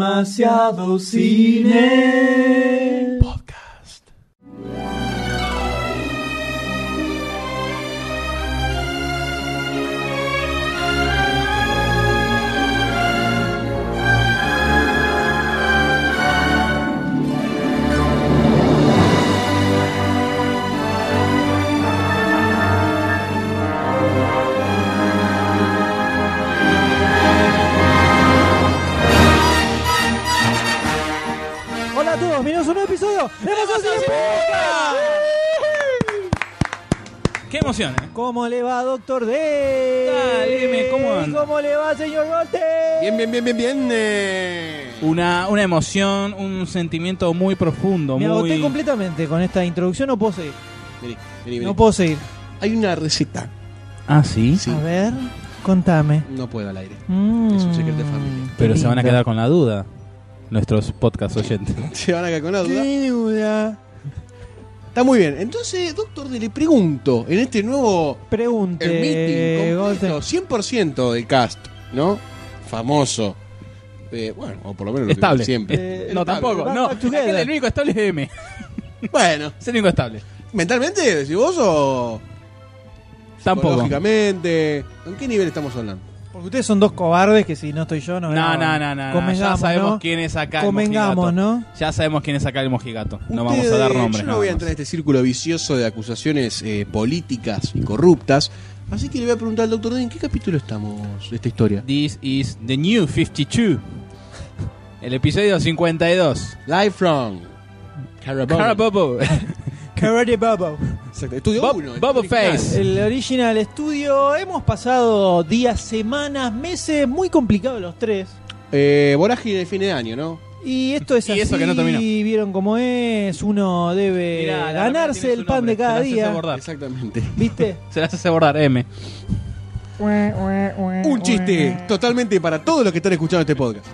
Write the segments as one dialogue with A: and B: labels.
A: Demasiado cine. Podcast.
B: Hola a todos, bienvenidos a un nuevo episodio de Demasiado Cine
C: ¡Qué emoción, eh!
B: ¿Cómo le va, Doctor D?
C: Dale, M, ¿cómo anda?
B: ¿Cómo le va, señor Golte?
D: Bien, bien, bien, bien, bien. eh.
C: Una, una emoción, un sentimiento muy profundo,
B: Me agoté
C: muy...
B: completamente con esta introducción, no puedo seguir.
D: Vení, vení, vení.
B: No puedo seguir.
D: Hay una receta.
C: Ah, ¿sí?
D: Sí.
B: A ver, contame.
D: No puedo al aire.
B: Mm.
D: Es un secreto de familia.
C: Pero
B: Qué
C: se van a
B: lindo.
C: quedar con la duda nuestros podcast oyentes.
D: Se van a quedar con la duda.
B: Qué duda.
D: Está muy bien. Entonces, doctor, D, le pregunto, en este nuevo el
B: Pregunte,
D: meeting completo,
B: Golte.
D: 100% del cast, ¿no? Famoso. Eh, bueno, o por lo menos lo que
C: Estable.
D: siempre.
B: Eh,
C: no,
D: Estable.
C: tampoco.
B: Back
C: No,
B: back together.
C: Aquel, el único estable es M.
B: Eh.
D: Bueno,
C: Es el único estable.
D: mentalmente, decís vos o
C: Tampoco.
D: lógicamente, ¿en qué nivel estamos hablando?
B: Porque ustedes son dos cobardes que si no estoy yo, no
C: No,
B: graban.
C: no, no, no. no. Ya
B: Convengamos,
C: sabemos
B: ¿no?
C: quién es acá el
B: Convengamos,
C: mojigato.
B: ¿no?
C: Ya sabemos quién es acá el mojigato. No vamos a
D: Ustedes-
C: dar nombres.
D: Yo
C: nada
D: no voy a
C: más.
D: entrar en este círculo vicioso de acusaciones eh, políticas y corruptas. Así que le voy a preguntar al doctor D, ¿en qué capítulo estamos de esta historia?
C: This is the new 52. El episodio 52.
D: Live from Carabao.
C: Carabobo.
B: Karate Bubble.
D: Exacto. Estudio
C: Bob-
D: uno, el
C: Bobo
D: original.
C: Face.
B: El Original Studio, hemos pasado días, semanas, meses muy complicados los tres.
D: Eh, vorágine de fin de año, ¿no?
B: Y esto es
C: Y
B: así,
C: eso que no terminó.
B: vieron cómo es, uno debe
C: Mirá, la remera
B: Eh, ganarse
C: tiene
B: el
C: su
B: pan
C: nombre,
B: de cada
C: se las hace
B: día.
C: bordar.
D: Exactamente.
B: ¿Viste?
C: Se las hace bordar, M.
D: Un chiste totalmente para todos los que están escuchando este podcast.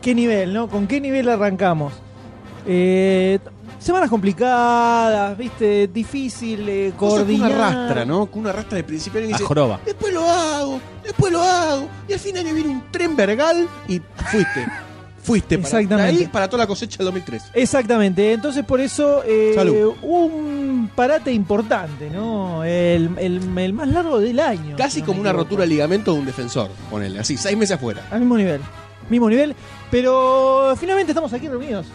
B: ¿Qué nivel, no? ¿Con qué nivel arrancamos? Eh, semanas complicadas, ¿viste? Difícil eh,
D: Cosas que uno
B: coordinar.
D: arrastra, ¿no? Que uno arrastra de principio y
C: A
D: dice,
C: joroba.
D: después lo hago, después lo hago. Y al final viene un tren vergal y fuiste. Fuiste para,
B: Exactamente.
D: de ahí para toda la cosecha del 2003.
B: Exactamente, entonces por eso eh,
D: Salud.
B: un parate importante, ¿no? El, el- el más largo del año.
D: Casi
B: si no
D: como
B: me
D: una
B: equivoco.
D: rotura de ligamento de un defensor, ponele, así, seis meses afuera.
B: Al mismo nivel, mismo nivel, pero finalmente estamos aquí reunidos,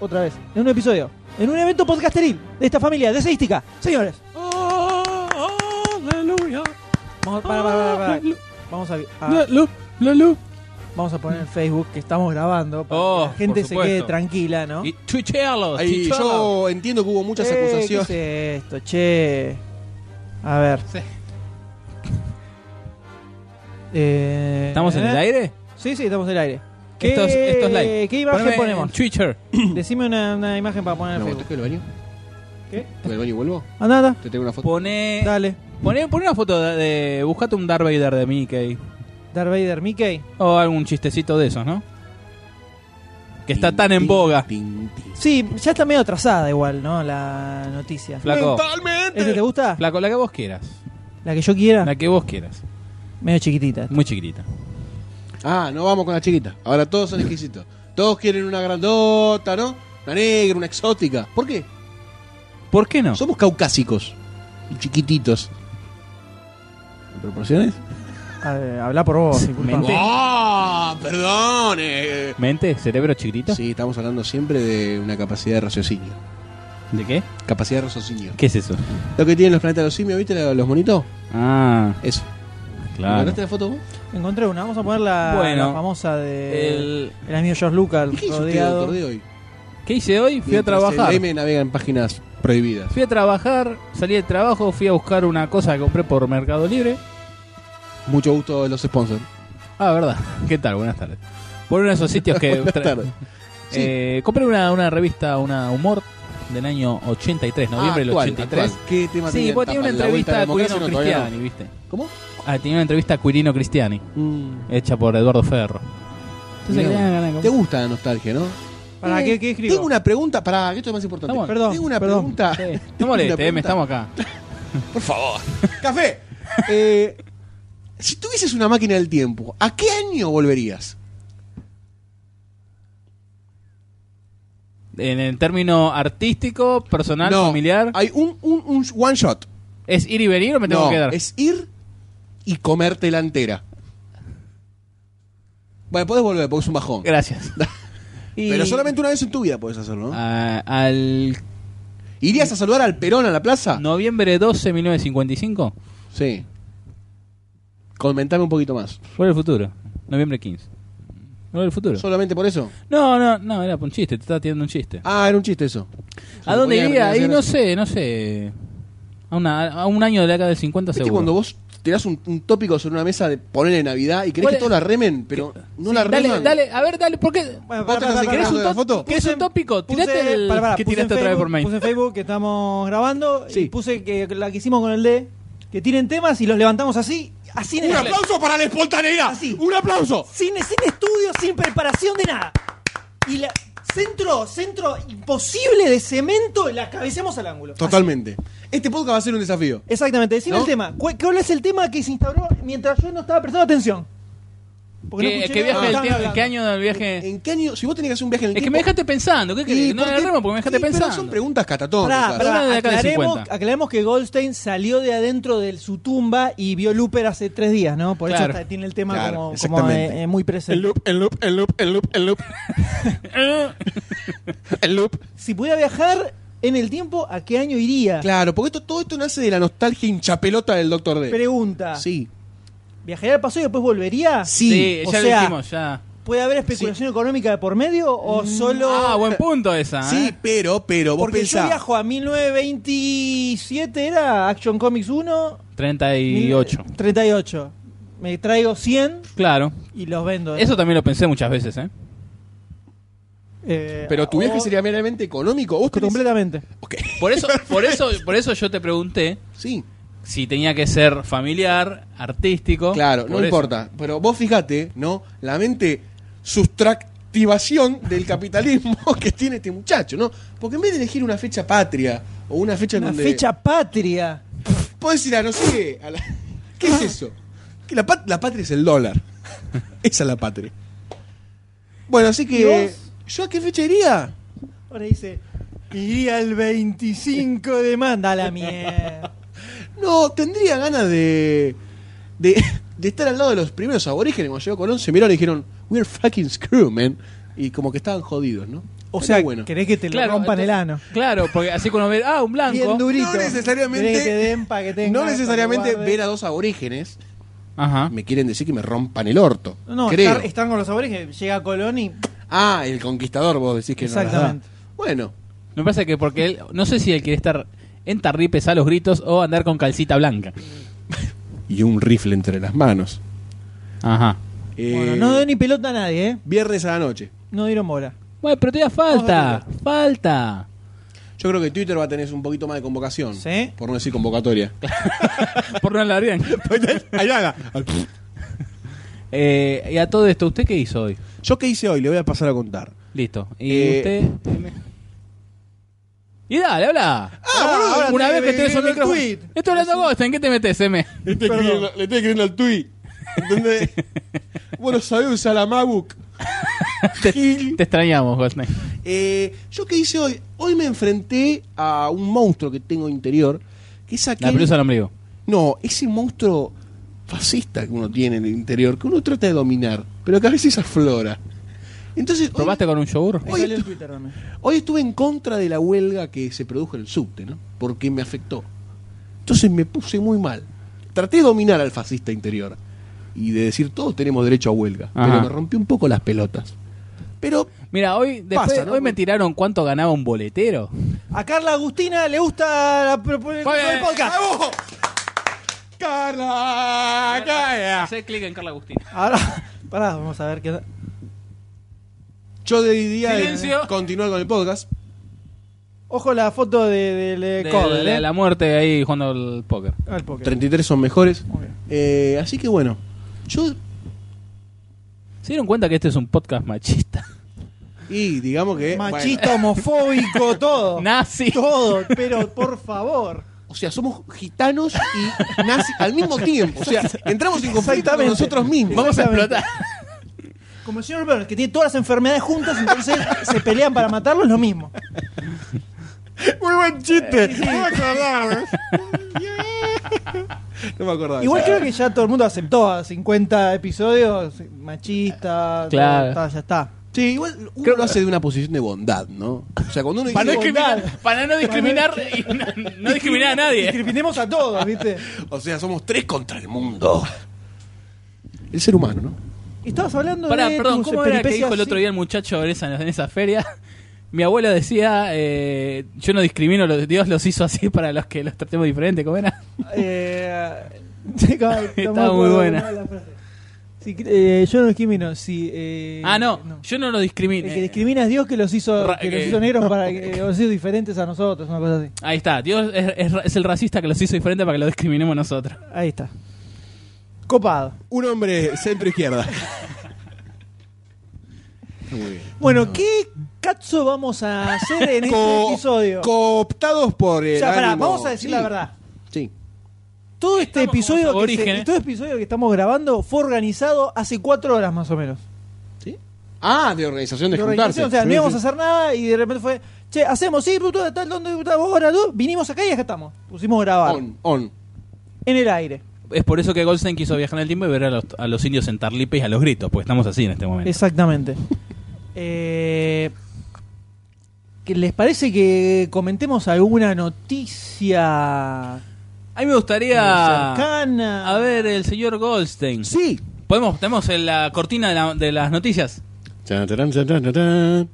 B: otra vez, en un episodio, en un evento podcasteril de esta familia de Seística, señores. Vamos, para, para, para, para.
C: Ah,
B: Vamos a, a- vamos a poner en Facebook que estamos grabando para
C: Oh,
B: que la gente
C: por
B: se quede
C: supuesto.
B: tranquila, ¿no?
C: Y twitchealo,
D: Ahí,
C: twitchealo.
D: yo entiendo que hubo muchas
B: Eh,
D: acusaciones.
B: ¿Qué es esto, che? A ver.
C: Sí.
B: Eh,
C: ¿Estamos en el
B: ¿eh?
C: aire?
B: Sí, sí, estamos en el aire. ¿Qué,
C: Esto es- esto es live.
B: ¿Qué imagen
C: Poneme
B: ponemos?
C: en Twitcher.
B: Decime una, una imagen para poner en
D: No, ¿te
B: Facebook.
D: fue al baño?
B: ¿Qué?
D: ¿Te fue al baño y vuelvo?
B: Anda, anda.
D: Te tengo una foto.
C: Poné,
B: Dale.
C: poné, poné una foto de, de- Buscate un Darth Vader de Mickey.
B: Darth Vader, Mickey.
C: O algún chistecito de esos, ¿no? Que está
D: Tin,
C: tan en
D: tin,
C: boga.
D: tin, tin.
B: Sí, ya está medio atrasada igual, ¿no? La noticia.
C: Flaco.
B: ¿Este te
D: Mentalmente.
B: gusta?
C: Flaco, la que vos quieras.
B: La que yo quiera.
C: La que vos quieras.
B: Medio chiquitita.
C: Muy chiquitita.
D: Ah, no vamos con la chiquita. Ahora todos son exquisitos. Todos quieren una grandota, ¿no? Una negra, una exótica. ¿Por qué?
C: ¿Por qué no?
D: Somos caucásicos y chiquititos. ¿En proporciones?
B: A ver, habla por vos.
C: Sí,
B: disculpa.
C: mentí.
D: ¡Ah! ¡Perdón! eh.
C: ¿Mente? ¿Cerebro chiquitito?
D: Sí, estamos hablando siempre de una capacidad de raciocinio.
C: ¿De qué?
D: Capacidad de raciocinio.
C: ¿Qué es eso?
D: Lo que tienen los planetas de los simios, ¿viste? la- Los monitos.
C: Ah,
D: Eso. ¿Me
C: claro.
D: mandaste la foto vos?
B: Encontré una. Vamos a poner la,
C: Bueno.
B: la famosa de...
C: El-
B: El amigo George Lucas,
D: ¿Y qué hizo usted,
B: rodeado.
D: doctor, de hoy?
C: ¿Qué hice hoy? Fui a
D: Mientras
C: trabajar.
D: El M navega en páginas prohibidas.
C: Fui a trabajar, salí del trabajo, fui a buscar una cosa que compré por Mercado Libre.
D: Mucho gusto de los sponsors.
C: Ah, verdad. ¿Qué tal? Buenas tardes. Por uno de esos sitios que...
D: Buenas
C: tra-
D: tardes. Sí.
C: Eh, compré una, una revista, una humor del año 83, noviembre
D: Ah,
C: del
D: actual,
C: 83.
D: actual. ¿Qué tema
C: Sí,
D: tenía
C: porque
D: en
C: tenía una
D: tapa? ¿La vuelta a
C: entrevista
D: la
C: a Quirino
D: democracia? No, todavía
C: Cristiani,
D: no.
C: ¿viste?
D: ¿Cómo?
C: Ah, tenía una entrevista a Quirino Cristiani, hecha por Eduardo Ferro. Entonces,
D: Mirá
C: quería
D: vos.
C: ganar-
D: Te gusta la nostalgia, ¿no?
B: ¿Para
D: Eh,
B: qué, qué escribo?
D: Tengo una pregunta. Pará, que esto es más importante.
C: Estamos-
B: Perdón,
D: Tengo una
B: perdón.
D: pregunta.
C: Sí. No
D: Tengo
C: moleste,
D: una
C: M,
D: pregunta.
C: estamos acá.
D: Por favor. ¡Café! Eh, si tuvieses una máquina del tiempo, ¿a qué año volverías?
C: En el término artístico, personal,
D: no,
C: familiar,
D: Hay un, un, un one shot.
C: ¿es ir y venir o me tengo
D: no,
C: que quedar?
D: es ir y comerte la entera. Bueno, podés volver porque es un bajón.
C: Gracias. Y-
D: Pero solamente una vez en tu vida podés hacerlo, ¿no?
C: Ah, al
D: ¿Irías a saludar al Perón a la plaza?
C: noviembre 12, 1955,
D: Sí. Comentame un poquito más.
C: fue el futuro. Noviembre 15. Fue el futuro.
D: ¿Solamente por eso?
C: No, no, no, era un chiste, te estaba tirando un chiste.
D: Ah, era un chiste eso.
C: ¿A dónde
D: Suponía que
C: iría?
D: tenía
C: Ahí
D: que
C: no
D: hacer
C: sé, no sé. A, una- a un año de la década del 50
D: eso. ¿Viste
C: seguro.
D: cuando vos tirás un, un tópico sobre una mesa de ponerle Navidad y querés
C: ¿Cuál
D: que
C: es?
D: todos la remen, pero no
C: Sí,
D: la reman?
C: dale, dale, a ver, dale, ¿por qué?
B: Bueno,
D: ¿Vos
B: pará,
D: te
B: pará,
D: vas a
B: pará,
D: querer
B: pará,
D: una
B: pará.
C: foto? ¿Querés un tópico?
B: puse-
C: Tirate el
B: pará, pará,
C: que
B: puse
C: tiraste
B: en
C: otra vez
B: Facebook-
C: por mail.
B: Puse en Facebook que estamos grabando y
D: Sí.
B: puse que la que hicimos con el D, que tiren temas y los levantamos así, así en
D: ¡Un
B: el aire.
D: aplauso para la espontaneidad!
B: Así.
D: ¡Un aplauso!
B: sin, sin estudio, sin preparación de nada. Y la, centro, centro imposible de cemento, la cabeceamos al ángulo.
D: Totalmente. Este podcast va a ser un desafío.
B: Exactamente, decime
D: ¿No?
B: el tema. ¿Cuál, cuál es el tema que se instauró mientras yo no estaba prestando atención? Porque no
C: ¿Qué,
B: escuché
C: qué
B: nada Ah,
C: viaje
B: que
C: del tiempo?
B: estaban
C: ¿Qué
B: hablando.
C: año del viaje?
D: ¿En qué año? Si vos tenías que hacer un viaje en el
C: Eh. Es que
D: tiempo...
C: me dejaste pensando, ¿qué
D: ¿Y
C: querés? No
D: por
C: la
D: qué?
C: agarremos porque me dejaste
D: Sí, pero
C: pensando.
D: son preguntas catatónicas.
B: Pará, pará,
C: Una de acá del
B: aclaremos,
C: 50.
B: aclaremos que Goldstein salió de adentro de su tumba y vio Looper hace tres días, ¿no? Por eso
C: Claro.
B: está- tiene el tema
D: Claro,
B: como, como,
D: exactamente.
B: eh, eh, muy presente.
D: El loop, el loop, el loop, el loop, el loop.
C: Eh,
D: el loop.
B: Si pudiera viajar en el tiempo, ¿a qué año iría?
D: Claro, porque esto, todo esto nace de la nostalgia hinchapelota del Doctor D.
B: Pregunta.
D: Sí.
B: ¿Viajaría al pasado y después volvería?
D: Sí.
C: ah, Sí,
B: o
C: ya lo
B: sea,
C: dijimos, ya.
B: ¿Puede haber especulación económica de por medio o solo.?
C: Ah, buen punto esa.
D: Sí,
C: ¿eh?
D: pero, pero, Mm, vos
B: Porque yo
D: pensás.
B: viajo a 1927, ¿era? Action Comics 1.
C: 38.
B: 38. Me traigo 100
C: Claro.
B: y los vendo.
C: Eso también lo pensé muchas veces, ¿eh?
B: Eh,
D: Pero tu
B: o-
D: viaje
C: Oh.
D: sería meramente económico. Vos tenés-
B: Completamente.
D: Ok.
C: Por eso, por eso, por eso yo te pregunté
D: Sí,
C: si tenía que ser familiar, artístico.
D: claro,
C: por
D: no
C: eso.
D: importa. Pero vos fijate, ¿no? La mente sustractivación del capitalismo que tiene este muchacho, ¿no? Porque en vez de elegir una fecha patria o una fecha en
B: Una
D: donde.
B: fecha patria.
D: Podés ir a no sé. a la- ¿Qué
B: Ah.
D: es eso? Que la, pat- la patria es el dólar. Esa es la patria. Bueno, así
B: ¿Y
D: que.
B: vos?
D: ¿Yo a qué fecha iría?
B: Ahora dice. Iría el 25 de manda la mierda.
D: No, tendría ganas de, de. de estar al lado de los primeros aborígenes. Cuando llegó Colón, se miraron y dijeron, We're fucking screwed, man. Y como que estaban jodidos, ¿no?
B: O
D: Pero
B: sea,
D: bueno.
B: querés que te lo
C: Claro,
B: rompan el ano.
C: entonces- Claro, porque así cuando ve, ah, un
B: Bien
C: blanco.
B: durito.
D: No necesariamente-
B: Querés que te den pa' que tengas,
D: no
B: pa' que
D: necesariamente
B: guardes.
D: ver a dos aborígenes
C: Ajá.
D: me quieren decir que me rompan el orto.
B: No, no,
D: creo.
B: estar- están con los sabores que llega Colón y.
D: Ah, el conquistador, vos decís que no. ¿verdad?
B: Exactamente.
D: Bueno,
C: Me parece que porque él, no sé si él quiere estar en tarripes a los gritos o andar con calcita blanca.
D: y un rifle entre las manos.
C: Ajá.
B: Bueno,
D: Eh,
B: no dio ni pelota a nadie, ¿eh?
D: Viernes a la noche.
B: No dieron bola.
C: Bueno, pero todavía falta, falta.
D: Yo creo que Twitter va a tener un poquito más de convocación.
B: ¿Sí?
D: Por no decir convocatoria.
C: Por no hablar bien. Eh, y a todo esto, ¿usted qué hizo hoy?
D: Yo qué hice hoy, le voy a pasar a contar.
C: Listo. ¿Y
D: Eh,
C: usted? Y dale, habla.
D: boludo, Ah, ahora
C: Una
D: tenés
C: vez que tenés un
D: escribirlo al
C: micrófono.
D: tweet.
C: Estoy hablando vos, ¿en qué te metes, M?
D: Le estoy escribiendo, le estoy escribiendo al tweet. ¿Entendés? bueno, sabés usar la MacBook. Gil.
C: Te extrañamos, Goldstein.
D: Eh, Yo qué hice hoy. Hoy me enfrenté a un monstruo que tengo interior. Que es aquel...
C: La pelusa al ombligo.
D: No, ese monstruo fascista que uno tiene en el interior. Que uno trata de dominar. Pero que a veces aflora. Entonces. hoy-
C: ¿Probaste con un yogur?
B: Me
D: Oye,
B: salió en
D: tú-
B: Twitter también.
D: Hoy estuve en contra de la huelga que se produjo en el subte, ¿no? Porque me afectó. Entonces me puse muy mal. Traté de dominar al fascista interior y de decir todos tenemos derecho a huelga,
C: Ajá.
D: pero me rompió un poco las pelotas. Pero
C: Mira, hoy, después,
D: Pasa, ¿no?
C: hoy me tiraron cuánto ganaba un boletero.
B: A Carla Agustina le gusta la propuesta
C: Oye,
B: del podcast.
D: Carla,
C: Hacé clic en Carla Agustina.
B: Ahora, pará, vamos a ver qué.
D: Yo diría de
C: Silencio.
D: continuar con el podcast.
B: Ojo la foto de, del eh, cover,
C: la,
B: ¿eh?
C: la muerte ahí jugando al póker.
B: Al póker.
D: 33 son mejores.
B: Muy bien.
D: Eh, así que bueno, yo
C: ¿Se dieron cuenta que este es un podcast machista?
D: y digamos que bueno,
B: Machista, homofóbico, todo.
C: Nazi.
B: Todo, pero por favor.
D: O sea, somos gitanos y nazis al mismo tiempo. O sea, entramos en conflicto con
B: Exactamente.
D: nosotros mismos.
C: Vamos a explotar.
B: Como el señor Burns, que tiene todas las enfermedades juntas, entonces se pelean para matarlo, es lo mismo. Eh,
D: Muy buen chiste. No me acordaba. No me acordaba.
B: Igual creo que ya todo el mundo aceptó a 50 episodios machista,
C: Claro.
B: todo, está, ya está.
D: Sí, igual uno lo hace de una posición de bondad, ¿no? O sea, cuando uno
C: Para no,
D: dice-
C: discriminar, para no discriminar y no, no discriminar a nadie.
B: Discriminemos a todos, ¿viste?
D: O sea, somos tres contra el mundo. El ser humano, ¿no?
B: Estabas hablando
C: Pará,
B: de
C: perdón,
B: tus
C: ¿cómo era que
B: peripecias,
C: dijo el otro día el muchacho en esa, en esa feria? Mi abuela decía, eh, yo no discrimino, los- Dios los hizo así para los que los tratemos diferente, ¿cómo era?
B: Eh, estaba
C: Estaba muy buena.
B: Sí, eh, yo no discrimino, sí. eh,
C: ah, no, yo no los discrimino.
D: Eh,
B: El que discrimina es Dios que los hizo,
C: Ra-
B: que los
C: que-
B: hizo negros para que los hizo diferentes a nosotros, una cosa así.
C: Ahí está, Dios es, es- es el racista que los hizo diferente para que lo discriminemos nosotros.
B: Ahí está. Copado.
D: Un hombre centro-izquierda. Muy bien.
B: Bueno, ¿qué cazzo vamos a hacer en este
D: Co-
B: episodio?
D: Cooptados por el
B: o sea, pará,
D: ánimo.
B: vamos a decir
D: Sí,
B: la verdad.
D: Sí.
B: Todo este,
C: Estamos
B: episodio
C: como
B: que se-
C: aborígenes.
B: todo este episodio que estamos grabando fue organizado hace cuatro horas más o menos.
D: ¿Sí? Ah, de organización de,
B: De
D: juntarse.
B: organización, O sea, no
D: Sí,
B: íbamos
D: sí.
B: a hacer nada y de repente fue, che, hacemos, sí, bruto, tal, donde, tal, hora, tú. vinimos acá y acá estamos. Pusimos grabar.
D: On, on.
B: En el aire.
C: Es por eso que Goldstein quiso viajar en el tiempo y ver a los, a los indios en Tarlipe y a los gritos, porque estamos así en este momento.
B: Exactamente. Eh, ¿que ¿Les parece que comentemos alguna noticia
C: A mí me gustaría...
B: cercana?
C: A ver, el señor Goldstein.
D: Sí.
C: ¿Podemos, tenemos en la cortina de, la- de las noticias?
D: Chan, tarán, chan, tarán, tarán.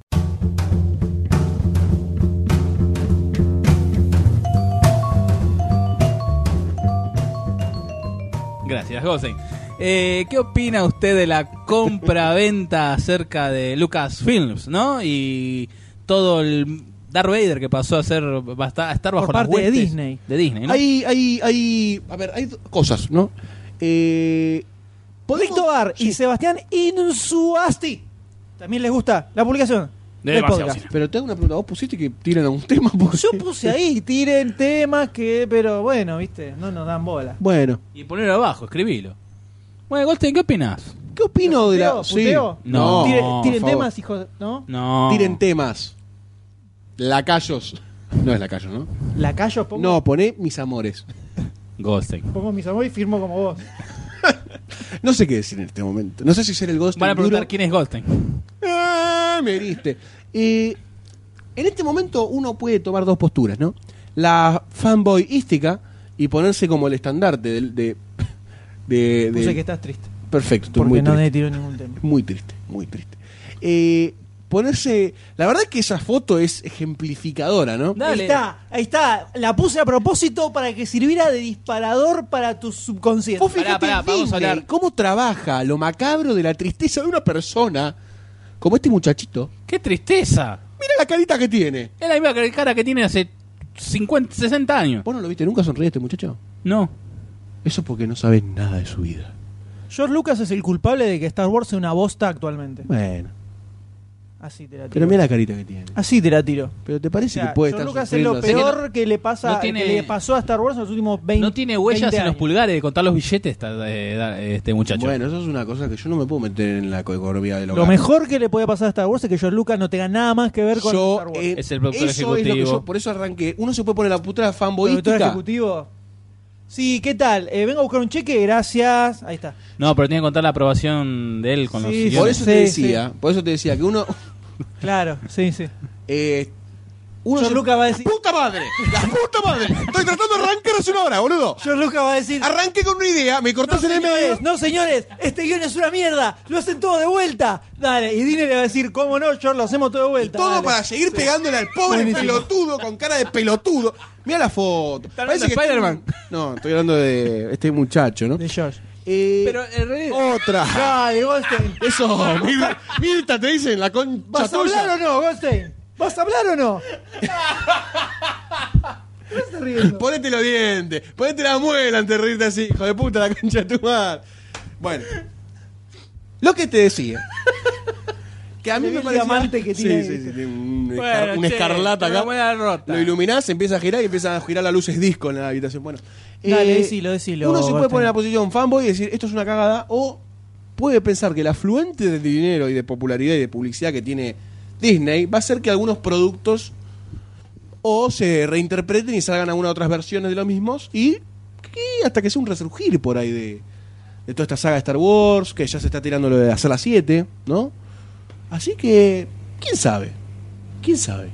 C: Gracias, Goldstein. Eh, ¿Qué opina usted de la compra-venta acerca de Lucasfilms, no? Y todo el Darth Vader que pasó a ser va a estar- a estar bajo
B: Por
C: las
B: parte de
C: huestes
B: Disney.
C: de Disney, ¿no?
D: Hay, hay, hay. A ver, hay do- cosas, ¿no? Eh,
B: Rick Tobar y Sebastián Insuasti. También les gusta la publicación.
C: De
B: del
C: Demasiado
B: podcast.
C: Cine.
D: Pero te hago una pregunta. ¿Vos pusiste que tiran a un tema? Porque-
B: Yo puse ahí, tiren temas que, pero bueno, viste, no nos dan bola.
D: Bueno,
C: Y ponerlo abajo, escribilo. Bueno, Goldstein, ¿qué opinas?
D: ¿qué opino de la.
B: ¿Puteo? ¿Puteo?
C: No,
B: Tiren,
D: por
B: tiren
D: favor.
B: temas, hijo, ¿no?
C: No.
D: Tiren temas. Lacayos. No es lacayos, ¿no?
B: La callo, pongo,
D: No, poné mis amores.
C: Goldstein.
B: pongo mis amores y firmo como
D: Eh,
B: vos.
D: No sé qué decir en este momento. No sé si ser el Ghost.
C: Van a preguntar
D: duro.
C: quién es Goldstein.
D: Ah, me heriste. Eh, en este momento uno puede tomar dos posturas, ¿no? La fanboyística y ponerse como el estandarte del, de, de-
B: Puse
D: de-
B: que estás triste.
D: Perfecto, estoy
B: Porque
D: muy
B: no
D: triste.
B: le tiró ningún tema.
D: Muy triste, muy triste. Eh, ponerse... La verdad que esa foto es ejemplificadora, ¿no?
C: Dale.
B: Ahí está, ahí está. La puse a propósito para que sirviera de disparador para tu subconsciente.
D: Vos fijate
C: pará,
D: Disney,
C: vamos a hablar.
D: cómo trabaja lo macabro de la tristeza de una persona como este muchachito.
C: ¡Qué tristeza!
D: Mira la carita que tiene.
C: Es la misma que- cara que tiene hace 50, 60 años.
D: ¿Vos no lo viste nunca sonreír este muchacho?
C: No.
D: Eso porque no sabes nada de su vida.
B: George Lucas es el culpable de que Star Wars sea una bosta actualmente.
D: Bueno,
B: Así te la tiro.
D: pero mira la carita que tiene.
B: Así te la tiro.
D: Pero te
B: O
D: parece
B: sea,
D: que puede
B: George
D: estar
B: Lucas es lo
D: sufriendo así?
B: peor que le pasa
C: No tiene-
B: que le pasó a Star Wars en los últimos 20
C: No tiene huellas
B: 20
C: en los
B: años.
C: pulgares de contar los billetes esta- eh, da- este muchacho.
D: Bueno, eso es una cosa que yo no me puedo meter en la economía del hogar.
B: Lo mejor que le puede pasar a Star Wars es que George Lucas no tenga nada más que ver con
D: yo,
B: Star Wars.
D: eh,
C: Es el productor
D: eso es lo que
C: ejecutivo.
D: yo- por eso arranqué. Uno se puede poner la puta
B: Productor
D: fanboyística.
B: ejecutivo. Sí, ¿qué tal? Eh, vengo a buscar un cheque, gracias. Ahí está.
C: No, pero tiene que contar la aprobación de él con los
B: Sí,
C: guiones.
D: Por eso te
B: Sí,
D: decía, por eso te decía que uno,
B: Claro, sí, sí.
D: eh, uno
B: George
D: se-
B: Lucas va a decir,
D: puta madre, la puta madre. Estoy tratando de arrancar hace una hora, boludo.
B: George Lucas va a decir,
D: Arranqué con una idea, me
B: No
D: cortás en el medio.
B: señores, no señores, este guión es una mierda, lo hacen todo de vuelta. Dale, y Disney le va a decir, ¿cómo no, George? Lo hacemos todo de
D: Y
B: vuelta.
D: todo
B: dale".
D: para seguir pegándole al pobre
B: Buenísimo.
D: pelotudo con cara de pelotudo. Mira la foto.
C: hablando de
D: que
C: Spider-Man.
D: No, estoy hablando de este muchacho, ¿no?
B: De George.
D: Eh,
C: Pero en realidad-
D: otra.
B: Dale, Goldstein.
D: Eso, Mir- Mirta, te dicen la concha
B: ¿Vas a
D: tuya.
B: hablar o no, Goldstein? ¿Vas a hablar o no? ¿Qué estás riendo?
D: Ponete los dientes, ponete la muela antes de reírte así, hijo de puta, la concha de tu madre. Bueno, lo que te decía. Que a mí
B: Le vi
D: me
B: el
D: parecía.
B: diamante que tiene,
D: Sí, sí, sí,
B: ¿viste?
D: tiene un,
C: Bueno,
D: escar- un
C: che,
D: escarlata
C: una
D: acá.
C: buena rota.
D: Lo iluminás, empieza a girar y empiezan a girar las luces disco en la habitación. Bueno,
B: Dale, decilo, decilo,
D: Eh, Uno se puede
B: Goldstein.
D: poner en la posición fanboy y decir esto es una cagada o puede pensar que el afluente de dinero y de popularidad y de publicidad que tiene Disney va a hacer que algunos productos o se reinterpreten y salgan algunas otras versiones de los mismos y, y hasta que sea un resurgir por ahí de, de toda esta saga de Star Wars, que ya se está tirando lo de hacer las 7, ¿no? Así que, ¿quién sabe? ¿Quién sabe?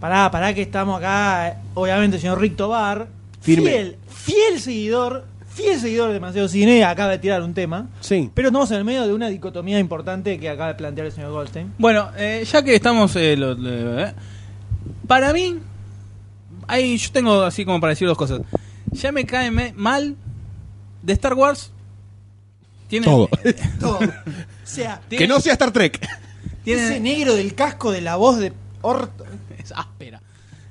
B: Pará, pará que estamos acá, eh, obviamente, señor Rick Tobar,
D: Firme.
B: fiel, fiel seguidor, fiel seguidor de Maceo Cine, acaba de tirar un tema.
D: Sí.
B: Pero estamos en el medio de una dicotomía importante que acaba de plantear el señor Goldstein.
C: Bueno, eh, ya que estamos... eh, lo- lo- eh, para mí, hay, yo tengo así como para decir dos cosas. Ya me cae me- mal de Star Wars. Tienen,
D: Todo.
B: Todo. O sea,
D: Que no sea Star Trek.
C: tienen-
B: ese negro del casco de la voz de Orto.
C: Es áspera.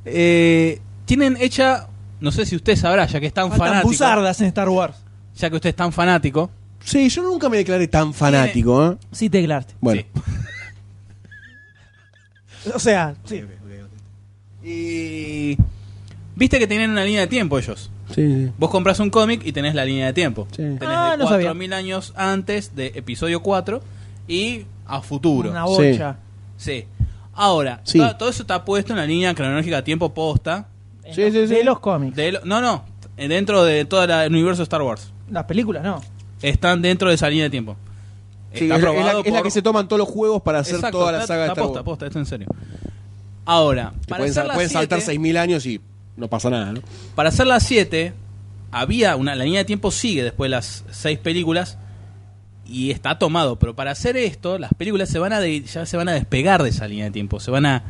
C: Eh, tienen hecha, no sé si usted sabrá, ya que es tan
B: Faltan
C: fanático.
B: buzardas en Star Wars.
C: Ya que usted es tan fanático.
D: Sí, yo nunca me declaré tan fanático, ¿eh?
B: Sí, te declaraste.
D: Bueno.
C: Sí.
B: O sea, sí.
C: Y. Viste que tienen una línea de tiempo ellos.
D: Sí, sí.
C: Vos compras un cómic y tenés la línea de tiempo.
D: Sí.
C: Tenés
B: Ah,
C: de
B: no sabía.
C: 4000 años antes de episodio 4 y a futuro.
B: Una bocha.
C: Sí. Ahora,
D: Sí.
C: to- todo eso está puesto en la línea cronológica de tiempo posta.
B: En
D: Sí,
B: los-
D: sí, sí.
B: De los cómics.
C: De lo- no, no. Dentro de todo la- el universo de Star Wars.
B: Las películas, no.
C: Están dentro de esa línea de tiempo. Está
D: Sí, es, la, es la-
C: aprobado
D: es la
C: por-
D: que se toman todos los juegos para hacer
C: Exacto,
D: toda la
C: está-
D: saga de
C: está
D: Star
C: posta,
D: Wars.
C: posta, esto en serio. Ahora,
D: Que
C: para
D: pueden
C: hacer,
D: sal-
C: las
D: pueden saltar
C: siete-
D: 6.000 años y no pasa nada, ¿no?
C: para hacer las 7, había una la línea de tiempo sigue después de las 6 películas y está tomado, pero para hacer esto las películas se van a de- ya se van a despegar de esa línea de tiempo, se van a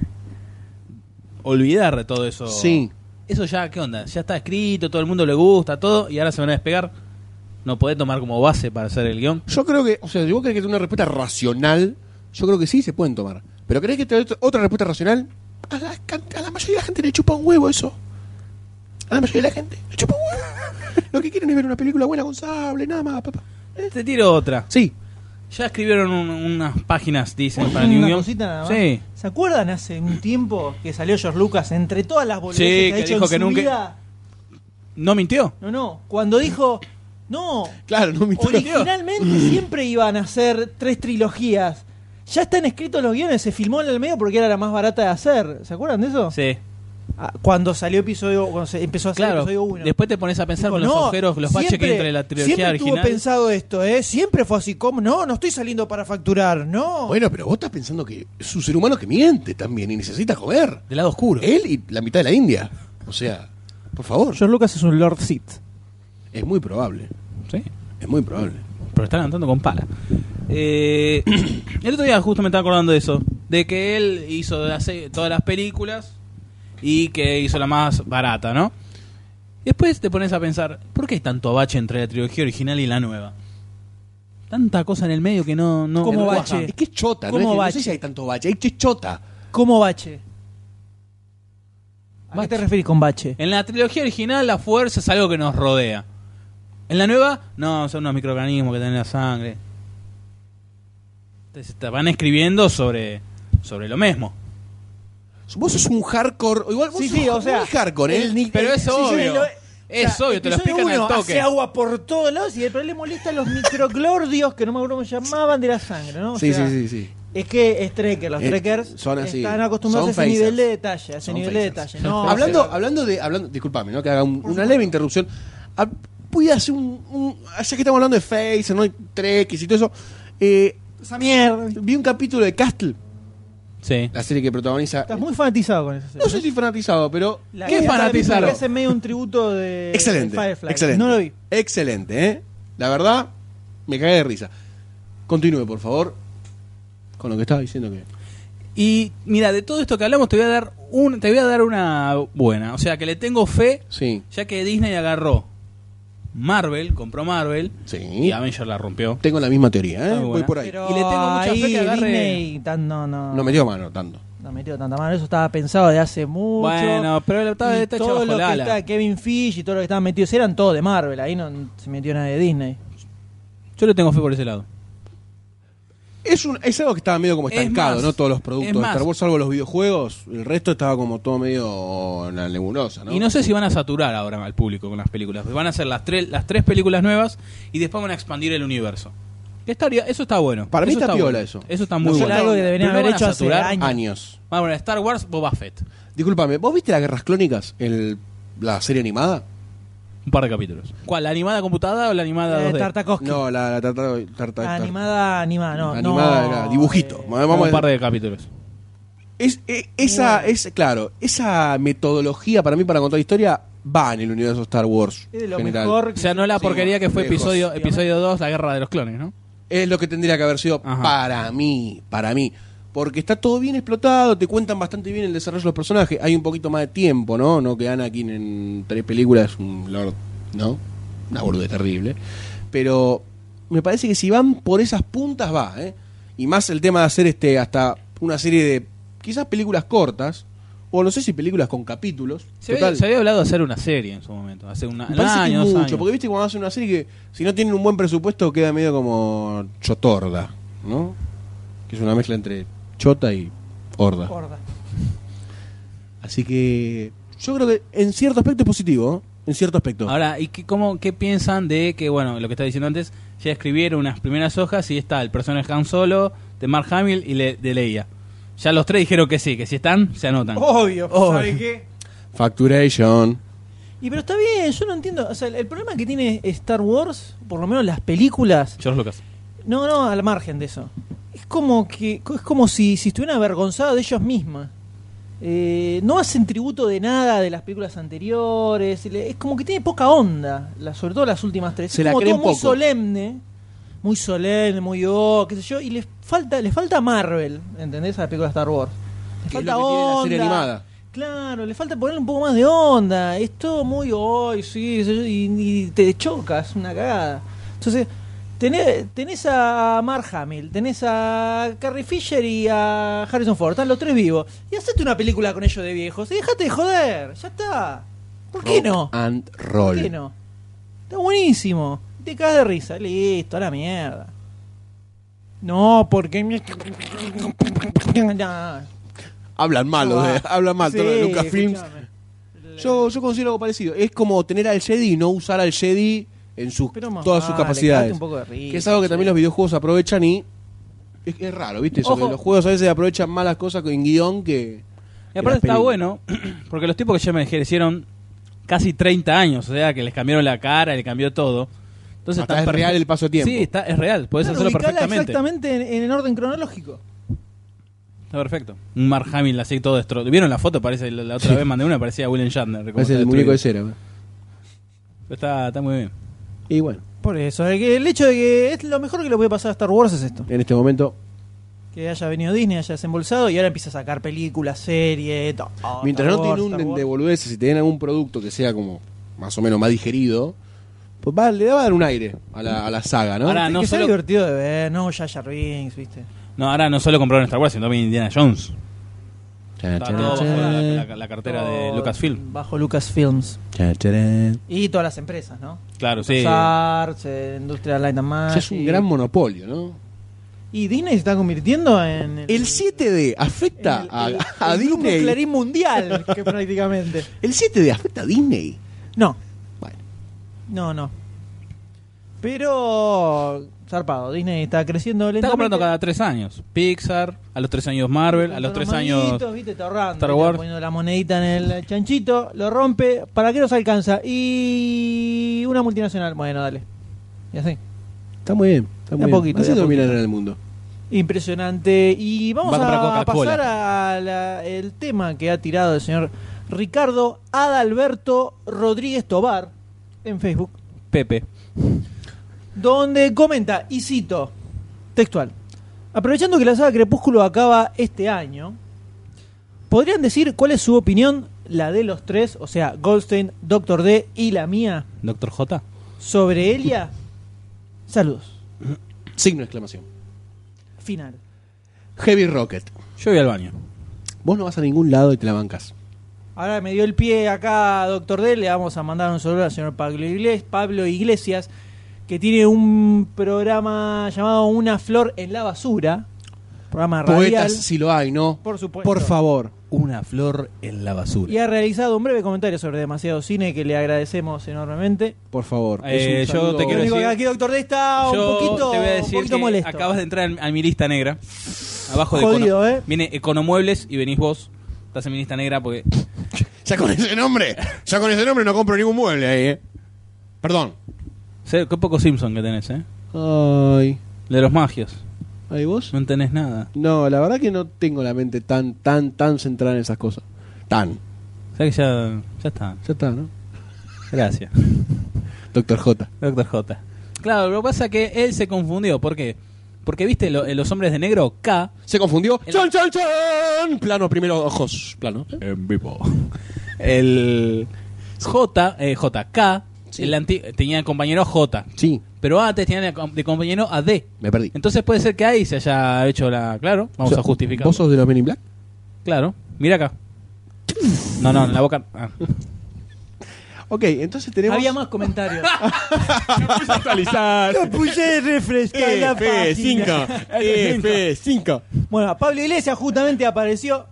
C: olvidar de todo eso.
D: Sí.
C: Eso ya qué onda, ya está escrito, todo el mundo le gusta, todo y ahora se van a despegar. No podés tomar como base para hacer el guión.
D: Yo creo que, o sea, si vos crees que es una respuesta racional, yo creo que sí se pueden tomar. Pero crees que te- otra respuesta racional, a la, can- a la mayoría de la gente le chupa un huevo eso. A la mayoría de la gente le chupa un huevo. Lo que quieren es ver una película buena con sable, nada más, papá.
C: Te tiro otra.
D: Sí.
C: Ya escribieron un- unas páginas, dicen, para New
B: Una
C: Guion.
B: cosita nada más.
C: Sí.
B: ¿Se acuerdan hace un tiempo que salió George Lucas entre todas las boludeces
C: Sí,
B: que, ha
C: que
B: hecho
C: dijo
B: en
C: que
B: su
C: nunca-
B: vida?
C: No mintió.
B: No, no. Cuando dijo, no,
D: Claro, no me
B: originalmente siempre iban a hacer tres trilogías. Ya están escritos los guiones, se filmó en el medio porque era la más barata de hacer. ¿Se acuerdan de eso?
C: Sí.
B: Ah, cuando salió episodio, cuando se empezó a hacer
C: Claro.
B: episodio 1.
C: Después te pones a pensar con los agujeros, los baches que hay entre la trilogía
B: siempre
C: original.
B: Siempre pensado esto, ¿eh? Siempre fue así. ¿Cómo? No, no estoy saliendo para facturar, no.
D: Bueno, pero vos estás pensando que es un ser humano que miente también y necesita comer.
C: Del lado oscuro.
D: Él y la mitad de la India. O sea, por favor,
B: George Lucas es un Lord Sith.
D: es muy probable.
C: Sí.
D: Es muy probable.
C: Pero están andando con pala. Eh, el otro día justo me estaba acordando de eso. De que él hizo las se- todas las películas y que hizo la más barata, ¿no? Después te pones a pensar, ¿por qué hay tanto bache entre la trilogía original y la nueva? Tanta cosa en el medio que no... no
B: ¿Cómo
C: no
B: bache?
C: cuaja.
D: Es que es chota, ¿no?
B: ¿Cómo
D: Es que- No
B: bache?
D: sé si hay tanto bache, hay que es chota.
B: ¿Cómo bache? ¿A qué
C: Bache.
B: te referís con bache?
C: En la trilogía original la fuerza es algo que nos rodea. En la nueva, no, son unos microorganismos que tienen la sangre. Entonces te van escribiendo sobre, sobre lo mismo.
D: Vos sos un hardcore. Igual vos
B: Sí,
D: sos
B: sí, o sea,
D: muy hardcore, ¿eh?
B: el ni-
C: Pero es
B: Sí, yo
C: obvio.
B: lo-
C: Es obvio, te lo
B: episodio
C: explican al
B: uno,
C: toque.
B: Hace agua por todos lados y después le molesta a los microclordios, que no me acuerdo cómo se llamaban, de la sangre, ¿no? O
D: Sí,
B: sea,
D: sí, sí, sí.
B: Es que es trekker, los
D: Eh,
B: trekkers
D: son así,
B: están acostumbrados
D: son
B: a ese nivel de
D: phasers.
B: detalle, a ese
D: Son
B: nivel de
D: phasers.
B: detalle. No,
D: hablando,
B: o sea,
D: hablando de. Hablando, disculpame, ¿no? Que haga un- una leve interrupción. Ah, Voy a hacer un. un- ya que estamos hablando de Face, ¿no? Y Trek y todo eso. eh,
B: esa mierda.
D: vi un capítulo de Castle,
C: Sí.
D: la serie que protagoniza.
B: Estás muy fanatizado con eso.
D: No sé si fanatizado, pero.
B: La
C: ¿Qué
B: que está
C: fanatizado?
B: que hace medio un tributo de
D: Excelente.
B: de Firefly.
D: excelente.
B: No lo vi.
D: Excelente, ¿eh? La verdad, me cagué de risa. Continúe, por favor, con lo que estaba diciendo que.
C: Y mira, de todo esto que hablamos te voy a dar un, te voy a dar una buena, o sea, que le tengo fe,
D: Sí.
C: ya que Disney agarró Marvel, compró Marvel
D: Sí.
C: y Avenger la rompió.
D: Tengo la misma teoría, ¿eh?
C: Está
D: Voy
C: buena.
D: por ahí.
B: Pero
C: Y le tengo mucha fe
B: ahí
C: que agarre-
B: Disney tan- no, no,
D: No
B: no,
D: metió mano tanto.
B: metió tanta mano. Eso estaba pensado de hace mucho.
C: Bueno, pero la octava
B: Y
C: de este esta
B: todo lo que
C: chavalala.
B: está Kevin Fish y todo lo que estaban metidos eran todos de Marvel. Ahí no se metió nada de Disney.
C: Yo le tengo fe por ese lado.
D: Es, un, es algo que estaba medio como
C: Es
D: estancado,
C: más,
D: ¿no? Todos los
C: es
D: productos de
C: más.
D: Star Wars, salvo los videojuegos, el resto estaba como todo medio en la nebulosa, ¿no?
C: Y no sé si van a saturar ahora al público con las películas. Van a hacer las, tres las tres películas nuevas y después van a expandir el universo. Que estaría- eso está bueno.
D: Para mí
C: Eso
D: está piola
C: bueno.
D: eso.
C: Eso está muy
D: No sé,
C: bueno.
D: algo que
C: Pero
B: deberían
C: no
B: haber
C: van a
B: hecho hace
C: saturar.
B: años.
D: Años.
C: Ah, bueno, Star Wars Boba Fett.
D: Discúlpame, ¿vos viste las guerras clónicas? El, la serie animada.
C: Un par de capítulos. ¿Cuál? ¿La animada computada o la animada
B: Eh,
C: 2D?
B: Tartakovsky.
D: No, la, la tarta- tarta- tar-
B: animada, animada, no.
D: animada
B: no,
D: era dibujito.
B: eh,
D: Ah, Vamos
C: un
D: a-
C: par de capítulos.
D: Es, e- esa, es, claro, esa metodología para mí para contar historia va en el universo Star Wars.
B: es de lo
D: general.
B: mejor.
C: O sea, no la
D: Sí,
C: porquería que fue
D: lejos,
C: episodio
B: digamos.
C: episodio 2, la guerra de los clones, ¿no?
D: Es lo que tendría que haber sido
C: Ajá.
D: para mí, para mí. Porque está todo bien explotado, te cuentan bastante bien el desarrollo de los personajes, hay un poquito más de tiempo, ¿no? No que Anakin en tres películas es un lord, ¿no? Una burde terrible. Pero me parece que si van por esas puntas va, ¿eh? Y más el tema de hacer este hasta una serie de quizás películas cortas, o no sé si películas con capítulos.
C: Se había,
D: Total,
C: se había hablado de hacer una serie en su momento, hace una,
D: me parece que es
C: años,
D: mucho,
C: años.
D: porque viste cuando hacen una serie que si no tienen un buen presupuesto queda medio como chotorda, ¿no? Que es una mezcla entre chota y horda.
B: gorda.
D: Así que yo creo que en cierto aspecto es positivo, ¿eh? en cierto aspecto.
C: Ahora, ¿y qué, cómo, qué piensan de que, bueno, lo que estaba diciendo antes, ya escribieron unas primeras hojas y está el personaje Han Solo, de Mark Hamill y le- de Leia? Ya los tres dijeron que sí, que si están, se anotan.
B: Obvio,
C: Obvio.
B: ¿sabe qué?
D: Facturation.
B: Y pero está bien, yo no entiendo. O sea, el, el problema que tiene Star Wars, por lo menos las películas,
C: George Lucas.
B: no, no, al margen de eso. Es como que es como si, si estuvieran avergonzados de ellos mismas. Eh, no hacen tributo de nada de las películas anteriores. le- Es como que tiene poca onda, la- sobre todo las últimas tres.
D: Se
B: es
D: la
B: como
D: creen
B: todo muy
D: poco.
B: solemne, muy solemne, muy oh, qué sé yo. Y les falta, les falta Marvel, ¿entendés? A la película Star Wars. Les
D: Que es
B: falta
D: lo que tiene la
B: onda.
D: serie animada.
B: Claro, le falta ponerle un poco más de onda. Es todo muy hoy, sí, sí, y, y te chocas, una cagada. Entonces, tenés, tenés a Mark Hamill, tenés a Carrie Fisher y a Harrison Ford, están los tres vivos. Y hacete una película con ellos de viejos y dejate de joder, ya está. ¿Por qué no?
D: Rock And
B: ¿Por
D: roll.
B: qué no? Está buenísimo. Te cagas de risa, listo, a la mierda. No, porque. Nah.
D: Hablan mal, los de- hablan mal todos los de
B: Ah. Sí,
D: Lucasfilms.
B: escuchame.
D: Yo, yo considero algo parecido. Es como tener al Jedi y no usar al Jedi en sus,
B: Pero más
D: todas sus
B: vale, cagate
D: capacidades.
B: un poco de risa,
D: que es algo que
B: che.
D: también los videojuegos aprovechan y. Es, es raro, ¿viste? Eso,
B: Ojo.
D: que los juegos a veces aprovechan más las cosas en guión que.
C: Y aparte
D: que las
C: está
D: películas.
C: bueno, porque los tipos que ya me envejecieron casi 30 años, o sea, que les cambiaron la cara, le cambió todo. Entonces
D: Hasta
C: están
D: es
C: perfe-
D: real el paso de tiempo.
C: Sí, está, es real, puedes
B: Claro,
C: hacerlo
B: ubicala
C: perfectamente.
B: exactamente en, en el orden cronológico.
C: Está perfecto. Un Mark Hamill así todo destruido. ¿Vieron la foto? Parece la, la otra vez mandé una, parecía William Shatner. como
D: Parece
C: está
D: el muñeco de
C: destruido.
D: cera.
C: Está, está muy bien.
D: Y bueno,
B: Por eso, el, que- el hecho de que es lo mejor que le puede pasar a Star Wars es esto.
D: en este momento.
B: Que haya venido Disney, haya desembolsado y ahora empieza a sacar películas, series, todo.
D: mientras
B: Star Wars,
D: no te
B: Star
D: inunden
B: Wars.
D: de boludeces, si te den algún producto que sea como más o menos más digerido, pues va, le va a dar un aire a la, a la saga, ¿no?
C: Ahora,
B: Es
C: no
B: que sea
C: solo-
B: divertido de ver, no Yaya Rings, ¿viste?
C: No, ahora no solo compraron Star Wars, sino también Indiana Jones.
D: Cha,
C: Está
D: cha,
C: todo bajo la,
D: cha,
C: la- la cartera de
B: Todo
C: Lucasfilm.
B: Bajo Lucasfilms.
D: cha, cha.
B: Y todas las empresas, ¿no?
C: Claro, sí.
B: Arts, eh, Industrial Light and
D: O
B: Magic.
D: sea, es un gran monopolio, ¿no?
B: Y Disney se está convirtiendo en.
D: El 7D afecta
B: en
D: a,
B: el-
D: a
B: el grupo
D: Disney.
B: Clarín mundial, que prácticamente.
D: El 7D afecta a Disney.
B: No,
D: Bueno,
B: No, no. Pero. Zarpado, Disney está creciendo lentamente.
C: Está comprando cada tres años. Pixar, a los tres años Marvel, a los tres años...
B: Manitos, ¿viste? Está ahorrando,
C: Star
B: ¿viste?
C: Wars.
B: Poniendo la monedita en el chanchito, lo rompe. ¿Para qué nos alcanza? Y. Una multinacional. Bueno, dale. Y así.
D: está muy bien. Está
B: De a
D: muy
B: poquito,
D: bien. Así
B: de a
D: dominan en el mundo.
B: Impresionante. Y vamos
C: Va a comprar
B: a,
C: Coca-Cola.
B: pasar al tema que ha tirado el señor Ricardo Adalberto Rodríguez Tobar en Facebook.
C: Pepe.
B: donde comenta, y cito, textual, aprovechando que la saga Crepúsculo acaba este año, ¿podrían decir cuál es su opinión, la de los tres, o sea, Goldstein, Doctor D y la mía,
C: Doctor J.
B: sobre Elia? Saludos.
D: Signo de exclamación.
B: Final.
D: Heavy Rocket.
C: Yo voy al baño.
D: Vos no vas a ningún lado y te la bancas.
B: Ahora me dio el pie acá, Doctor D, le vamos a mandar un saludo al señor Pablo Iglesias, Pablo Iglesias que tiene un programa llamado Una flor en la basura. Programa radial.
D: Poetas, si lo hay, ¿no?
B: Por supuesto.
D: Por favor.
C: Una flor en la basura.
B: Y ha realizado un breve comentario sobre demasiado cine que le agradecemos enormemente.
D: Por favor.
C: Eh,
D: Es un
C: yo
D: saludo-
C: te
B: Lo
C: quiero
B: único que
C: decir-
B: aquí, doctor D, está ah, un
C: Yo
B: poquito,
C: te voy a
B: un
C: decir
B: poquito
C: que
B: molesto.
C: acabas de entrar en- a mi lista negra. Abajo de
B: Jodido,
C: Econo-
B: ¿eh?
C: Viene Economuebles y venís vos. Estás en mi lista negra porque
D: Ya con ese nombre, ya con ese nombre no compro ningún mueble ahí, ¿eh? Perdón.
C: sé qué poco Simpson que tenés, ¿eh?
D: Ay.
C: De los magios.
D: ¿Ahí vos?
C: No tenés nada.
D: No, la verdad que no tengo la mente tan, tan, tan centrada en esas cosas. Tan.
C: O sea que ya, ya está.
D: Ya está, ¿no?
C: Gracias.
D: Doctor J.
C: Doctor J. Claro, lo que pasa es que él se confundió. ¿Por qué? Porque viste lo- eh, los hombres de negro, K,
D: ¿Se confundió?
C: El-
D: ¡Chan, chan, chan! Plano, primero ojos. Plano.
C: en vivo. El J, eh, JK,
D: Sí.
C: el anti- tenía compañero J,
D: Sí,
C: pero antes tenía de compañero AD.
D: me perdí.
C: Entonces puede ser que ahí se haya hecho la. Claro, vamos
D: O sea,
C: a justificar.
D: ¿Vos sos de los Men in Black?
C: Claro, mira acá. No, no, en la boca. ah.
D: Ok, entonces tenemos.
B: Había más comentarios.
D: actualizar.
B: Puse refrescar
C: Eh,
B: la página.
D: F5.
B: Bueno, Pablo Iglesias justamente apareció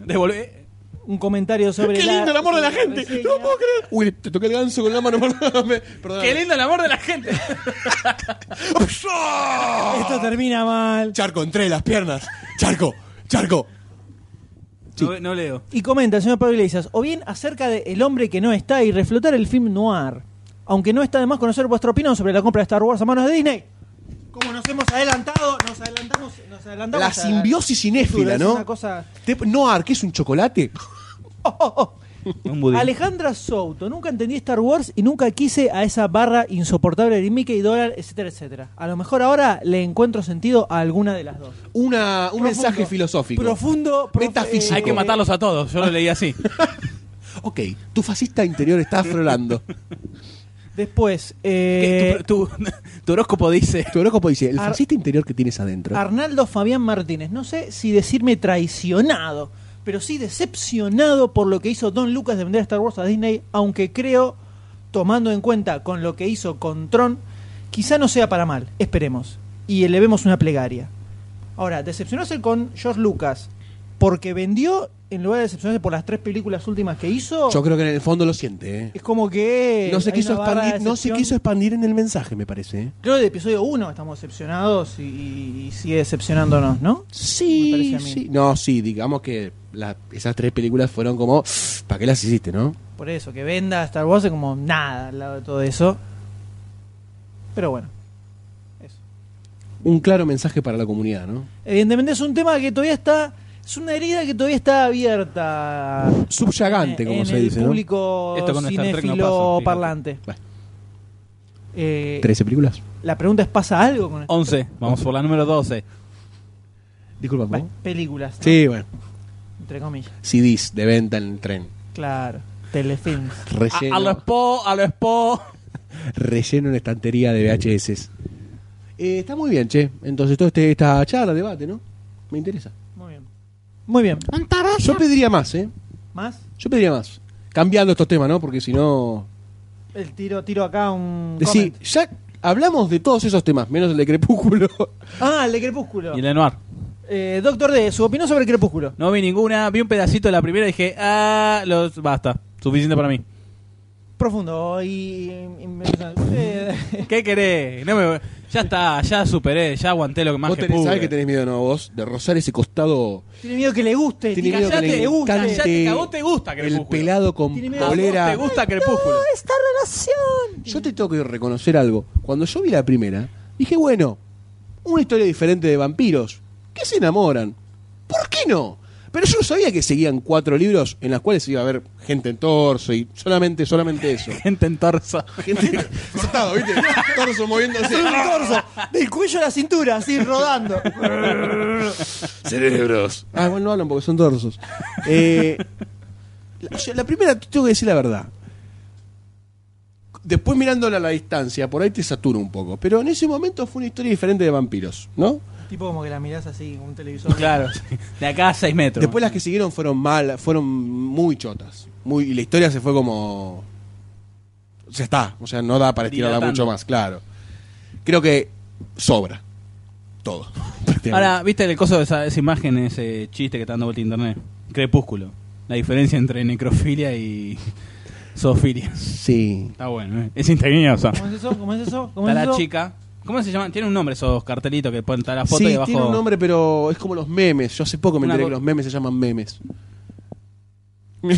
C: Devolvé.
B: un comentario sobre
D: Qué lindo el amor de la gente.
B: reseña.
D: No puedo creer. Uy, te toqué el ganso con la mano. Perdóname.
C: Qué lindo el amor de la gente.
B: Esto termina mal.
D: Charco, entre las piernas. Charco, charco.
C: No, no leo.
B: Y comenta el señor Pablo Iglesias, o bien acerca de El hombre que no está y reflotar el film noir. Aunque no está de más conocer vuestra opinión sobre la compra de Star Wars a manos de Disney. Como nos hemos adelantado, nos adelantamos, nos adelantamos.
D: La
B: a
D: simbiosis
B: cultura,
D: cinéfila,
B: es
D: ¿no?
B: una cosa-
D: Te- Noir, ¿qué es un chocolate?
B: Oh, oh, oh.
C: Un budín.
B: Alejandra Souto, nunca entendí Star Wars y nunca quise a esa barra insoportable de Mickey Dólar, etcétera, etcétera. A lo mejor ahora le encuentro sentido a alguna de las dos.
D: Una, un
B: Profundo.
D: mensaje filosófico.
B: Profundo, eh, profe-
D: Metafísico.
C: Hay que matarlos a todos. Yo lo leí así.
D: Ok, tu fascista interior está aflorando.
B: Después, eh,
C: Que tu, tu- tu horóscopo dice.
D: tu horóscopo dice, el
B: Ar-
D: fascista interior que tienes adentro.
B: Arnaldo Fabián Martínez. No sé si decirme traicionado, pero sí decepcionado por lo que hizo Don Lucas de vender Star Wars a Disney, aunque creo, tomando en cuenta con lo que hizo con Tron, quizá no sea para mal, esperemos, y elevemos una plegaria. Ahora, decepcionarse con George Lucas porque vendió, en lugar de decepcionarse por las tres películas últimas que hizo,
D: Yo creo que en el fondo lo siente, ¿eh?
B: es como que...
D: No se,
B: hay
D: quiso
B: una barra de
D: expandir, no se
B: decepción.
D: quiso expandir en el mensaje, me parece. ¿eh?
B: Creo que de episodio 1 estamos decepcionados y- y sigue decepcionándonos, ¿no? Me
D: Sí,
B: parece a mí.
D: sí. No, sí, digamos que la- esas tres películas fueron como, ¿para qué las hiciste, no?
B: Por eso, que venda Star Wars es como nada al lado de todo eso. Pero bueno. Eso.
D: Un claro mensaje para la comunidad, ¿no?
B: Evidentemente es un tema que todavía está. Es una herida que todavía está abierta.
D: Subyagante,
B: en-
D: como
B: Eh, en
D: se
B: el
D: dice, ¿no?
B: público
C: Esto con Star Trek no
B: cinéfilo
C: pasa, fíjate.
B: parlante.
D: Bueno.
B: Eh,
D: 13 películas.
B: la pregunta es: ¿pasa algo con estas
C: 11. Vamos por la número 12.
D: Disculpa, ¿cómo?
B: películas? ¿no?
D: Sí, bueno.
B: Entre comillas.
D: CDs de venta en el tren.
B: Claro. Telefilms.
D: Relleno,
C: A, a lo expo, a lo expo.
D: relleno en estantería de VHS. Eh, está muy bien, che. Entonces, todo este, esta charla, debate, ¿no? Me interesa.
B: Muy bien. Muy bien.
D: Yo pediría más, ¿eh?
B: ¿Más?
D: Yo pediría más. Cambiando estos temas, ¿no? Porque si no.
B: El tiro, tiro acá un.
D: Decí,
B: comment.
D: ya hablamos de todos esos temas, menos el de Crepúsculo.
B: Ah, el de Crepúsculo.
C: Y el Lenoir.
B: Eh, Doctor D, su opinión sobre Crepúsculo.
C: No vi ninguna. Vi un pedacito de la primera y dije, ah, los, basta. Suficiente para mí.
B: Profundo y. y- y- eh,
C: ¿Qué querés? No me- Ya está, ya superé, ya aguanté lo que más
D: vos
C: que
D: tenés,
C: pude.
D: sabés que tenés miedo, ¿no? Vos, de rozar ese costado.
B: tiene miedo que le guste.
D: Tiene miedo que
B: callate,
D: le
B: le gusta.
D: encante
C: callate, que a vos te gusta
D: El
C: Crepúsculo.
D: pelado con
B: Tiene miedo.
D: polera.
C: ¿A vos te gusta Crepúsculo?
B: esta relación.
D: Yo te tengo que reconocer algo. Cuando yo vi la primera, dije, bueno, una historia diferente de vampiros. ¿Qué se enamoran? ¿Por qué no? Pero yo no sabía que seguían cuatro libros en las cuales iba a haber gente en torso y solamente, solamente eso.
C: Gente en torso.
D: Gente cortado, ¿viste? Torso moviéndose.
B: torso, del cuello a la cintura, así rodando.
D: Cerebros. Ah, bueno, no hablan porque son torsos. Eh, la, yo- la primera, te tengo que decir la verdad. Después mirándola a la distancia, por ahí te satura un poco. Pero en ese momento fue una historia diferente de vampiros, ¿no?
B: tipo como que la mirás así, como un televisor.
C: Claro, de acá a 6 metros.
D: Después las que siguieron fueron mal, fueron muy chotas. Muy, y la historia se fue como. Ya está. O sea, no da para estirar
C: Dilatando.
D: mucho más, claro. creo que sobra todo. prácticamente.
C: Ahora, ¿viste el coso de esa, esa imagen, ese chiste que está dando vuelta en internet? Crepúsculo. La diferencia entre necrofilia y zoofilia.
D: sí.
C: Está bueno, ¿eh? es ingenioso.
B: ¿Cómo es eso? ¿Cómo es eso? ¿Cómo
C: Está
B: es
C: la
B: eso?
C: chica. ¿Cómo se llama? Tiene un nombre esos cartelitos que ponen está la foto y
D: sí,
C: abajo.
D: tiene un nombre, pero es como los memes. Yo hace poco me
C: Una
D: enteré
C: co-
D: que los memes se llaman memes.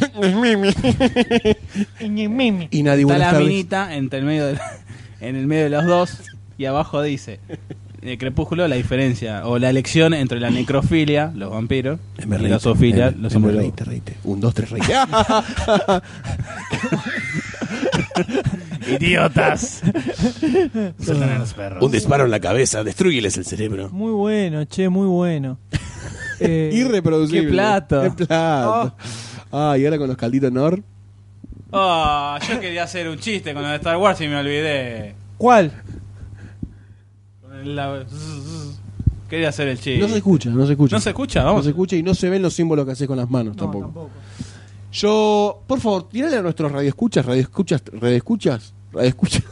B: Ñememe.
D: Y nadie
C: está
D: buenas
C: la
D: tardes.
C: minita entre el medio de la- en el medio de los dos y abajo dice eh, Crepúsculo la diferencia o la elección entre la necrofilia, los vampiros,
D: Eh, me
C: y
D: reíte,
C: la zoofilia,
D: eh,
C: los
D: eh, me
C: hombres.
D: reíte, reíte. Un, dos, tres, reíte.
C: lobos. Idiotas. Sueltan a los perros.
A: Un disparo en la cabeza, destruyeles el cerebro.
B: Muy bueno, che, muy bueno. Eh,
D: Irreproducible.
C: Qué plato. Oh.
D: Qué plato. Ah, y ahora con los calditos Nor.
C: Ah, yo quería hacer un chiste con lo de Star Wars y me olvidé.
B: ¿Cuál?
C: Con el la- Quería hacer el chiste.
D: No se escucha, no se escucha.
C: ¿No se escucha?
D: No
C: Vamos.
D: se escucha y no se ven los símbolos que haces con las manos
B: No,
D: tampoco. Yo, por favor, tirale a nuestros radioescuchas, radioescuchas, radioescuchas, radioescuchas.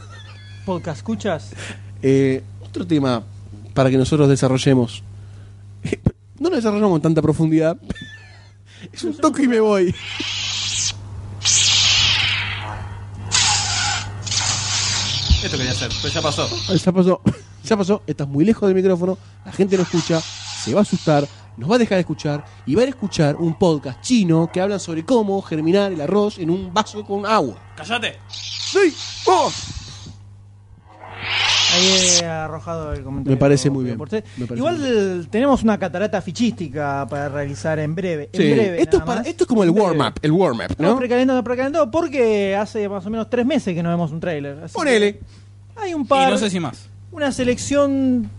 B: Podcast, ¿escuchas?
D: Eh, otro tema para que nosotros desarrollemos. No lo desarrollamos con tanta profundidad. Es un toque y me voy.
C: Esto quería hacer, pero ya pasó.
B: Ah,
D: Ay, Ya pasó, ya pasó, estás muy lejos del micrófono, la gente no escucha, se va a asustar, nos va a dejar de escuchar y va a ir a escuchar un podcast chino que hablan sobre cómo germinar el arroz en un vaso con agua.
C: ¡Cállate!
D: ¡Sí! ¡Oh!
B: Ahí he arrojado el comentario.
D: Me parece muy bien.
B: por usted.
D: Me parece
B: Igual
D: muy
B: eh, tenemos una catarata fichística para realizar en breve. En
D: Sí.
B: breve
D: esto, es
B: nada
D: para-
B: más.
D: esto es como el
B: En breve.
D: warm-up, el warm-up,
B: Estamos
D: ¿no?
B: precalentando, precalentando, porque hace más o menos tres meses que no vemos un tráiler. así que
D: Ponele.
B: Hay un
C: Y
B: par,
C: no sé si más.
B: una selección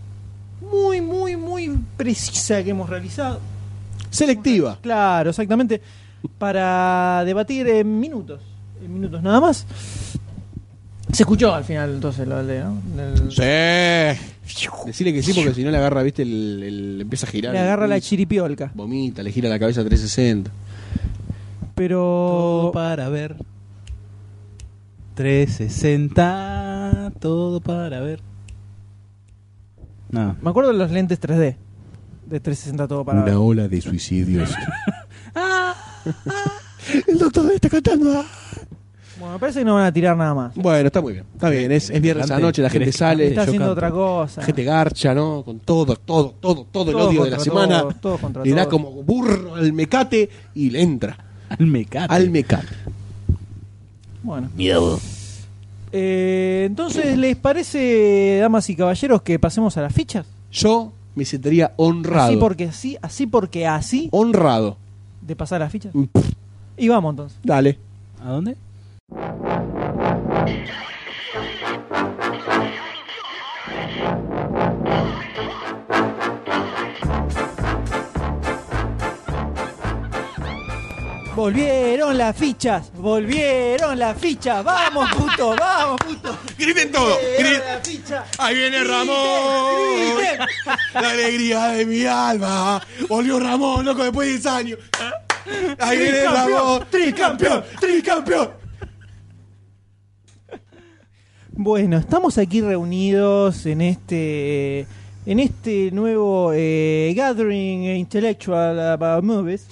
B: muy, muy, muy precisa que hemos realizado.
D: Selectiva.
B: Claro, exactamente. Para debatir en minutos. En minutos nada más. Se escuchó al final entonces lo de, ¿no? Del-
D: Sí. Decirle que sí porque si no le agarra, viste, el, el- empieza a girar.
B: Le agarra
D: el
B: la
D: pulso,
B: chiripiolca.
D: Vomita, le gira la cabeza a 360.
B: Pero.
C: para ver. 360, todo para ver. No.
B: Me acuerdo de los lentes 3D. De 360 todo para. ver. Ah.
D: ola de suicidios. el doctor está cantando. ah.
B: Bueno, me parece que no van a tirar nada más.
D: Bueno, está muy bien. Está bien, es, es viernes a la
C: Cante,
D: noche, la gente
C: ¿querés que
D: sale.
C: cante?
B: Está
C: yo
B: haciendo
C: canto.
B: otra cosa.
D: La gente garcha, ¿no? Con todo, todo, todo, todo el
B: Todo
D: odio de la
B: contra
D: semana.
B: todos, todo contra
D: le da
B: todos.
D: como burro al mecate y le entra.
C: Al mecate.
D: Al mecate.
B: Bueno.
A: Miedo.
B: Eh, entonces, ¿les parece, damas y caballeros, que pasemos a las fichas?
D: Yo me sentiría honrado.
B: Así porque así, así porque así
D: Honrado.
B: de pasar las fichas.
D: Pff,
B: Y vamos entonces.
D: Dale.
C: ¿A dónde?
B: Volvieron las fichas, volvieron las fichas. Vamos, puto, vamos, puto.
A: Griten todo.
B: Volvieron
A: griten.
B: las fichas.
A: Ahí viene Ramón.
B: griten.
A: La alegría de mi alma. Volvió Ramón, loco, después de 10 años. Ahí viene
B: Tricampeón,
A: Ramón. Tricampeón. Tricampeón.
B: Bueno, estamos aquí reunidos en este en este nuevo eh, gathering intellectual about movies.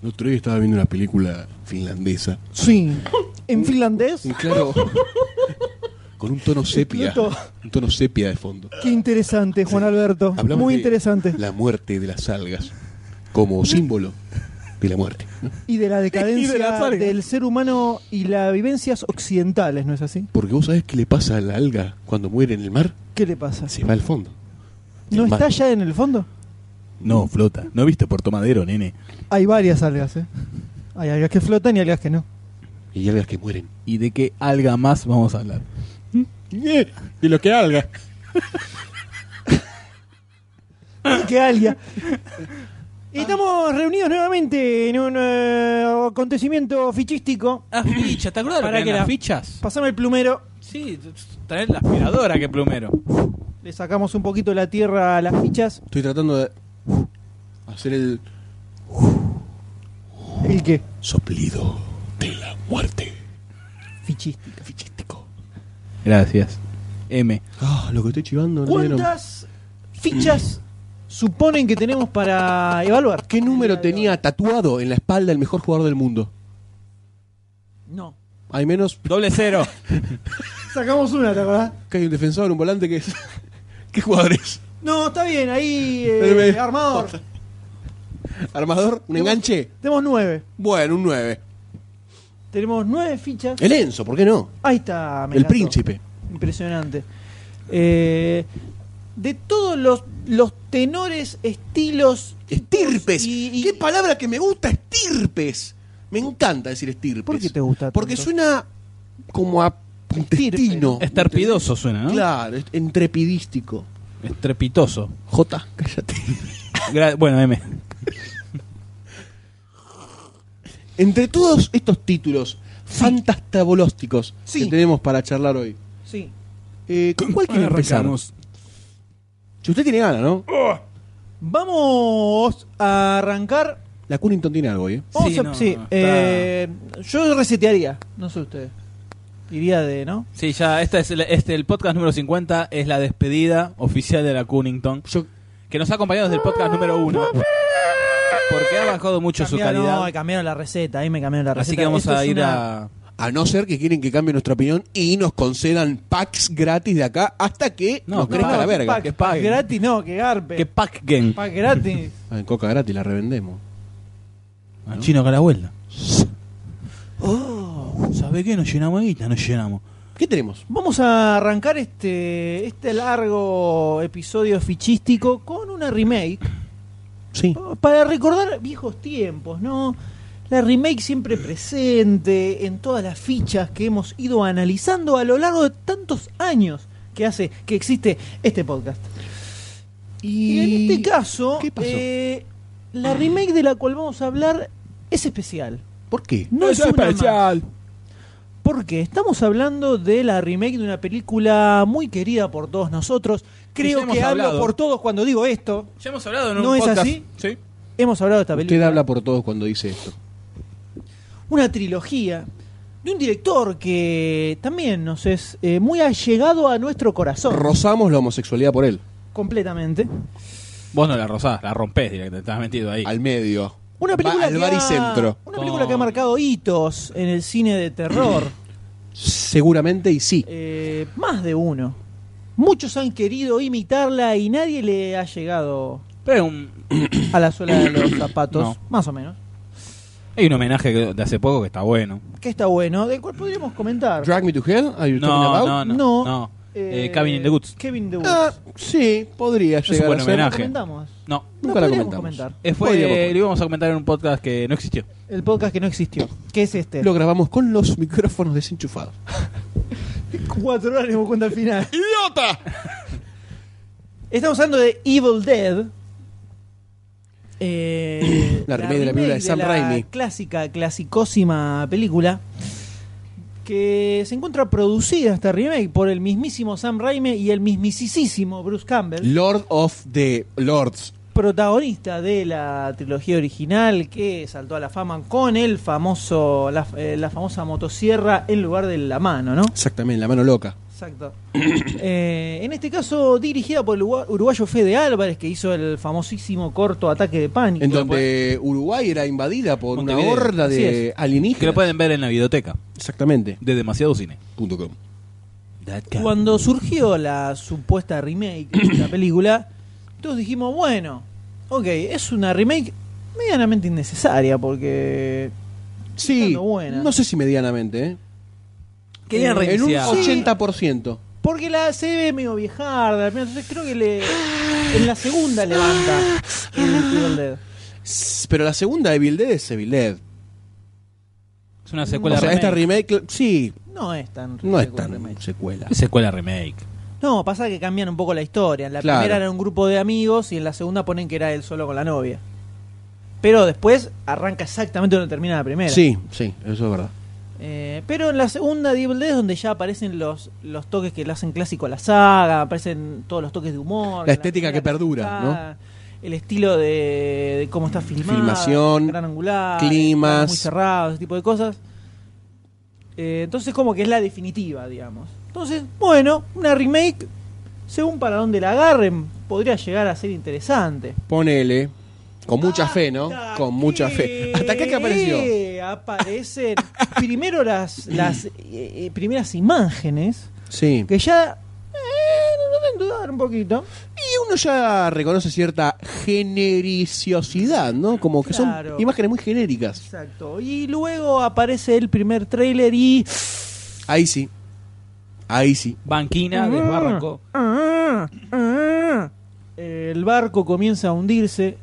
A: El otro día estaba viendo una película finlandesa
B: Sí. En finlandés.
A: Y claro. Con un tono sepia.
B: Pluto.
A: Un tono sepia de fondo.
B: Qué interesante, Juan Alberto.
A: Hablamos
B: Muy
A: de
B: interesante.
A: La muerte de las algas como símbolo de la muerte. ¿no?
B: Y de la
C: Y de las
B: decadencia
C: algas.
B: del ser humano y las vivencias occidentales, ¿no es así?
A: Porque vos sabés qué le pasa a la alga cuando muere en el mar,
B: ¿Qué le pasa?
A: se va al fondo.
B: ¿No
A: Mar.
B: está ya en el fondo?
A: No, flota. No viste Puerto Madero, nene.
B: Hay varias algas, ¿eh? Hay algas que flotan y algas que no.
A: Y algas que mueren.
C: ¿Y de qué alga más vamos a hablar?
D: De lo que alga.
B: ¡Qué alga! Y estamos reunidos nuevamente en un eh, acontecimiento fichístico.
C: Las fichas, ¿te acuerdas de lo
B: Para
C: que
B: que
C: eran las
B: la-
C: fichas?
B: Pasame el plumero,
C: Sí, traer la aspiradora que plumero.
B: le sacamos un poquito la tierra a las fichas.
D: Estoy tratando de uh, hacer el.
B: ¿El qué?
A: Soplido de la muerte.
B: Fichística.
A: Fichístico.
C: Gracias. M.
D: Ah, lo que estoy chivando. no me dieron.
B: ¿Cuántas fichas suponen que tenemos para evaluar?
D: ¿Qué número tenía tatuado en la espalda el mejor jugador del mundo?
B: No.
D: Hay menos
C: Doble cero.
B: Sacamos una, ¿te acordás?
D: que hay un defensor, un volante que es. ¿Qué jugador es?
B: No, está bien, ahí
D: Eh,
B: eh, armador.
D: ¿Armador? ¿Un enganche?
B: Tenemos nueve.
D: Bueno, un 9.
B: Tenemos nueve fichas.
D: El Enzo, ¿por qué no?
B: Ahí está.
D: El
B: Melato.
D: príncipe.
B: Impresionante. Eh, de todos los, los tenores, estilos...
D: Estirpes.
B: Y- y-
D: ¿Qué palabra que me gusta? Estirpes. Me encanta decir estirpes.
B: ¿Por qué te gusta
D: Porque
B: tanto?
D: suena como a un
B: Estirpe.
D: intestino.
C: Estarpidoso suena, ¿no?
D: Claro, es- entrepidístico.
C: Estrepitoso.
D: J, cállate.
C: Gra- bueno, M.
D: Entre todos estos títulos fantastabolósticos
B: Sí.
D: que tenemos para charlar hoy,
B: Sí.
D: eh, ¿con cuál quiere empezar?
C: Arrancamos.
D: Si usted tiene ganas, ¿no?
B: Vamos a arrancar...
D: La Cunnington tiene algo, ¿eh?
B: Vamos
C: Sí,
B: a-
C: no, no, está-
B: eh, yo resetearía, no sé ustedes. Iría de, ¿no?
C: Sí, ya, esta es el- este, el podcast número 50 es la despedida oficial de la Cunnington,
D: Yo
C: que nos ha acompañado desde el podcast número 1, porque ha bajado mucho su
B: Cambiaron-
C: calidad.
B: no, cambiaron la receta, ahí me cambiaron la receta.
C: Así que vamos
B: Esto
C: a
B: es
C: ir
B: una-
C: a...
D: A no ser que quieren que cambie nuestra opinión y nos concedan packs gratis de acá hasta que
C: No,
D: nos
C: no,
D: crezca
C: no,
D: la
B: que
D: verga.
B: pack,
C: que paguen.
B: pack gratis no, que garpe.
C: Que paquen.
B: pack gratis.
D: Ah, en coca gratis la revendemos.
C: Al chino que a la vuelta. ¿Sabe qué? Nos llenamos de guita, nos llenamos.
D: ¿Qué tenemos?
B: Vamos a arrancar este, este largo episodio fichístico con una remake.
D: Sí.
B: Para recordar viejos tiempos, ¿no? La remake siempre presente en todas las fichas que hemos ido analizando a lo largo de tantos años que hace que existe este podcast. Y en este caso,
D: ¿Qué pasó?
B: eh, la remake de la cual vamos a hablar es especial.
D: ¿Por qué?
B: No es, una especial. Porque estamos hablando de la remake de una película muy querida por todos nosotros. Creo
C: ya hemos
B: que hablo
C: hablado.
B: por todos cuando digo esto.
C: Ya hemos hablado
B: en un ¿No es podcast. así?
C: Sí.
B: Hemos hablado de esta
D: Usted
B: película.
D: habla por todos cuando dice esto.
B: Una trilogía de un director que también nos es eh, muy allegado a nuestro corazón.
D: Rozamos la homosexualidad por él.
B: completamente.
C: Vos no la rozás, la rompés directamente, estás metido ahí.
D: Al medio.
B: Una película,
D: Va al
B: que
D: bar y
B: ha-
D: centro.
B: Una película que ha marcado hitos en el cine de terror.
D: Seguramente y sí.
B: Eh, más de uno. Muchos han querido imitarla y nadie le ha llegado
C: Pero es un-
B: a la suela de los zapatos,
C: No.
B: más o menos.
C: hay un homenaje que- de hace poco que está bueno.
B: Que está bueno, del cual podríamos comentar.
D: Drag Me to Hell, are you talking
C: No,
D: about?
C: no, no.
B: No.
C: no.
B: Eh,
C: Eh, Cabin in the Woods.
B: Cabin in the Woods.
D: Ah, sí, podría
C: un
D: llegar
C: buen
D: a ser.
B: ¿Lo
C: homenaje.
B: comentamos?
C: No.
B: No
D: Nunca la
B: podríamos
D: comentamos.
B: comentar.
C: Eh,
D: Podríamos.
C: fue, lo íbamos a comentar en un podcast que no existió.
B: El podcast que no existió. Que es este?
D: Lo grabamos con los micrófonos desenchufados.
B: Cuatro horas hemos cuenta al final.
D: ¡Idiota!
B: Estamos hablando de Evil Dead. Eh,
D: La remake de la película de Sam Raimi.
B: Clásica, clasicósima película. Que se encuentra producida esta remake por el mismísimo Sam Raimi y el mismisísimo Bruce Campbell,
D: Lord of the Lords.
B: protagonista de la trilogía original que saltó a la fama con el famoso, la, eh, la famosa motosierra en lugar de la mano, ¿no?
D: Exactamente, la mano loca.
B: Exacto. Eh, en este caso, dirigida por el ugua- uruguayo Fede Álvarez, que hizo el famosísimo corto Ataque de Pánico.
D: En donde Uruguay era invadida por una
C: Montevideo.
D: horda
B: Así
D: de alienígenas.
C: Que lo pueden ver en la videoteca
D: Exactamente.
C: de Demasiado Cine.
D: Punto com.
B: Cuando surgió la supuesta remake de la película, todos dijimos, bueno, ok, es una remake medianamente innecesaria porque...
D: Sí,
B: Estando buena.
D: no sé si medianamente, ¿eh?
C: Querían
B: Eh,
D: En un
C: reiniciar.
B: Sí.
D: 80%.
B: Porque la se ve medio viejarda, entonces creo que le, en la segunda levanta el Evil Dead.
D: S- Pero la segunda Evil Dead es Evil Dead.
C: Es una
D: O
C: secuela
D: sea,
C: remake.
D: esta remake, sí,
B: No es tan...
D: no es
B: ridícula
D: tan
B: la remake.
D: secuela.
C: Es secuela remake.
B: No, pasa que cambian un poco la historia. En la
D: Claro.
B: primera era un grupo de amigos y en la segunda ponen que era él solo con la novia. Pero después arranca exactamente donde termina la primera.
D: Sí, sí, eso es verdad.
B: Eh, pero en la segunda de Evil Dead es donde ya aparecen los, los toques que le hacen clásico a la saga, aparecen todos los toques de humor.
D: La estética que perdura,
B: pintazada, El estilo de, de cómo está filmada.
D: Filmación,
B: gran angular,
D: climas.
B: planos muy cerrados, ese tipo de cosas. Eh, entonces como que es la definitiva, digamos. Entonces, bueno, una remake, según para dónde la agarren, podría llegar a ser interesante.
D: Ponele. Con mucha fe, ¿no?
B: Hasta
D: Con mucha fe. ¿Hasta qué que apareció?
B: Aparecen primero las, las eh, eh, primeras imágenes
D: Sí.
B: que ya eh, nos hacen dudar un poquito.
D: Y uno ya reconoce cierta genericiosidad, ¿no? Como que
B: Claro.
D: son imágenes muy genéricas.
B: Exacto. Y luego aparece el primer tráiler y
D: Ahí sí. Ahí sí.
B: Ah.
C: Banquina desbarrancó.
B: el barco comienza a hundirse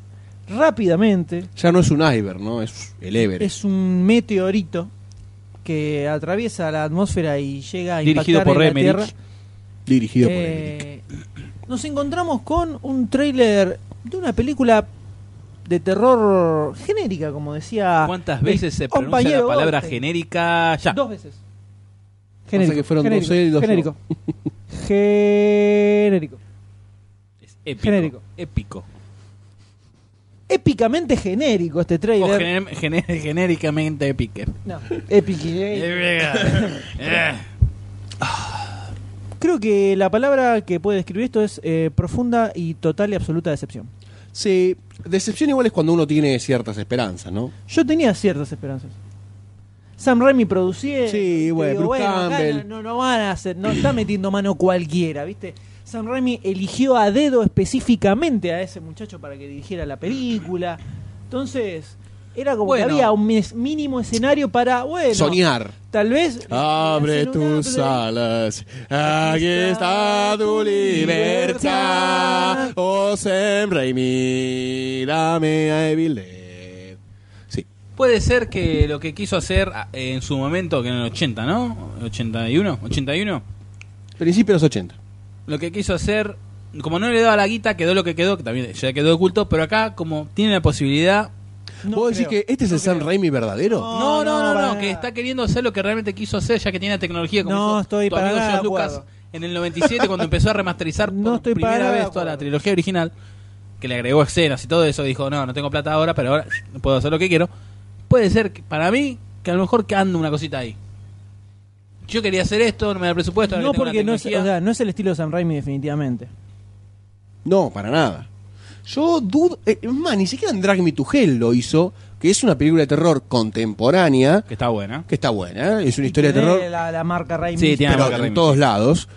B: rápidamente.
D: Ya no es un iceberg, ¿no? Es el Everest.
B: Es un meteorito que atraviesa la atmósfera y llega a
C: Dirigido
B: impactar
C: por
B: en la
C: Emmerich.
B: Tierra.
D: Dirigido por Emmerich.
B: Eh, nos encontramos con un tráiler de una película de terror genérica, como decía.
C: ¿Cuántas
B: el
C: veces se pronuncia la
B: compañero
C: palabra
B: Goldstein.
C: genérica ya?
B: Dos veces.
D: que fueron dos
B: genérico,
D: él y dos yo.
B: genérico. genérico.
C: Es épico.
B: Genérico.
C: Épico.
B: Épicamente genérico este
C: O
B: trailer.
C: gener- gener- genéricamente épico. Eh.
B: no, epic. eh, Creo que la palabra que puede describir esto es eh, profunda y total y absoluta decepción.
D: Sí. Decepción igual es cuando uno tiene ciertas esperanzas, ¿no?
B: Yo tenía ciertas esperanzas. Sam Raimi producía.
D: Sí, bueno, Bruce
B: acá
D: Campbell.
B: No, no, no van a hacer, no está metiendo mano cualquiera, ¿viste? Sam Raimi eligió a dedo específicamente a ese muchacho para que dirigiera la película. Entonces, era como
C: Bueno.
B: que había un mes- mínimo escenario para, bueno,
D: Soñar.
B: tal vez.
A: Abre
B: hacer una-
A: tus alas, aquí está tu libertad. Oh, Sam Raimi, dame a Evil Dead. Sí,
C: Puede ser que lo que quiso hacer ah, en su momento, que en el 80, ¿no? 81, 81.
D: Principios de los 80.
C: Lo que quiso hacer, como no le daba la guita, quedó lo que quedó, que también ya quedó oculto, pero acá como tiene la posibilidad...
B: No
D: ¿Vos decís
B: creo.
D: que este es el Sam Raimi verdadero?
B: No,
C: No, no,
B: no,
C: no, no,
B: para
C: que
B: nada.
C: está queriendo hacer lo que realmente quiso hacer, ya que tiene la tecnología como
B: No,
C: hizo
B: estoy
C: tu
B: para
C: amigo
B: nada
C: George
B: de
C: Lucas
B: acuerdo.
C: en el 97 cuando empezó a remasterizar por
B: No estoy para
C: primera
B: nada de
C: vez toda la
B: acuerdo.
C: trilogía original, que le agregó escenas y todo eso, dijo, "No, no tengo plata ahora, pero ahora puedo hacer lo que quiero." Puede ser que para mí que a lo mejor que ando una cosita ahí. Yo quería hacer esto, no me da presupuesto, ahora
B: No,
C: que tengo la
B: porque no es,
C: tecnología.
B: o sea, no es el estilo de Sam Raimi, definitivamente.
D: No, para nada. Yo dudo. eh, Es más, ni siquiera en Drag Me to Hell lo hizo, que es una película de terror contemporánea,
C: que está buena.
D: que está buena, ¿eh? es una historia de terror,
B: Tiene La, la marca Raimi.
C: Sí, tiene-
D: pero
C: marca
D: en
C: Raimi,
D: todos lados.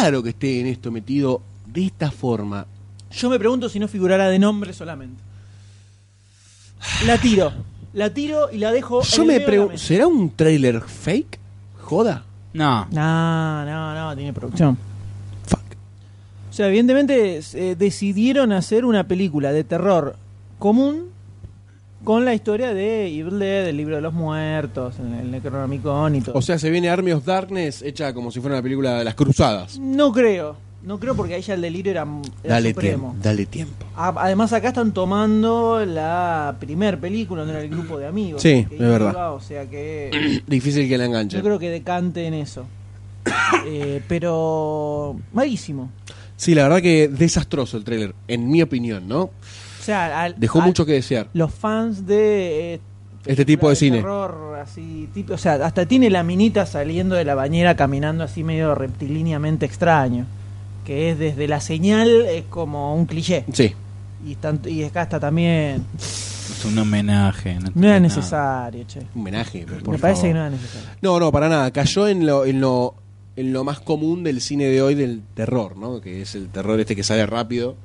D: Raro que esté en esto metido de esta forma.
B: Yo me pregunto si no figurará de nombre solamente. La tiro. La tiro y la dejo. en
D: Yo
B: el
D: me
B: medio de la
D: pregunto,
B: mesa.
D: ¿será un trailer fake? ¿Joda?
C: No.
B: No, no, no, tiene producción.
D: Fuck.
B: O sea, evidentemente eh, decidieron hacer una película de terror común con la historia de Evil Dead, el libro de los muertos, el, el Necronomicon y todo.
D: O sea, se viene Army of Darkness hecha como si fuera una película de las cruzadas.
B: no creo. No creo porque ahí ya el delirio era, era
D: Dale
B: supremo.
D: tiempo, dale tiempo.
B: A- Además acá están tomando la primer película, donde era el grupo de amigos.
D: Sí,
B: que
D: es verdad.
B: iba, O sea que
D: Difícil que la
B: yo
D: enganchen.
B: creo que decante en eso. Eh, pero malísimo.
D: Sí, la verdad que desastroso el trailer, en mi opinión, ¿no?
B: O sea, al-
D: Dejó
B: al-
D: mucho que desear.
B: los fans de eh,
D: Este tipo de
B: películas
D: cine.
B: terror, así, tipo, o sea, hasta tiene la minita saliendo de la bañera caminando así medio reptilíneamente extraño, que es desde la señal es como un cliché.
D: Sí.
B: Y tanto y acá está también
C: Es un homenaje.
B: no era necesario, che.
D: Un homenaje, pero Ah. por
B: Me parece que no
D: favor.
B: era necesario.
D: No, no, para nada. Cayó en lo, en lo, en lo más común del cine de hoy del terror, ¿no? Que es el terror este que sale rápido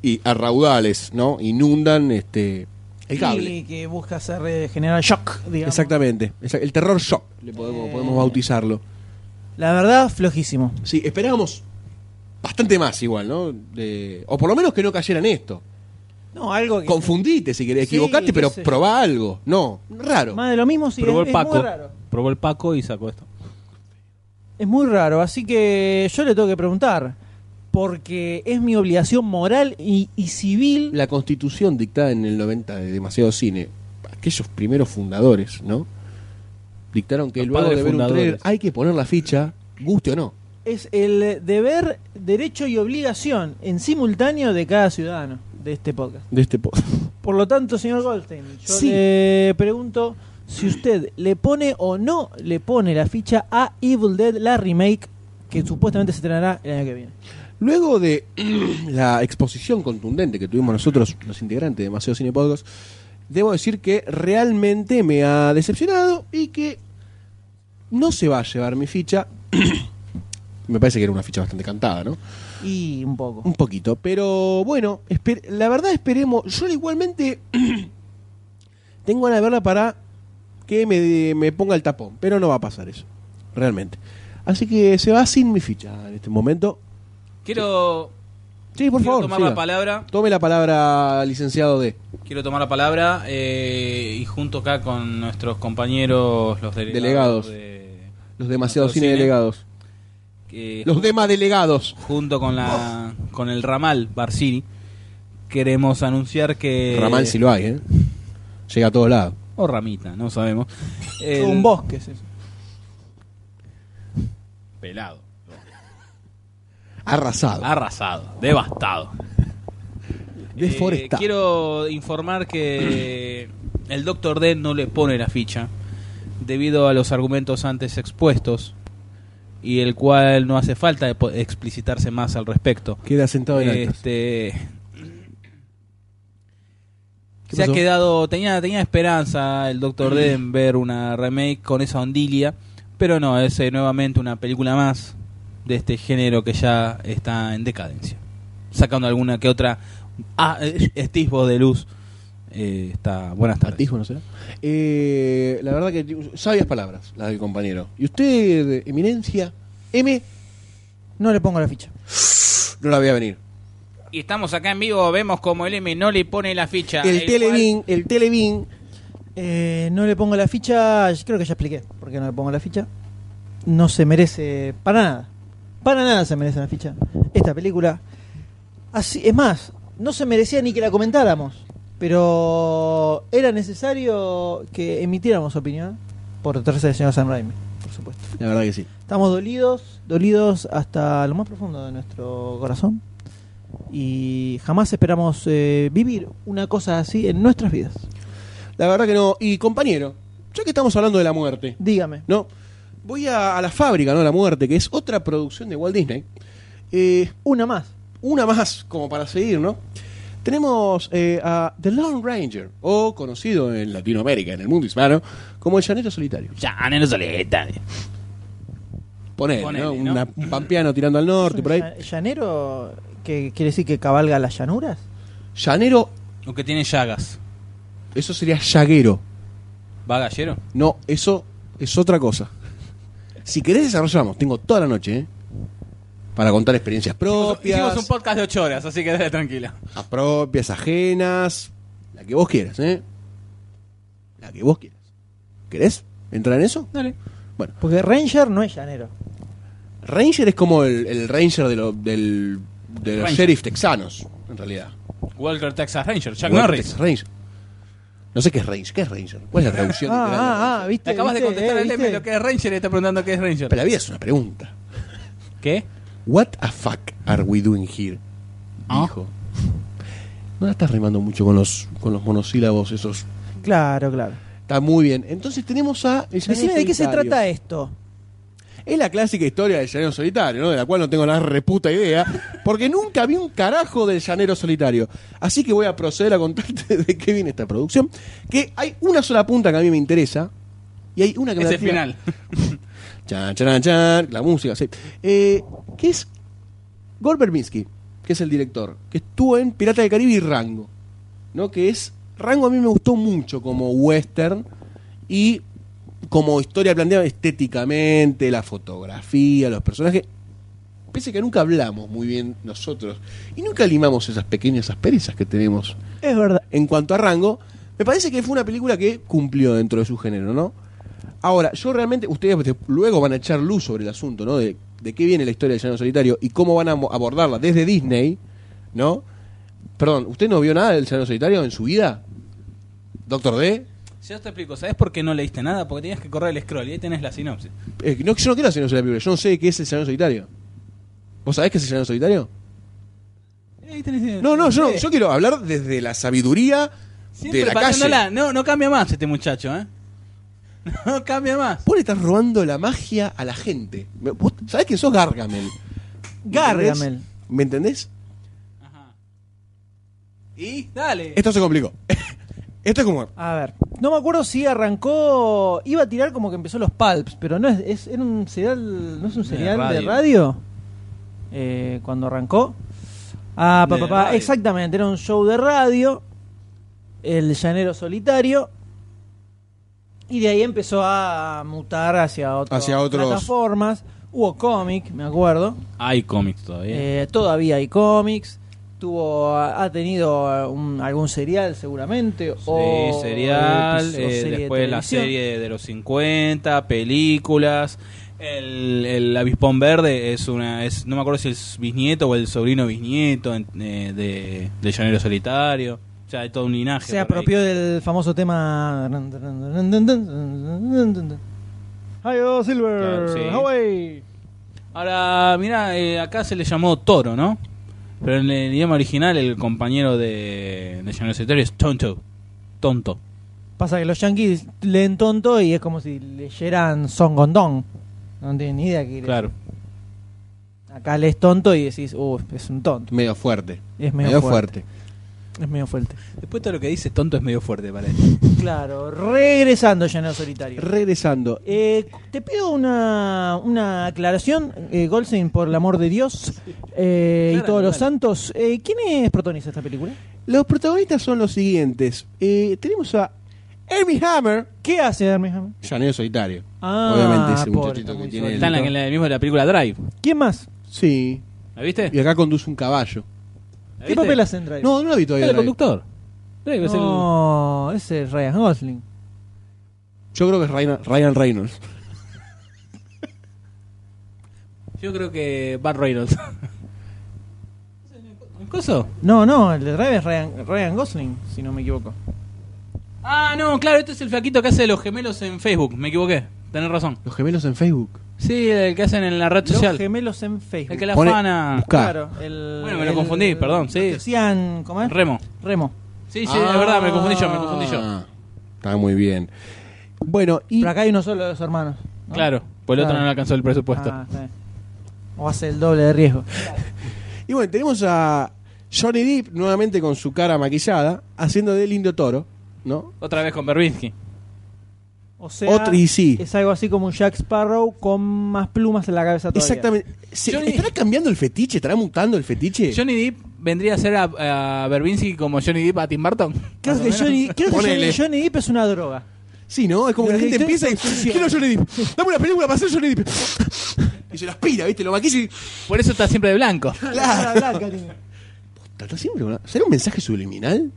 D: y a raudales, ¿no? Inundan este el cable.
B: Y que busca hacer eh, generar shock, digamos.
D: Exactamente. Esa- El terror shock, le podemos,
B: Eh.
D: podemos bautizarlo.
B: La verdad, flojísimo.
D: Sí, esperábamos bastante más igual, ¿no? De- o por lo menos que no cayera en esto.
B: No, algo que.
D: Confundite si querés,
B: Sí,
D: equivocate,
B: qué
D: pero
B: sé yo.
D: probá algo. No, raro.
B: Más de lo mismo, sí, es,
C: Probó el
B: es
C: Paco.
B: muy raro.
C: Probó el Paco y sacó esto.
B: Es muy raro, así que yo le tengo que preguntar. Porque es mi obligación moral y, y civil.
D: la constitución dictada en el 90 de demasiado cine, aquellos primeros fundadores, ¿no? Dictaron que
C: Los
D: luego
C: padres
D: de ver un
C: fundadores.
D: trailer hay que poner la ficha, guste o no.
B: Es el deber, derecho y obligación en simultáneo de cada ciudadano de este podcast.
D: De este po-
B: Por lo tanto, señor Goldstein, yo
D: Sí.
B: le pregunto si usted le pone o no le pone la ficha a Evil Dead, la remake que supuestamente se estrenará el año que viene.
D: Luego de la exposición contundente que tuvimos nosotros, los integrantes de Demasiado Cine Podcast, debo decir que realmente me ha decepcionado y que no se va a llevar mi ficha. me parece que era una ficha bastante cantada, ¿no?
B: Y un poco.
D: Un poquito. Pero bueno, esper- la verdad esperemos. Yo igualmente tengo ganas de verla para que me, me ponga el tapón. Pero no va a pasar eso. Realmente. Así que se va sin mi ficha en este momento.
C: Quiero,
D: Sí, por
C: quiero
D: favor.
C: tomar
D: siga.
C: la palabra.
D: Tome la palabra, licenciado D.
C: Quiero tomar la palabra eh, y junto acá con nuestros compañeros, los delegados.
D: Delegados.
C: de-
D: Los demasiados
C: Los
D: cine
C: cine.
D: delegados.
C: que
D: Los demás delegados.
C: junto con la con el ramal Barcini queremos anunciar que
D: Ramal si lo hay, ¿eh? Llega a todos lados.
C: o Ramita, no sabemos. El-
B: Un bosque es eso.
C: pelado,
D: Arrasado.
C: arrasado, devastado.
D: Deforestado.
C: Eh, quiero informar que el Doctor D no le pone la ficha debido a los argumentos antes expuestos y el cual no hace falta de po- explicitarse más al respecto.
D: Queda sentado en actas.
C: Este,
D: ¿Qué
C: se ha
D: pasó?
C: quedado, tenía, tenía esperanza el Doctor D en ver una remake con esa ondilia, pero no, es eh, nuevamente una película más de este género que ya está en decadencia. Sacando alguna que otra ah, eh, estisbo de luz. Eh, está, buenas tardes.
D: Atisbo, no será. Eh, la verdad que sabias palabras, las del compañero. Y usted, eminencia, M,
B: No le pongo la ficha.
D: no la voy a venir.
C: Y estamos acá en vivo, vemos como el M no le pone la ficha.
D: el
C: cual-
D: Televin, el Televin.
B: Eh, no le pongo la ficha, creo que ya expliqué por qué no le pongo la ficha. No se merece para nada. Para nada se merece la ficha. Esta película. Así, es más, no se merecía ni que la comentáramos. Pero era necesario que emitiéramos opinión por tercera del señor San Raimi, por supuesto.
D: La verdad que sí.
B: Estamos dolidos, dolidos hasta lo más profundo de nuestro corazón. Y jamás esperamos eh, vivir una cosa así en nuestras vidas.
D: La verdad que no. Y compañero, ya que estamos hablando de la muerte,
B: Dígame.
D: ¿no? Voy a, a la fábrica, ¿no? La muerte, que es otra producción de Walt Disney. Eh,
B: Una más.
D: una más como para seguir, ¿no? Tenemos eh, a The Lone Ranger, o conocido en Latinoamérica, en el mundo hispano, como el llanero solitario.
C: Ya, no solitario.
D: Ponele,
C: Ponele,
D: ¿no?
C: ¿no?
D: Una- un pampeano tirando al norte, por ahí.
B: Lla- ¿Llanero que quiere decir que cabalga las llanuras?
D: Llanero,
C: Lo que tiene llagas.
D: eso sería llaguero.
C: ¿Va gallero?
D: No, eso es otra cosa. Si querés desarrollamos, tengo toda la noche, ¿eh? Para contar experiencias
C: Hicimos un
D: propias,
C: podcast de 8 horas, así que dale tranquila.
D: a propias, ajenas, la que vos quieras, ¿eh? La que vos quieras. ¿Querés entrar en eso?
C: Dale.
B: Porque Ranger no es llanero.
D: Ranger es como el, el ranger de, lo- del, de los
C: Ranger.
D: sheriff texanos, en realidad.
C: Walker Texas Ranger, Chuck
D: Igual que
C: Norris.
D: Texas Ranger. No sé qué es Ranger. ¿Qué es Ranger? ¿Cuál es la traducción? literal de
B: Ah, ah, ah,
D: Ranger?
B: viste.
C: Te acabas de
B: viste,
C: contestar
B: eh,
C: al M
B: viste.
C: lo que es Ranger y está preguntando qué es Ranger.
D: Pero la vida es una pregunta.
C: ¿Qué?
D: What a fuck are we doing here?
C: Ah.
D: Dijo. No la estás remando mucho con los, con los monosílabos esos.
B: Claro, claro.
D: Está muy bien. Entonces tenemos a... El llanero
B: Decime de qué se
D: solitario.
B: trata esto.
D: Es la clásica historia del llanero solitario, ¿no? De la cual no tengo la reputa idea, porque nunca vi un carajo del llanero solitario. Así que voy a proceder a contarte de qué viene esta producción. Que hay una sola punta que a mí me interesa, y hay una que me
C: Es
D: la
C: el
D: tira-
C: final.
D: Chan, chan, chan, la música, sí. Eh, que es Gore Verbinski, que es el director, que estuvo en Pirata del Caribe y Rango. ¿no? Que es. Rango a mí me gustó mucho como western y como historia planteada estéticamente, la fotografía, los personajes. Pese que nunca hablamos muy bien nosotros y nunca limamos esas pequeñas asperezas que tenemos
B: Es verdad.
D: en cuanto a rango, me parece que fue una película que cumplió dentro de su género, ¿no? Ahora, yo realmente, ustedes te- luego van a echar luz sobre el asunto, ¿no? De, de qué viene la historia del Llano Solitario y cómo van a mo- abordarla desde Disney, ¿no? Perdón, ¿usted no vio nada del Llano Solitario en su vida? Doctor D.
C: Si yo te explico, ¿sabes por qué no leíste nada? Porque tenías que correr el scroll y ahí tenés la sinopsis.
D: Eh, no, yo no quiero hacer una sola película, yo no sé qué es el Llano Solitario. ¿Vos sabés qué es el Llano Solitario?
B: Eh,
C: Ahí tenés-
D: No, no, yo, no,
C: Sí.
D: yo quiero hablar desde la sabiduría
C: Siempre
D: de la calle.
C: pateándola. No, no cambia más este muchacho, ¿eh? No cambia más.
D: Vos le estás robando la magia a la gente. Me- Vos sabés que sos Gargamel.
B: Gargamel.
D: ¿Me entendés?
C: Y dale.
D: Esto se complicó. Esto es como.
B: A ver, no me acuerdo si arrancó. Iba a tirar como que empezó los Palps, pero no es, es era un cereal, no es un
C: De
B: cereal de
C: radio.
B: radio. eh, cuando arrancó. Ah, pa,
C: De
B: pa, pa,
C: radio.
B: exactamente, era un show de radio. El llanero solitario. Y de ahí empezó a mutar hacia, otro-
D: Hacia otros-
B: plataformas. Hubo cómic, me acuerdo.
C: Hay cómics todavía.
B: Eh, todavía hay cómics. Tuvo, ha tenido eh, un- algún serial seguramente.
C: Sí,
B: o
C: serial,
B: episo-
C: eh,
B: serie de
C: después la
B: televisión.
C: serie de los 50, películas. El, el avispón verde es una. Es, no me acuerdo si es bisnieto o el sobrino bisnieto en- eh, de, de Llanero Solitario. O sea, hay todo un linaje.
B: Se
C: por ahí.
B: apropió del famoso tema. Hi, oh, Silver.
C: Claro, sí.
B: Hawaii.
C: Ahora, mira, acá se le llamó Toro, ¿no? Pero en el idioma original, el compañero de, de Llanero Solitario es Tonto. Tonto.
B: Pasa que los yankees leen tonto y es como si leyeran Son Gondón. No tienen ni idea qué quiere
C: Claro.
B: decir. Acá lees tonto y decís, uh, es un tonto.
D: Medio fuerte.
B: Es medio, fuerte. Es medio fuerte.
C: Después todo lo que dice Tonto es medio fuerte, parece.
B: Claro, regresando Llanero Solitario.
D: Regresando.
B: Eh, te pido una, una aclaración, eh, Goldstein, por el amor de Dios eh, y
C: Claro,
B: todos los
C: claro.
B: santos. Eh, ¿Quiénes protagonizan esta película?
D: Los protagonistas son los siguientes. Eh, tenemos a Herbie Hammer.
B: ¿Qué hace Darmy Hammer?
D: Llanero solitario.
B: Ah,
D: Obviamente ese
B: pobre,
D: muchachito
B: está
D: que
B: muy
D: tiene
B: solito.
C: Está en la, en la misma de la película Drive.
B: ¿Quién más?
D: Sí.
C: ¿La viste?
D: Y acá conduce un caballo.
C: ¿La
B: ¿Qué
C: viste?
B: papel hacen Drive?
D: No, no lo vi
C: Es
D: todavía.
C: el
D: la vi.
C: conductor. Drive es el-
B: No, ese es Ryan Gosling.
D: Yo creo que es Ryan, Ryan Reynolds.
C: Yo creo que Bart Reynolds. ¿Un coso?
B: No, no, el de Drive es Ryan, Ryan Gosling, si no me equivoco.
C: Ah, no, claro, este es el flaquito que hace de los gemelos en Facebook. Me equivoqué. Tenés razón.
D: Los gemelos en Facebook.
C: Sí, el que hacen en la red
B: Los
C: social.
B: gemelos en Facebook.
C: El que la
D: Pone-
C: afana.
D: Busca.
B: el-
C: Bueno, me lo
B: el-
C: confundí, perdón, sí.
B: los que hacían, ¿cómo es?
C: Remo.
B: Remo.
C: Sí, sí, es verdad, me confundí yo, me confundí yo.
D: Ah, Está muy bien. Bueno, y
B: Pero acá hay uno solo de los hermanos. ¿no?
C: Claro, por el otro
B: Claro.
C: no le alcanzó el presupuesto.
B: Ah, está bien. o hace el doble de riesgo.
D: Y bueno, tenemos a Johnny Depp nuevamente con su cara maquillada, haciendo del indio toro, ¿no?
C: Otra vez con Berbinsky.
B: O sea,
D: Otro y sí.
B: es algo así como un Jack Sparrow con más plumas en la cabeza todavía.
D: Exactamente. ¿Se-
C: Johnny-
D: ¿Estará cambiando el fetiche? ¿Estará mutando el fetiche?
C: Johnny Depp vendría a ser a, a Berbinsky como Johnny Depp a Tim Burton.
B: Creo que, Johnny, creo que
D: Ponele.
B: Johnny, Johnny Depp es una droga.
D: Sí, ¿no? Es como que la
B: Los
D: gente empieza
B: directores
D: y
B: son
D: quiero Johnny Depp. Dame una película para hacer Johnny Depp. Y se lo aspira, ¿viste? Lo maquilla y...
C: Por eso está siempre de blanco.
D: Claro.
B: Blanca tiene.
D: ¿Está siempre una- ¿Será un mensaje subliminal?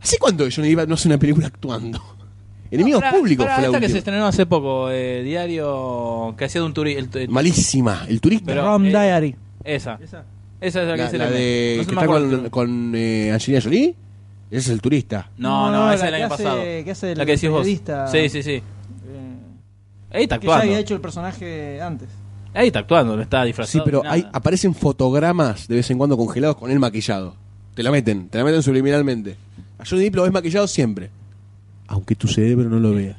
D: ¿Hace cuánto que Johnny Depp no hace una película actuando? Enemigos
C: Para-
D: públicos
C: para
D: fue la
C: esta que se
D: última.
C: estrenó hace poco, eh, diario que hacía de un turista.
D: Malísima. El turista.
C: Pero,
B: Rom
C: eh,
B: Diary.
C: Esa.
B: eh,
C: Esa es la,
D: la,
C: que se
D: la
C: le-
D: de
C: no se
D: que
C: me
D: está
C: acuerdo el
D: con,
C: título.
D: con, eh, Angelina Jolie. Ese es el turista.
C: No, no, esa es la que
B: hace-
C: pasado.
B: que hace el
C: La que decís vos.
B: periodista,
C: Sí, sí, sí.
B: eh,
C: Ahí está
B: que ya
C: actuando.
B: había hecho el personaje antes.
C: Ahí está actuando, no está
D: Sí,
C: disfrazado.
D: pero
C: ni
D: hay,
C: nada. Este
D: aparecen fotogramas de vez en cuando congelados con él maquillado. Te la meten, te la meten subliminalmente. A Johnny Depp lo ves maquillado siempre. Aunque tu cerebro no lo vea.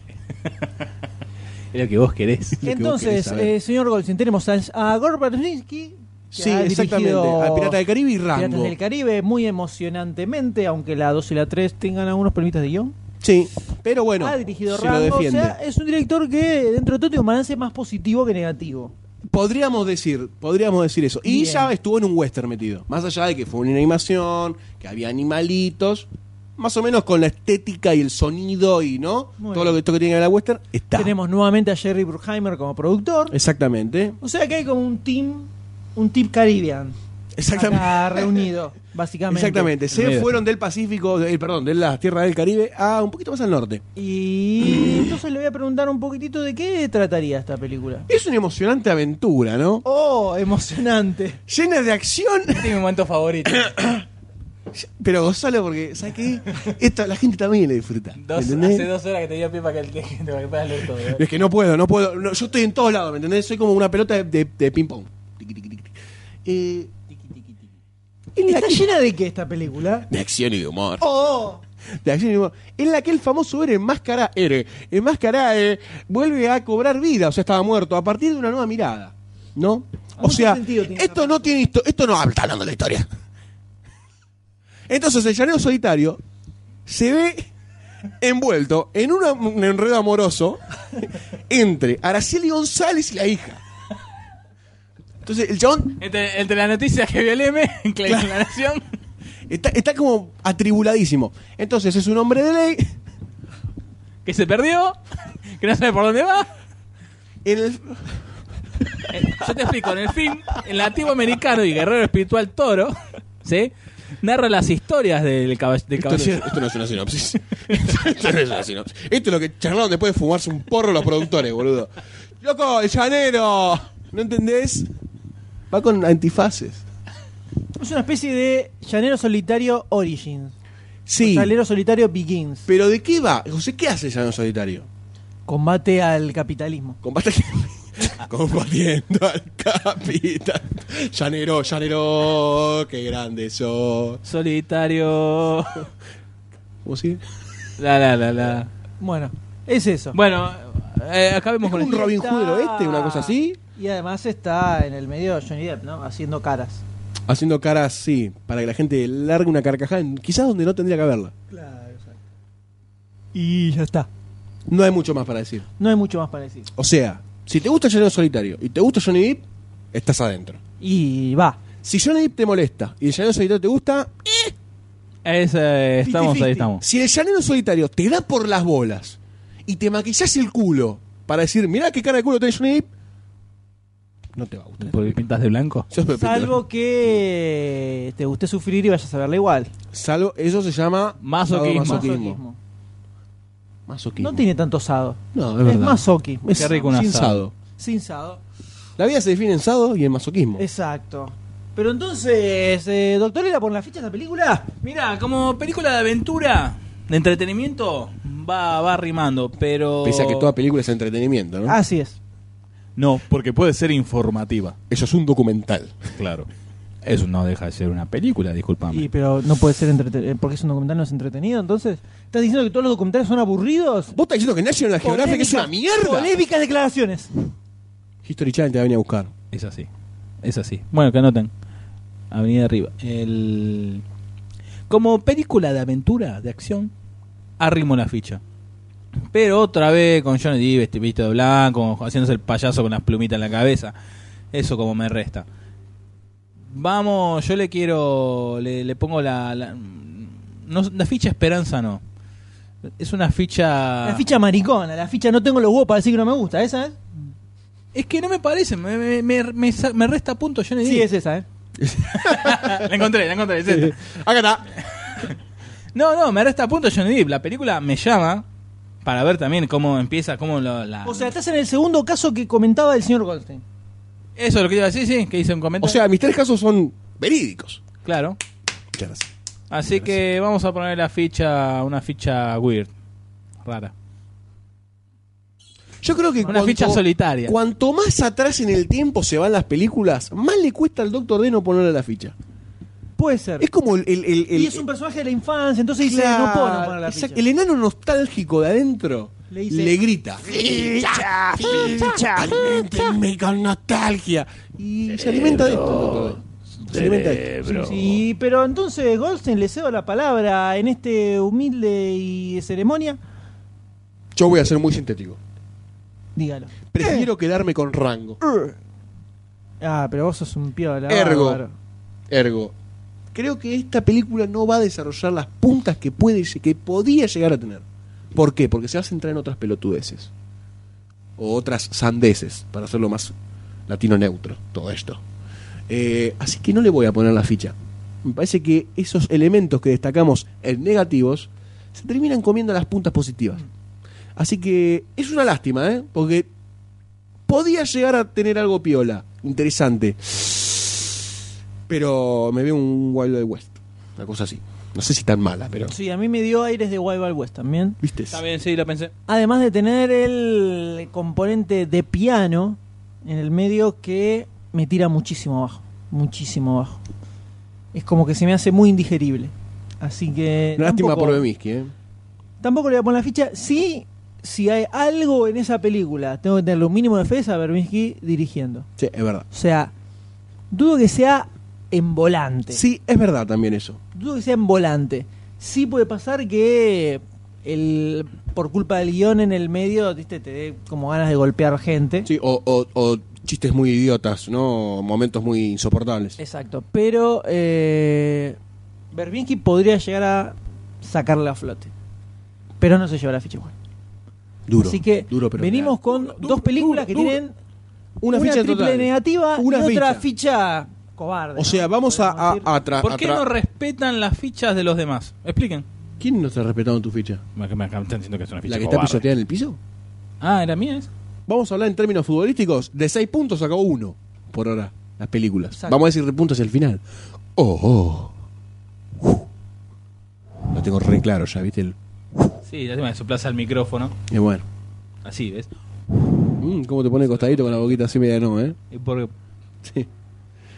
C: Es lo que vos querés.
D: que vos querés
B: Entonces,
D: saber.
B: eh, señor Goldstein, tenemos a, a Gore Verbinski, que
D: sí,
B: ha
D: exactamente.
B: dirigido
D: Al Pirata del Caribe y Rango.
B: Piratas del Caribe, muy emocionantemente, aunque la 2 y la 3 tengan algunos problemitas de guión.
D: Sí, pero bueno,
B: ha dirigido
D: se lo
B: Rango, o
D: defiende.
B: sea, es un director que dentro de todo tiene un balance más positivo que negativo.
D: Podríamos decir, podríamos decir eso. Y
B: Bien.
D: ya estuvo en un western metido. Más allá de que fue una animación, que había animalitos, más o menos con la estética y el sonido y no,
B: Muy
D: todo
B: bien.
D: lo que, esto que tiene que ver la western, está.
B: Tenemos nuevamente a Jerry Bruckheimer como productor.
D: Exactamente.
B: O sea que hay como un team, un team Caribbean.
D: Exactamente.
B: acá reunido, básicamente.
D: Exactamente. Se
C: Mira.
D: fueron del Pacífico, del- perdón, de las tierras del Caribe a un poquito más al norte.
B: Y entonces le voy a preguntar un poquitito de qué trataría esta película.
D: Es una emocionante aventura, ¿no?
B: Oh, emocionante.
D: Llena de acción.
C: Este es mi momento favorito.
D: Pero gozalo porque, ¿sabes qué? Esta, la gente también la disfruta.
C: Dos-
D: ¿entendés?
C: hace dos horas que te dio pie para que el que te para que puedas leer todo. ¿eh?
D: Es que no puedo, no puedo. No, yo estoy en todos lados, ¿me entendés? Soy como una pelota de, de- de ping-pong. Tiqui, tiqui, tiqui. Eh,
B: ¿Está llena de qué esta película?
D: de acción y de humor.
B: Oh,
D: de acción y humor, en la que el famoso R enmascara, R, enmascara, eh, vuelve a cobrar vida, o sea, estaba muerto, a partir de una nueva mirada, ¿no? O
B: Mucho
D: sea,
B: sentido tiene
D: esto no tiene histo- esto no habla- está hablando de la historia. Entonces, el llanero solitario se ve envuelto en una- un enredo amoroso entre Araceli González y la hija. Entonces, el chabón
C: Este, Entre, entre las noticias que vio el M, en la
D: Claro.
C: declaración.
D: Está, está como atribuladísimo. Entonces es un hombre de ley.
C: que se perdió, que no sabe por dónde va.
D: En el-
C: Eh, Yo te explico, en el film, el nativo americano y guerrero espiritual toro, ¿sí? Narra las historias del, caball- del
D: esto, es-
C: caballero.
D: esto no es una sinopsis. esto no es una sinopsis. Esto es lo que charlaron después de fumarse un porro los productores, boludo. ¡Loco, el llanero! ¿No entendés? Va con antifaces.
B: Es una especie de llanero solitario Origins.
D: Sí.
B: Llanero solitario Begins.
D: Pero ¿de qué va? José, ¿qué hace el llanero solitario?
B: Combate al capitalismo.
D: Combate. Combatiendo al capitán. Llanero, llanero, qué grande sos.
C: Solitario.
D: ¿Cómo sigue?
C: La, la, la, la.
B: Bueno, es eso.
C: Bueno, eh, acabemos con
D: Un
C: el...
D: Robin Hood del
B: Está-
D: Oeste, una cosa así.
B: Y además está en el medio Johnny Depp, ¿no? Haciendo caras.
D: Haciendo caras, sí, para que la gente largue una carcajada, en- quizás donde no tendría que haberla.
B: Claro, exacto. Y ya está.
D: No hay mucho más para decir.
B: No hay mucho más para decir.
D: O sea, si te gusta el llanero solitario y te gusta Johnny Depp, estás adentro.
B: Y va.
D: Si Johnny Depp te molesta y el llanero solitario te gusta,
C: Es, eh, estamos, ahí estamos.
D: si el llanero solitario te da por las bolas y te maquillas el culo para decir, mirá qué cara de culo tiene Johnny Depp, no te va a gustar.
C: Porque pintas de blanco.
D: Sos Pepe.
B: Salvo que te guste sufrir y vayas a verla igual.
D: Salvo, eso se llama
C: Masoquismo.
D: Masoquismo. Masoquismo.
B: No tiene tanto sado.
D: No, es
B: Es,
D: verdad.
B: masoqui.
D: Es
C: Qué rico un
D: sin
C: asado.
D: sado.
B: Sin sado.
D: La vida se define en sado y en masoquismo.
B: Exacto. Pero entonces, eh, doctor, ¿era por la ficha de la película?
C: Mira, como película de aventura, de entretenimiento, va, va rimando, pero...
D: Pese a que toda película es entretenimiento,
C: Ah.
D: ¿no?
B: Así es.
C: No, porque puede ser informativa.
D: Eso es un documental.
C: Claro. Eso no deja de ser una película, disculpame.
B: Y, pero no puede ser entretenido. Porque es un documental, no es entretenido. Entonces, ¿estás diciendo que todos los documentales son aburridos?
D: ¿Vos estás diciendo que National Geographic es una mierda?
B: Polémicas declaraciones.
D: History Channel te va a venir a buscar.
C: Es así. Es así. Bueno, que anoten. Avenida arriba. El... Como película de aventura, de acción, arrimo la ficha. Pero otra vez con Johnny Depp vesti- visto de blanco, haciéndose el payaso con las plumitas en la cabeza. Eso como me resta. Vamos, yo le quiero. Le, le pongo la. La, no, la ficha esperanza no. Es una ficha.
B: La ficha maricona, la ficha no tengo los huevos para decir que no me gusta. ¿Esa eh? es?
C: Es que no me parece. Me, me, me- me sa- me resta punto Johnny Depp.
B: Sí, es esa, ¿eh?
C: la encontré, la encontré. es esta.
D: Acá está.
C: No, no, me resta punto Johnny Depp. La película me llama para ver también cómo empieza, cómo lo-
D: Ah.
C: la...
B: O sea, estás en el segundo caso que comentaba el señor Goldstein.
C: Eso es lo que iba a decir, sí, que hice un
D: O
C: comentario.
D: sea, mis tres casos son verídicos.
C: claro.
D: Muchas gracias.
C: Así que vamos a poner la ficha, una ficha weird, rara.
D: Yo creo que
C: Una ficha solitaria.
D: Cuanto más atrás en el tiempo se van las películas, más le cuesta al Doctor D no ponerle la ficha.
B: Puede ser.
D: Es como el... el- el- el-
B: y es un personaje de la infancia, entonces dice,
D: Claro,
B: no puedo no poner la
D: exacto.
B: ficha.
D: El enano nostálgico de adentro
B: Le
D: le,
B: dice,
D: grita. ¡Ficha! ¡Ficha! ¡Alimentenme con nostalgia! Y se alimenta de esto. doctor. Se alimenta de esto.
B: Sí, sí, pero entonces Goldstein le cedo la palabra en este humilde y ceremonia.
D: Yo voy a ser muy sintético.
B: Dígalo.
D: Prefiero quedarme con rango.
B: Ah, pero vos sos un piola.
D: Ergo.
B: bárbaro.
D: Ergo. Creo que esta película no va a desarrollar las puntas que, puede, que podía llegar a tener. ¿Por qué? Porque se va a centrar en otras pelotudeces. O otras sandeces, para hacerlo más latino neutro, todo esto. Eh, así que no le voy a poner la ficha. Me parece que esos elementos que destacamos en negativos se terminan comiendo las puntas positivas. Así que es una lástima, ¿eh? Porque podía llegar a tener algo piola, interesante. Pero me veo un Wild Wild West, una cosa así. No sé si tan mala, pero.
B: Sí, a mí me dio aires de Wild Wild West también.
D: ¿Viste?
C: Está bien, sí, lo pensé.
B: Además de tener el componente de piano en el medio que me tira muchísimo abajo. Muchísimo abajo. Es como que se me hace muy indigerible. Así que.
D: Lástima
B: tampoco-
D: por Bemiski, ¿eh?
B: Tampoco le voy a poner la ficha. Sí, si hay algo en esa película, tengo que tener un mínimo de fe es a Berminsky dirigiendo.
D: Sí, es verdad.
B: O sea, dudo que sea en volante.
D: Sí, es verdad también eso.
B: Dudo que sea en volante. Sí puede pasar que el, por culpa del guión en el medio, viste, te dé como ganas de golpear gente.
D: Sí, o, o- o chistes muy idiotas, ¿no? Momentos muy insoportables.
B: Exacto. Pero eh, Berbinsky podría llegar a sacarla a flote. Pero no se lleva la ficha igual.
D: Duro.
B: Así que
D: duro, pero
B: venimos con
D: Duro,
B: dos
D: duro,
B: películas que
D: duro, duro.
B: tienen
D: una,
B: una,
D: ficha
B: triple
D: total.
B: negativa
D: Una
B: y otra
D: ficha.
B: ficha cobarde.
D: O sea,
B: ¿no?
D: vamos a,
B: Podemos
D: a,
B: decir.
D: a tra-
C: ¿Por
D: a
C: qué
D: tra-
C: no respetan las fichas de los demás? Expliquen.
D: ¿Quién no te ha respetado en tu ficha?
C: Me, me- me están diciendo que es una ficha
D: ¿La que está
C: cobarde.
D: pisoteada en el piso?
C: Ah, ¿era mía esa?
D: Vamos a hablar en términos futbolísticos. De seis puntos sacó uno por ahora las películas.
B: Exacto.
D: Vamos a decir de puntos el final. Oh, oh. Uf. Lo tengo re claro ya, ¿viste? El...
C: Sí, la que soplaza el micrófono.
D: Y bueno.
C: Así, ¿ves?
D: Mm, ¿Cómo te pone costadito con la boquita así media no, eh?
C: Y Porque
D: Sí.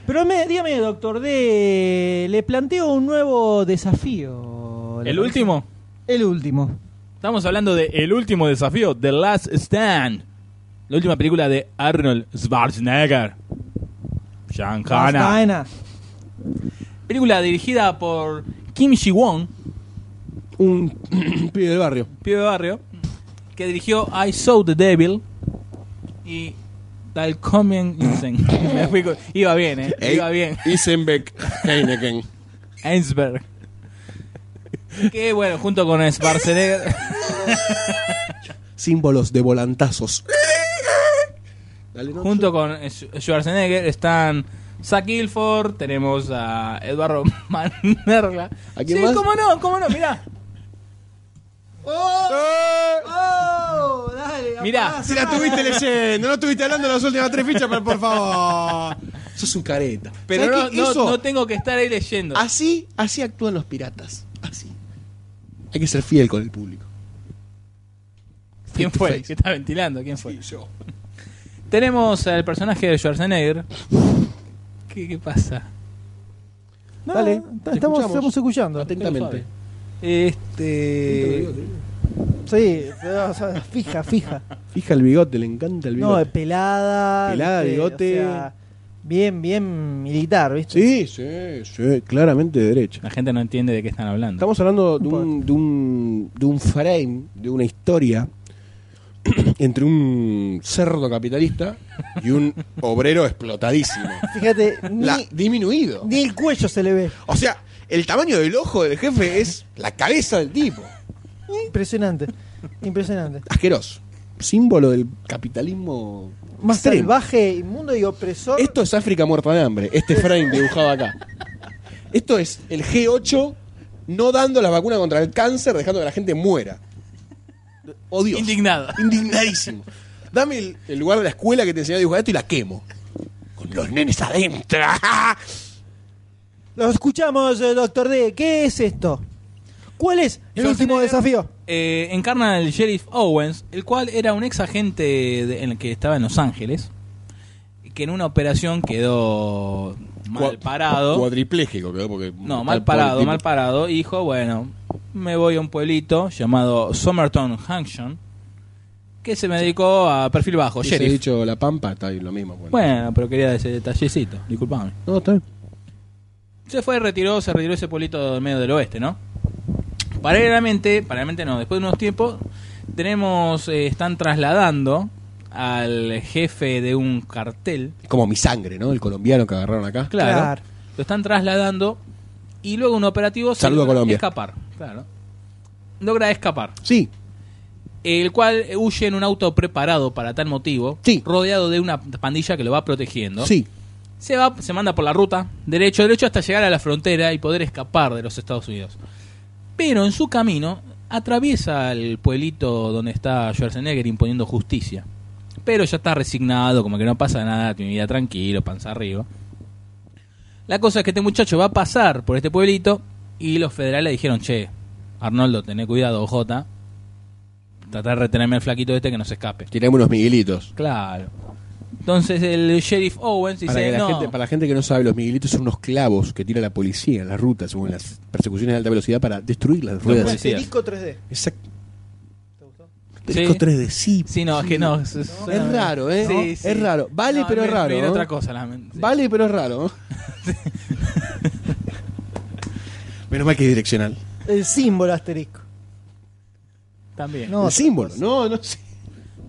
B: Pero me- dígame, doctor D, le planteo un nuevo desafío. ¿Le
C: el
B: parece?
C: último.
B: El último.
C: Estamos hablando de El último desafío, The Last Stand. La última película de Arnold Schwarzenegger. Shankana.
B: Caena.
C: Película dirigida por Kim Ji-won,
D: Un pibe del barrio.
C: pibe de barrio, que dirigió I Saw the Devil y Dalcomen Insane. Me fui con- Iba bien, eh. Iba bien.
D: Isenbeck Heineken.
C: Einsberg. Que bueno, junto con Schwarzenegger.
D: Símbolos de volantazos. Dale, no,
C: Junto con eh, Sch- Schwarzenegger están Zack Ilford, tenemos a Eduardo Manerla.
D: ¿A quién
C: sí,
D: más?
C: cómo no, cómo no, mirá.
B: ¡Oh! Dale,
C: Mirá.
B: apagás.
A: Si la tuviste leyendo, no estuviste hablando de las últimas tres fichas, pero por favor.
D: Sos un careta.
C: Pero no,
D: ¿Sabés qué?
C: no,
D: Eso- Ah,
C: no tengo que estar ahí leyendo.
D: Así, así actúan los piratas. Así. Hay que ser fiel con el público.
C: ¿Quién
D: Face to
C: fue?
D: face.
C: ¿Qué está ventilando? ¿Quién fue?
D: yo.
C: Tenemos al personaje de Schwarzenegger. ¿Qué, qué pasa?
B: No,
D: Dale,
B: no,
D: te
B: estamos,
D: escuchamos.
B: estamos escuchando. Eh,
D: Atentamente. Eh,
C: Este.
B: Sí, o sea, fija, fija.
D: Fija el bigote, le encanta el
B: No,
D: bigote.
B: pelada.
D: Pelada,
B: ¿viste?
D: bigote.
B: O sea, bien, bien militar, ¿viste?
D: sí, sí, sí, claramente de derecha.
C: La gente no entiende de qué están hablando.
D: Estamos hablando de un, de un, de un frame, de una historia entre un cerdo capitalista y un obrero explotadísimo.
B: Fíjate, ni,
A: La-
D: Disminuido.
B: ni el cuello se le ve.
A: O sea, el tamaño del ojo del jefe es
D: La cabeza del tipo.
B: Impresionante, impresionante.
D: Asqueroso. Símbolo del capitalismo
B: Más
D: extremo.
B: salvaje, inmundo y opresor.
D: Esto es África muerta de hambre, este frame dibujado acá. Esto es el G8 no dando la vacuna contra el cáncer, dejando que la gente muera. Odio.
C: Indignado.
D: Indignadísimo. Dame el, el lugar de la escuela que te enseñó a dibujar esto y la quemo. Con los nenes adentro.
B: Lo escuchamos, eh, doctor D. ¿Qué es esto? ¿Cuál es el último
C: Schwarzenegger,
B: desafío?
C: eh, encarna al sheriff Owens, el cual era un ex agente de- en el que estaba en Los Ángeles, que en una operación quedó mal parado.
D: Cuadripléjico, quedó porque.
C: No, mal parado, mal parado. Y dijo, bueno, me voy a un pueblito llamado Somerton Junction, que se me dedicó a perfil bajo,
D: He
C: sheriff.
D: dicho la pampa, está ahí lo mismo. bueno.
C: Bueno, pero quería ese detallecito, disculpame.
D: No, está bien.
C: Se fue, retiró, se retiró ese pueblito del medio del oeste, ¿no? Paralelamente, paralelamente no, después de unos tiempos, tenemos, eh, están trasladando al jefe de un cartel,
D: Como mi sangre, ¿no? El colombiano que agarraron acá.
C: claro,
B: Claro.
C: lo están trasladando y luego un operativo se
D: Saludo a
C: logra
D: Colombia.
C: escapar, claro. Logra escapar,
D: Sí,
C: el cual huye en un auto preparado para tal motivo,
D: Sí.
C: rodeado de una pandilla que lo va protegiendo.
D: sí.
C: Se va, se manda por la ruta, derecho, derecho, hasta llegar a la frontera y poder escapar de los Estados Unidos. Pero en su camino atraviesa el pueblito donde está Schwarzenegger imponiendo justicia. Pero ya está resignado, como que no pasa nada, tiene vida tranquilo, panza arriba. La cosa es que este muchacho va a pasar por este pueblito y los federales le dijeron, che, Arnoldo, tené cuidado, J. Tratar de retenerme al flaquito este que no se escape.
D: Tiremos unos miguelitos.
C: Claro. Entonces el sheriff Owens dice,
D: Para, que la
C: no,
D: gente, para la gente que no sabe, los miguelitos son unos clavos que tira la policía en las rutas, según las persecuciones de alta velocidad, para destruir las
C: Lo
D: ruedas.
C: puedes-
B: Este
C: decías.
B: disco 3D.
D: Exacto.
B: ¿Te gustó?
D: Disco 3D, sí.
C: sí, no, es que no. Es,
D: Es raro, ¿eh?
C: Sí, sí.
D: Es raro. Vale,
C: No,
D: pero
C: me-
D: es
C: me
D: raro.
C: viene
D: ¿no?
C: otra cosa, la men- sí.
D: Vale, pero es raro. ¿no? Menos mal que es direccional.
B: El símbolo asterisco.
C: También.
B: No,
D: El símbolo. No, no sé.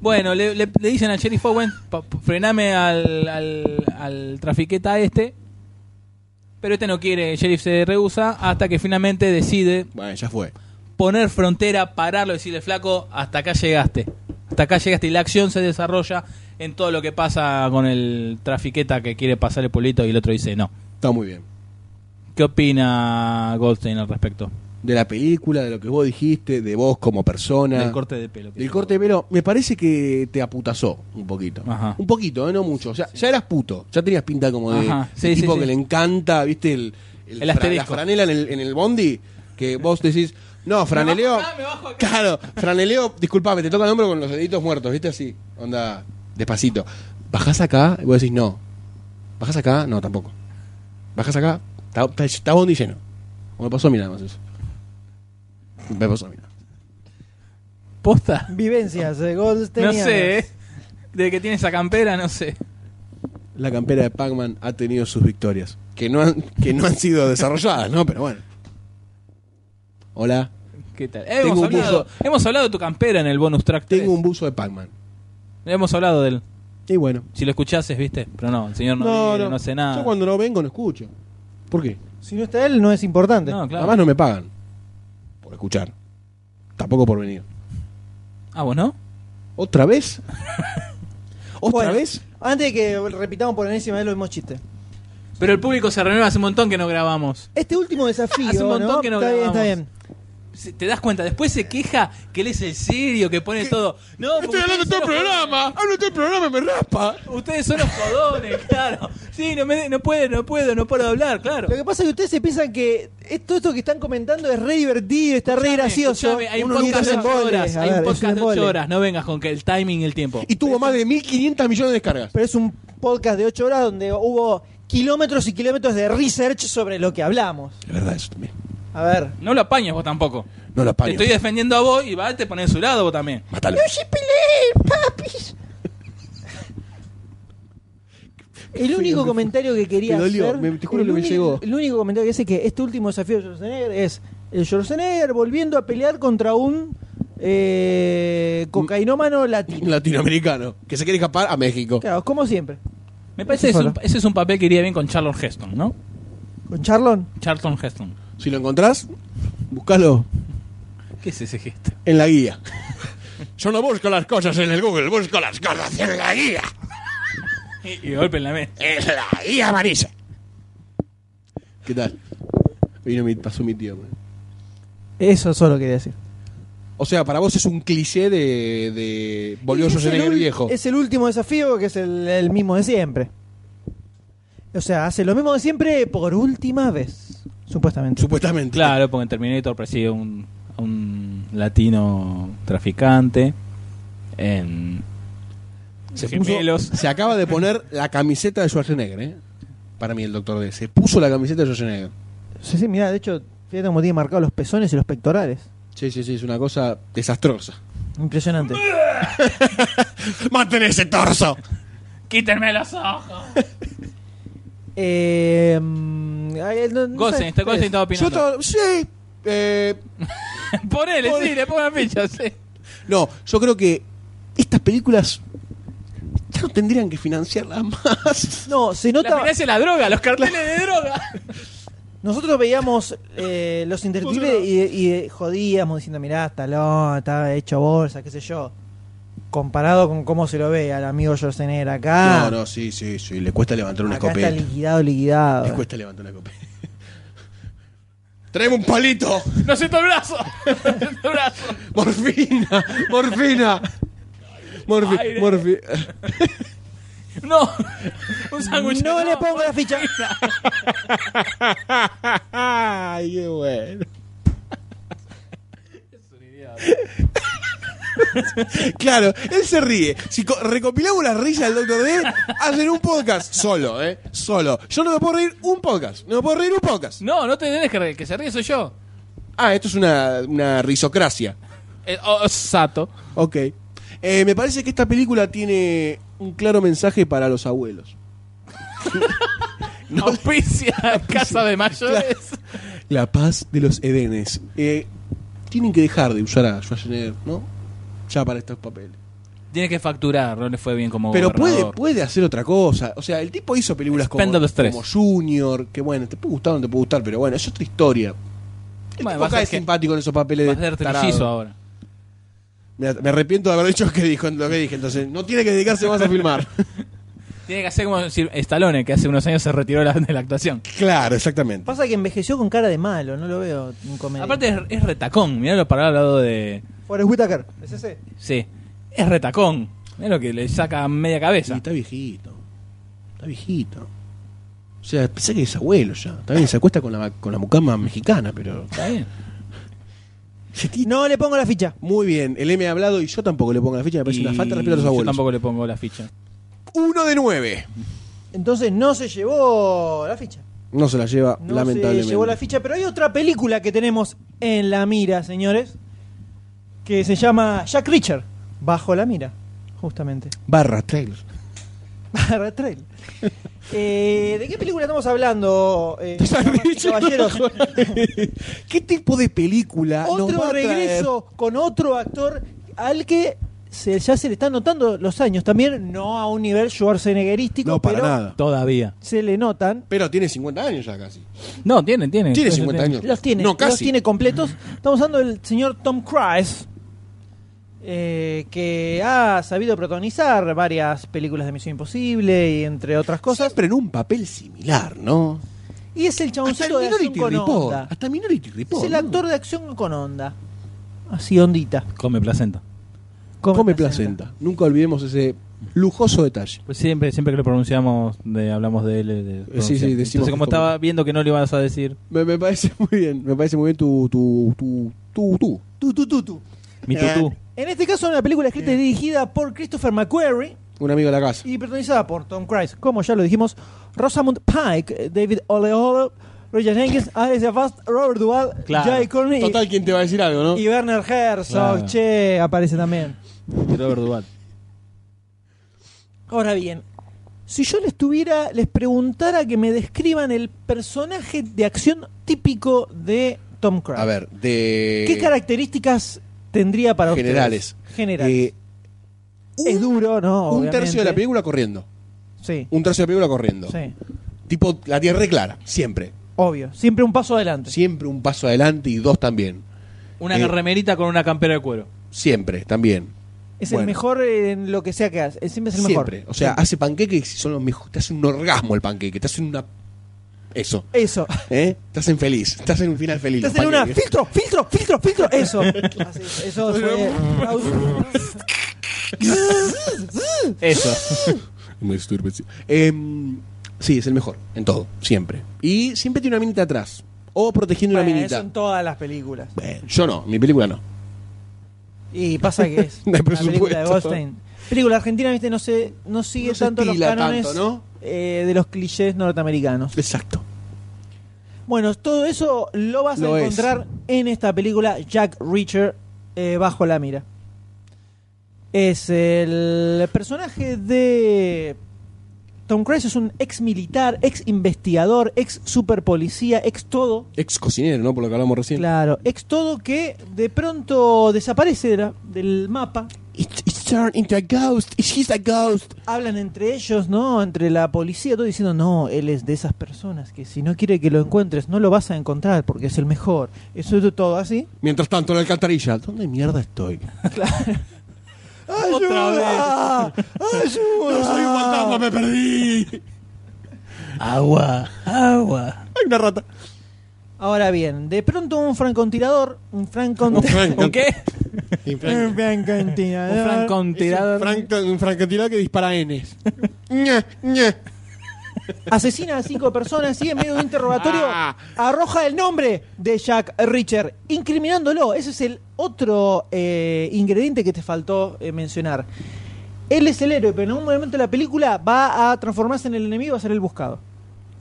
C: Bueno, le, le- le dicen al sheriff Owen, "Pa- pa- frename al, al, al trafiqueta este. Pero este no quiere, el sheriff se rehúsa hasta que finalmente decide
D: Bueno, ya fue.
C: poner frontera, pararlo, decirle, flaco, hasta acá llegaste. Hasta acá llegaste y la acción se desarrolla en todo lo que pasa con el trafiqueta que quiere pasar el pueblito y el otro dice no.
D: Está muy bien.
C: ¿Qué opina Goldstein al respecto?
D: De la película, de lo que vos dijiste, de vos como persona.
C: Del corte de pelo. que
D: Del
C: dijo.
D: corte de pelo, me parece que te aputazó un poquito.
C: Ajá.
D: Un poquito, ¿eh? no mucho. O sea, ya eras puto, ya tenías pinta como de,
C: Ajá.
D: de
C: Sí, sí,
D: tipo
C: sí.
D: que le encanta, ¿viste? El,
C: El
D: fra-
C: asterisco.
D: la franela en el, en el bondi, que vos decís, no, franeleo.
C: acá, me bajo acá.
D: Claro, franeleo, disculpame, te toca el hombro con los deditos muertos, ¿viste? Así, onda, despacito. Bajás acá, y vos decís, no. Bajás acá, no, tampoco. Bajás acá, está, está- está bondi lleno. O me pasó a mí nada más eso. Me pasó a mí nada más.
C: ¿Posta?
B: Vivencias de Goldstein.
C: No sé, ¿eh? De que tiene esa campera, no sé.
D: la campera de Pac-Man ha tenido sus victorias. Que no han, que no han sido desarrolladas, ¿no? Pero bueno. Hola.
C: ¿Qué tal?
D: Tengo
C: Hemos
D: un
C: hablado,
D: buzo.
C: hemos hablado de tu campera en el bonus track 3.
D: Tengo un buzo de Pac-Man.
C: Hemos hablado de él.
D: Y bueno.
C: Si lo escuchases, viste. Pero no, el señor no, vive, no, hace nada.
D: Yo cuando no vengo no escucho. ¿Por qué?
B: Si no está él, no es importante.
C: No, claro.
D: Además no me pagan. Por escuchar. Tampoco por venir.
C: Ah, ¿vos no?
D: ¿Otra vez? ¿Otra
B: Bueno,
D: vez?
B: Antes de que repitamos por enésima vez lo mismo chiste.
C: Pero el público se renueva hace un montón que no grabamos.
B: Este último desafío.
C: Hace un montón
B: ¿no?
C: que no
B: Está bien,
C: grabamos.
B: está bien.
C: Se- Te das cuenta, después se queja que él es el serio, que pone todo. No, porque
A: Estoy hablando
C: ustedes
A: todo el
C: son los
A: programa. Hablo todo el programa, y me raspa.
C: jodones. Ustedes son los jodones, claro. Sí, no, me, no puedo, no puedo, no puedo hablar, claro.
B: Lo que pasa es que ustedes se piensan que es- todo esto que están comentando es re divertido, está re gracioso.
C: Escuchame, hay un
B: Uno nunca
C: podcast
B: se
C: de ocho
B: embole.
C: horas.
B: A
C: Hay un
B: ver, es
C: podcast de
B: embole.
C: ocho horas. No vengas con que el timing y el tiempo.
D: Y tuvo más de 1500 millones de descargas.
B: Pero es un podcast de 8 horas donde hubo kilómetros y kilómetros de research sobre lo que hablamos.
D: La verdad, eso también.
B: A ver.
C: No lo apañes vos tampoco.
D: No lo
C: Te
D: pagan.
C: estoy defendiendo a vos y va, te pones de su lado vos también.
D: Matalo.
B: papis. El único comentario que quería
D: Me dolió,
B: hacer,
D: me- te juro
B: el
D: que me
B: único-
D: llegó.
B: El único comentario que hace que este último desafío de Schwarzenegger es el Schwarzenegger volviendo a pelear contra un
D: Mm.
B: eh, cocainómano latino.
D: Latinoamericano. Que se quiere escapar a México.
B: Claro, como siempre.
C: Me parece que es un- ese es un papel que iría bien con Charlton Heston, ¿no?
B: Con Charlon.
C: Charlton Heston.
D: Si lo encontrás, buscalo
C: ¿Qué es ese gesto?
D: en la guía.
A: Yo no busco las cosas en el Google, busco las cosas en la guía.
C: Y, y golpe en la mesa.
A: En la guía amarilla.
D: ¿Qué tal? Vino mi, pasó mi tío. man.
B: Eso solo quería decir.
D: O sea, para vos es un cliché de, de volvió
B: Es
D: Schwarzenegger
B: el ul-
D: viejo.
B: Es el último desafío que es el, el mismo de siempre. O sea, hace lo mismo de siempre por última vez, supuestamente.
D: Supuestamente.
C: Claro, porque en Terminator persigue un, a un latino traficante. En.
D: Se, puso-
C: gemelos.
D: se acaba de poner la camiseta de Schwarzenegger, ¿eh? Para mí el doctor D. Se puso la camiseta de Schwarzenegger.
B: Sí, sí, mirá, de hecho, fíjate cómo tiene marcados los pezones y los pectorales.
D: Sí, sí, sí, es una cosa desastrosa.
B: Impresionante.
A: Maten ese torso.
C: ¡Quítenme los ojos!
B: Eh, mm, ay, no- no
C: Gosen,
B: sé,
C: está Gosen
B: tres.
C: estaba opinando.
D: Yo to- sí. eh,
C: Ponele,
D: Pon-
C: sí, le pongo la ficha, sí.
D: no, yo creo que estas películas ya no tendrían que financiarlas más.
B: No, se
C: La
B: nota.
C: financia la droga, los carteles de droga.
B: Nosotros veíamos eh, los indetectibles y, y jodíamos diciendo, mirá, talón, está hecho bolsa, qué sé yo. Comparado con cómo se lo ve al amigo Schwarzenegger acá.
D: No, no, sí, sí, sí. Le cuesta levantar una
B: Ah. acá está
D: escopeta.
B: liquidado, liquidado.
D: Le cuesta levantar una escopeta.
A: Traeme un palito.
C: ¡No siento el brazo! ¡No siento el brazo!
D: Morfina, morfina. Morfi,
C: Aire.
D: morfi.
C: ¡No! Un sándwich.
B: No le pongo la ficha.
D: Ay, qué bueno.
A: Claro, él se ríe.
D: Si co- recopilamos la risa del Doctor D, hacen un podcast solo, ¿eh? Solo. Yo no me puedo reír un podcast. No me puedo reír un podcast.
C: No, no te tenés que reír, que se ríe soy yo.
D: Ah, esto es una, una risocracia.
C: Eh, oh, Sato.
D: Ok. Eh, me parece que esta película tiene un claro mensaje para los abuelos. No.
C: Auspicia Casa de Mayores.
D: La paz de los Edenes. Eh, tienen que dejar de usar a Schwarzenegger, ¿no? Ya para estos papeles.
C: Tiene que facturar, no le fue bien como
D: Pero puede,
C: gobernador.
D: puede hacer otra cosa. O sea, el tipo hizo películas como,
C: Expendables 3.
D: como Junior, que bueno, te puede gustar o no te puede gustar, pero bueno, es otra historia. El
C: Bueno,
D: tipo
C: va a
D: acá
C: ser
D: es
C: que-
D: simpático en esos papeles
C: Va
D: de
C: a ser
D: tarado.
C: trillizo ahora.
D: Me, me arrepiento de haber dicho que dijo, lo que dije, entonces no tiene que dedicarse más a filmar.
C: Tiene que hacer como Sir- Stallone, que hace unos años se retiró la- de la actuación.
D: claro, exactamente.
B: Pasa que envejeció con cara de malo, no lo veo en comedia.
C: Aparte es, es retacón, mirá lo parado al lado de...
B: Forrest Whitaker, ¿es ese?
C: Sí, es retacón. Es lo que le saca media cabeza.
D: Y está viejito. Está viejito. O sea, pensé que es abuelo ya. También se acuesta con la, con la mucama mexicana, pero.
C: Está bien.
B: No le pongo la ficha.
D: Muy bien, el M ha hablado y yo tampoco le pongo la ficha, me parece una
C: Y
D: falta de respeto a los
C: Yo
D: abuelos.
C: tampoco le pongo la ficha.
D: Uno de nueve.
B: Entonces no se llevó la ficha.
D: No se la lleva,
B: No
D: lamentablemente.
B: se llevó la ficha, pero hay otra película que tenemos en la mira, señores, que se llama Jack Reacher, Bajo la mira, justamente.
D: Barra trailer.
B: Barra trail. Eh, ¿De qué película estamos hablando, eh, damas y caballeros?
D: ¿Qué tipo de película? nos va
B: Otro
D: a traer?
B: regreso con otro actor al que se- ya se le están notando los años también, no a un nivel schwarzeneggerístico,
D: No, para
B: pero
D: nada.
C: Todavía.
B: se le notan.
D: Pero tiene 50 años ya casi.
C: No, tiene, tiene.
D: Tiene 50 años.
B: Los tiene,
D: No, casi.
B: los tiene completos. Estamos hablando del señor Tom Cruise, eh, que ha sabido protagonizar varias películas de Misión Imposible y entre otras cosas.
D: Siempre en un papel similar, ¿no?
B: Y es el
D: Hasta el
B: chaboncito de acción
D: Minority
B: con
D: Report.
B: onda.
D: Hasta Minority
B: Es
D: Report.
B: el
D: ¿no?
B: actor de acción con onda. Así ondita.
C: Come placenta.
D: Come, placenta. Nunca olvidemos ese lujoso detalle.
C: Pues siempre, siempre que lo pronunciamos, de- hablamos de él. de- de pronunciar.
D: Eh, sí, decimos
C: Entonces,
D: que
C: como
D: come.
C: estaba viendo que no le ibas a decir,
D: Me, me parece muy bien. Me parece muy bien tu. tu. tu. tu. tu.
B: Tu, tu, tu, tu.
D: Eh.
C: mi tutú.
B: En este caso, una película escrita y dirigida por Christopher McQuarrie
D: Un amigo de la casa.
B: y protagonizada por Tom Cruise, como ya lo dijimos, Rosamund Pike, eh, David Oleolo, Richard Jenkins, Alex Fast, Robert Duvall,
C: Claro.
B: Jay Courtney y-
D: Total, ¿quién te va a decir algo, no?
B: y, Werner Herzog.
C: Claro.
B: Che, aparece también.
C: Robert Duvall.
B: Ahora bien, si yo les tuviera, les preguntara que me describan el personaje de acción típico de Tom Cruise.
D: A ver, de.
B: ¿Qué características tendría para
D: Generales.
B: ustedes? Generales.
D: Eh, un,
B: es duro, ¿no?
D: un tercio de la
B: Obviamente.
D: película corriendo.
B: Sí,
D: Un tercio de la película corriendo.
B: sí,
D: Tipo, la tierra es clara. Siempre.
B: obvio. Siempre un paso adelante.
D: Siempre un paso adelante y dos también.
C: Una
D: Eh,
C: remerita con una campera de cuero.
D: Siempre, también.
B: es
D: bueno.
B: el mejor en lo que sea que hace. Siempre es el mejor.
D: Siempre. O sea, hace panqueques y son los mejores. Te hace un orgasmo el panqueque. Te hace una. Eso.
B: Eso.
D: ¿Eh? Te hacen feliz. Te hacen un final feliz.
B: Te
D: los
B: hacen una
D: panqueques.
B: filtro, filtro, filtro, filtro. Eso. Así, eso fue.
C: Eso.
D: Me disturbe, sí. Em, sí, es el mejor. En todo. Siempre. Y siempre tiene una minita atrás. O protegiendo
B: Bueno,
D: una
B: eso
D: minita.
B: en todas las películas.
D: Bueno, yo no. Mi película no.
B: Y pasa que es
D: No hay
B: una película de
D: presupuesto.
B: Goldstein. Película argentina, viste, no se, no sigue
D: No se
B: tanto los
D: estila
B: cánones
D: tanto, ¿no?
B: eh, de los clichés norteamericanos.
D: Exacto.
B: Bueno, todo eso lo vas
D: Lo
B: a
D: es.
B: encontrar en esta película Jack Reacher eh, bajo la mira. Es el personaje de Tom Cruise es un ex militar, ex investigador, ex super policía, ex todo,
D: Ex cocinero, ¿no? Por lo que hablamos recién.
B: claro, ex todo que de pronto desaparece de la- del mapa.
D: It's, it's turned into a ghost. It's- He's a ghost.
B: Hablan entre ellos, ¿no? Entre la policía, todo diciendo, no, él es de esas personas que si no quiere que lo encuentres, no lo vas a encontrar porque es el mejor. Eso es todo así.
D: Mientras tanto, en la alcantarilla. ¿Dónde mierda estoy?
B: ¡Ayuda! ¡Ayuda!
A: No soy un fantasma, me perdí.
C: agua, agua.
D: Hay una rata.
B: Ahora bien, de pronto un francotirador, un
D: Un
B: francotirador,
D: franco-
C: ¿Con qué?
D: Un franco-
B: un francotirador,
D: Eh,
C: Un
B: un
C: francotirador.
D: franco- un francotirador que dispara Ns. Ña, Ña.
B: asesina a cinco personas y en medio de un interrogatorio
D: Ah.
B: arroja el nombre de Jack Richard, incriminándolo. Ese es el otro eh, ingrediente que te faltó eh, mencionar. Él es el héroe, pero en algún momento de la película va a transformarse en el enemigo, va a ser el buscado.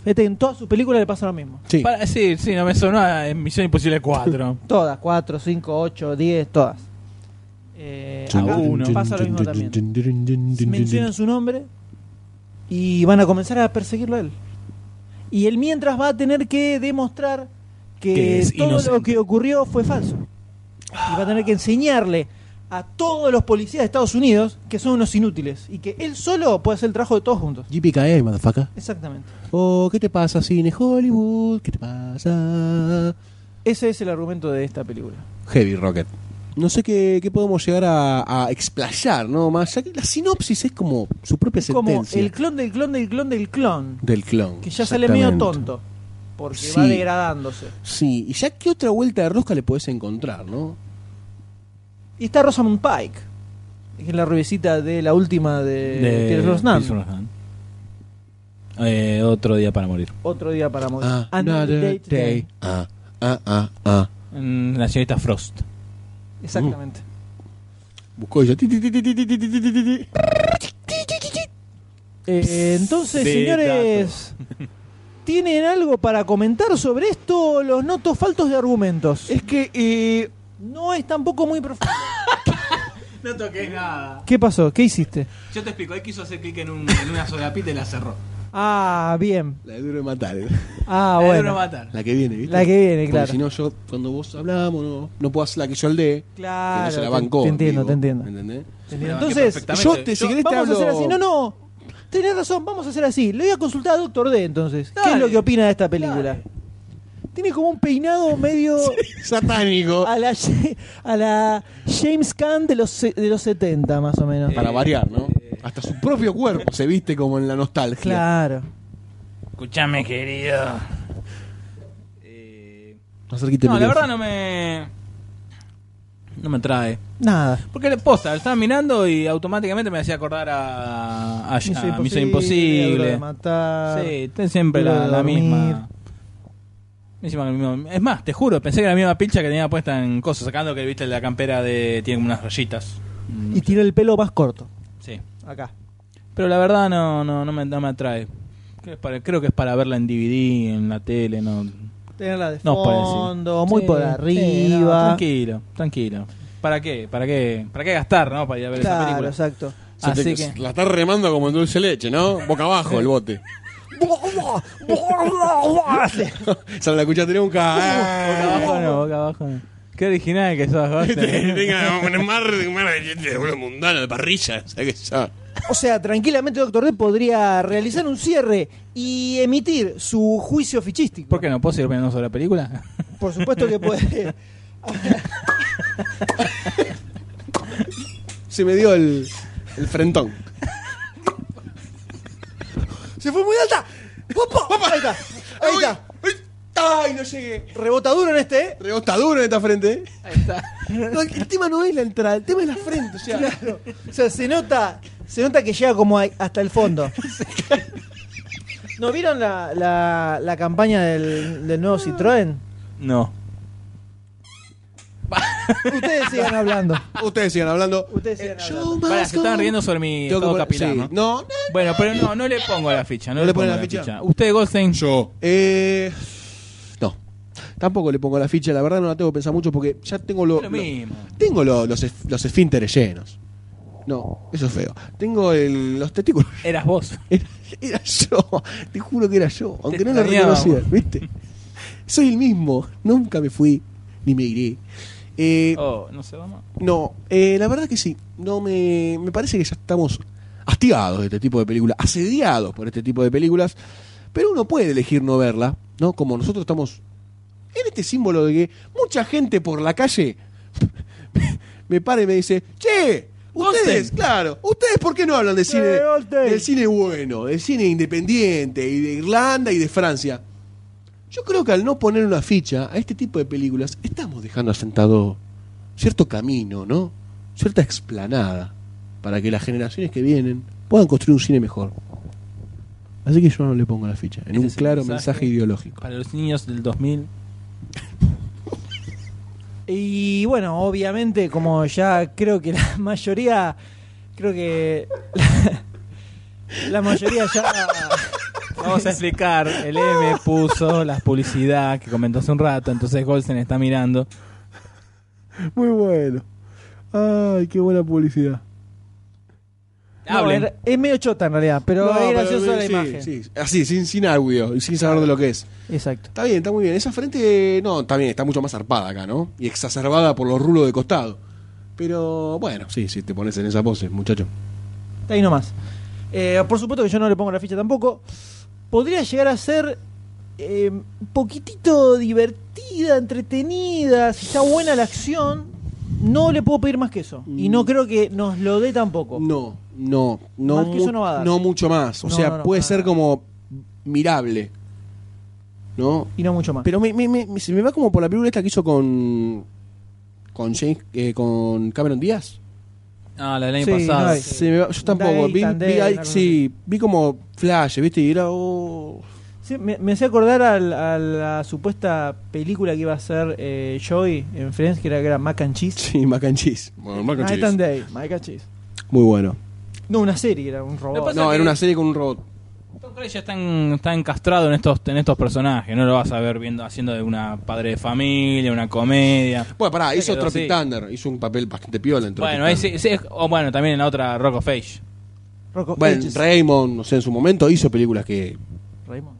B: Fíjate, en todas sus películas le pasa lo mismo.
D: Sí.
C: Para- sí, sí, no me sonó a en Misión Imposible 4.
B: Todas, 4, 5, 8, 10, todas. Eh,
C: Chun,
B: acá
C: uno.
B: pasa lo mismo también. mencionan su nombre y van a comenzar a perseguirlo a él. Y él mientras va a tener que demostrar que,
C: Que es
B: todo lo
C: inocente.
B: que ocurrió fue falso. Y va a tener que enseñarle a todos los policías de Estados Unidos que son unos inútiles y que él solo puede hacer el trabajo de todos juntos.
D: JPKA, motherfucker.
B: Exactamente.
D: Oh, ¿qué te pasa, cine Hollywood? ¿Qué te pasa?
B: Ese es el argumento de esta película.
D: Heavy Rocket. No sé qué, qué podemos llegar a, a explayar, ¿no? Más ya que la sinopsis es como su propia
B: Es como
D: sentencia
B: el clon del clon del clon del clon,
D: del clon.
B: que ya sale medio
D: Exactamente.
B: tonto porque va
D: Sí.
B: degradándose.
D: Sí, y ya qué otra vuelta de rosca le podés encontrar, ¿no?
B: Y está Rosamund Pike, que es la rubiecita de la última
C: Eh,
B: de, Pierce Brosnan.
C: Pierce Brosnan. Eh, otro día para morir.
B: Otro día para morir.
D: Ah, Another
B: Another
D: day. Ah, ah, ah, ah.
C: Mm, La señorita Frost.
B: Exactamente.
D: Buscó ella. Ti, ti, ti, ti, ti, ti, ti, ti, ti, ti.
B: Eh, entonces,
C: Sí,
B: señores, ¿tienen algo para comentar sobre esto? Los notos faltos de argumentos.
D: Es que eh,
B: No es tampoco muy profundo.
C: No toques nada.
B: ¿Qué pasó? ¿Qué hiciste?
C: Yo te explico, él quiso hacer clic en, un, en una solapita y la cerró.
B: Ah, bien.
D: la de duro de matar, eh.
B: Ah,
C: La
B: bueno.
C: logró matar.
D: la que viene, ¿viste?
B: La que viene,
D: Porque
B: claro.
D: Si no, yo cuando vos hablamos, no, no puedo hacer la que yo le
B: Claro,
D: que no se la
B: te-
D: bancó.
B: te entiendo,
D: digo,
B: te entiendo.
D: ¿me entendés?
B: Te entiendo. Entonces,
C: Perfectamente.
D: Yo, te, si
C: Yo-
D: querés, te
B: vamos
D: hablo.
B: a hacer así. No, no. Tenés razón, vamos a hacer así. Le voy a consultar a Doctor D entonces. ¿Qué
C: Dale.
B: es lo que opina de esta película?
C: Dale.
B: Tiene como un peinado medio
D: Satánico.
B: a la, Ye- a la James Caan de los, se- de los 70 más o menos.
D: Para
C: Eh,
D: variar, ¿no?
C: eh.
D: Hasta su propio cuerpo se viste como en la nostalgia.
B: Claro.
C: Escuchame, querido. Eh,
D: Más cerquita
C: no,
D: del
C: la verdad no
D: micrófono.
C: me. No me trae.
B: Nada.
C: Porque la posta, la estaba mirando y automáticamente me hacía acordar a, a, a
B: Misión
C: Misión
B: Duro de
C: Imposible.
B: matar.
C: Sí, ten siempre
B: Duro
C: la,
B: de
C: la
B: dormir.
C: misma. Encima con el mismo- Es más, te juro, pensé que era la misma pincha que tenía puesta en cosas, sacando que viste la campera de. tiene como unas rayitas. Mm,
B: Y tiene el pelo más corto.
C: Sí.
B: Acá.
C: Pero la verdad no, no, no, me, no me atrae. Creo que, es para, creo que es para verla en DVD, en la tele, no.
B: Tenerla de
C: No, parece.
B: fondo, muy
C: Sí,
B: por
C: sí, no,
B: arriba.
C: tranquilo, tranquilo. ¿Para qué? ¿Para qué? ¿Para qué gastar, no? Para ir a ver esa
B: claro,
C: película.
B: exacto.
D: Se te-
C: Así que.
D: La está remando como en dulce leche, ¿no? Boca abajo el bote. Se no la escuchaste nunca. Ah.
C: Boca abajo no, boca abajo no. Qué original que sos,
A: Eh,
C: Goster.
D: Tenga un mar de una mundana de parrilla. ¿sabes qué son?
B: O sea, tranquilamente Doctor D podría realizar un cierre y emitir su juicio fichístico.
C: ¿Por qué no? ¿Puedo seguir opinando sobre la película?
B: Por supuesto que puede.
D: Se me dio el, el frentón.
B: ¡Se fue muy alta! ¡Popo! Ahí está. Ahí está.
D: Uy, uy. ¡Ay, no llegué!
B: Rebotaduro en este, ¿eh?
D: Rebota duro en esta frente. ¿eh?
C: Ahí está.
D: No, el tema no es la entrada, el tema es la frente. O sea,
B: Claro. O sea, se nota, se nota que llega como ahí, hasta el fondo. ¿No vieron la, la, la campaña del, del nuevo Citroën?
C: No.
B: Ustedes sigan hablando.
D: ustedes sigan hablando.
B: Ustedes sigan
D: Eh,
B: hablando.
D: yo más
C: Pará, se
D: como-
C: estaban riendo sobre mi
D: Tengo que
C: estado
D: poner-
C: capilar,
D: sí.
C: ¿no?
D: No, no,
C: Bueno, pero no, no le pongo la ficha. No,
D: ¿No
C: le pongo
D: le
C: la,
D: pones
C: ficha.
D: la ficha?
C: Usted, Goldstein.
A: Yo.
D: Eh, no. Tampoco le pongo la ficha, la verdad no la tengo que pensar mucho porque ya tengo lo-
C: Lo
D: lo-
C: mismo.
D: tengo lo- los, esf- los esfínteres llenos. No, eso es feo. Tengo el- los testículos.
C: Eras vos.
D: Era, era yo, te juro que era yo, aunque no lo
C: extrañaba,
D: reconocía,
C: vos.
D: ¿viste? Soy el mismo, nunca me fui, ni me iré. Eh,
C: Oh, no sé, vamos.
D: No, eh, la verdad que sí. No me, me parece que ya estamos hastiados de este tipo de películas, asediados por este tipo de películas, pero uno puede elegir no verla, ¿no? Como nosotros estamos en este símbolo de que mucha gente por la calle me para y me dice, che, ustedes,
C: Goldstein.
D: claro, ustedes por qué no hablan de cine,
B: Goldstein.
D: del cine bueno, del cine independiente y de Irlanda y de Francia? Yo creo que al no poner una ficha a este tipo de películas, estamos dejando asentado cierto camino, ¿no? Cierta explanada para que las generaciones que vienen puedan construir un cine mejor. Así que yo no le pongo la ficha. En
C: Ese
D: un
C: es el
D: claro
C: mensaje.
D: mensaje ideológico.
C: Para los niños del 2000.
B: Y bueno, obviamente, como ya creo que la mayoría. Creo que. La, la mayoría ya.
C: Vamos a explicar. El M puso las publicidad que comentó hace un rato. Entonces Golsen está mirando.
D: Muy bueno. Ay, qué buena publicidad.
B: No,
C: Hablen.
B: era- es medio chota en realidad, pero
D: No,
B: es graciosa
D: pero,
B: la
D: sí,
B: imagen.
D: sí. Así, sin, sin audio, y sin saber de lo que es.
B: Exacto.
D: Está bien, está muy bien. Esa frente, no, está bien, está mucho más zarpada acá, ¿no? Y exacerbada por los rulos de costado. Pero bueno, sí, sí, te pones en esa pose, muchacho.
B: Está ahí nomás. Eh, por supuesto que yo no le pongo la ficha tampoco. Podría llegar a ser eh, un poquitito divertida, entretenida, si está buena la acción. No le puedo pedir más que eso. Y
D: Mm.
B: no creo que nos lo dé tampoco.
D: No, no, no,
B: Más que
D: mu-
B: eso no va a dar.
D: no mucho más. O
B: No,
D: sea,
B: no, no,
D: puede
B: para
D: ser
B: nada.
D: como mirable. ¿No?
B: Y no mucho más.
D: Pero me, me- me- me- se me va como por la película esta que hizo con. con James, eh, con Cameron Díaz.
C: Ah, la del año
B: Sí,
C: pasado.
B: no hay.
D: Se me va- yo tampoco.
B: Day,
D: Vi,
B: Tan
D: vi
B: Day,
D: ahí-
B: algo
D: sí, vi como flash, ¿viste? Y era. oh.
B: Sí, me, me hacía acordar al- a la supuesta película que iba a hacer eh, Joey en Friends, que era, que era Mac and Cheese.
D: Sí, mac and cheese. Bueno, mac and
B: Night
D: cheese.
B: and Day, Mac and Cheese.
D: Muy bueno.
B: No, una serie, era un
C: Me
B: robot.
C: pasa-
D: No,
C: que-
D: era una serie con un robot.
C: Tom Cruise ya está, en- está encastrado en estos, en estos personajes. No lo vas a ver viendo, haciendo de una padre de familia, una comedia.
D: Bueno, pará,
C: Se
D: hizo
C: quedó
D: Tropic
C: así.
D: Thunder. Hizo un papel bastante piola en Tropic
C: Bueno, ahí sí-
D: Thunder.
C: sí es- o bueno, también en la otra Rock of Age.
B: Rocco
D: Bueno,
B: Edges.
D: Raymond, no sé, en su momento hizo películas que.
B: Raymond.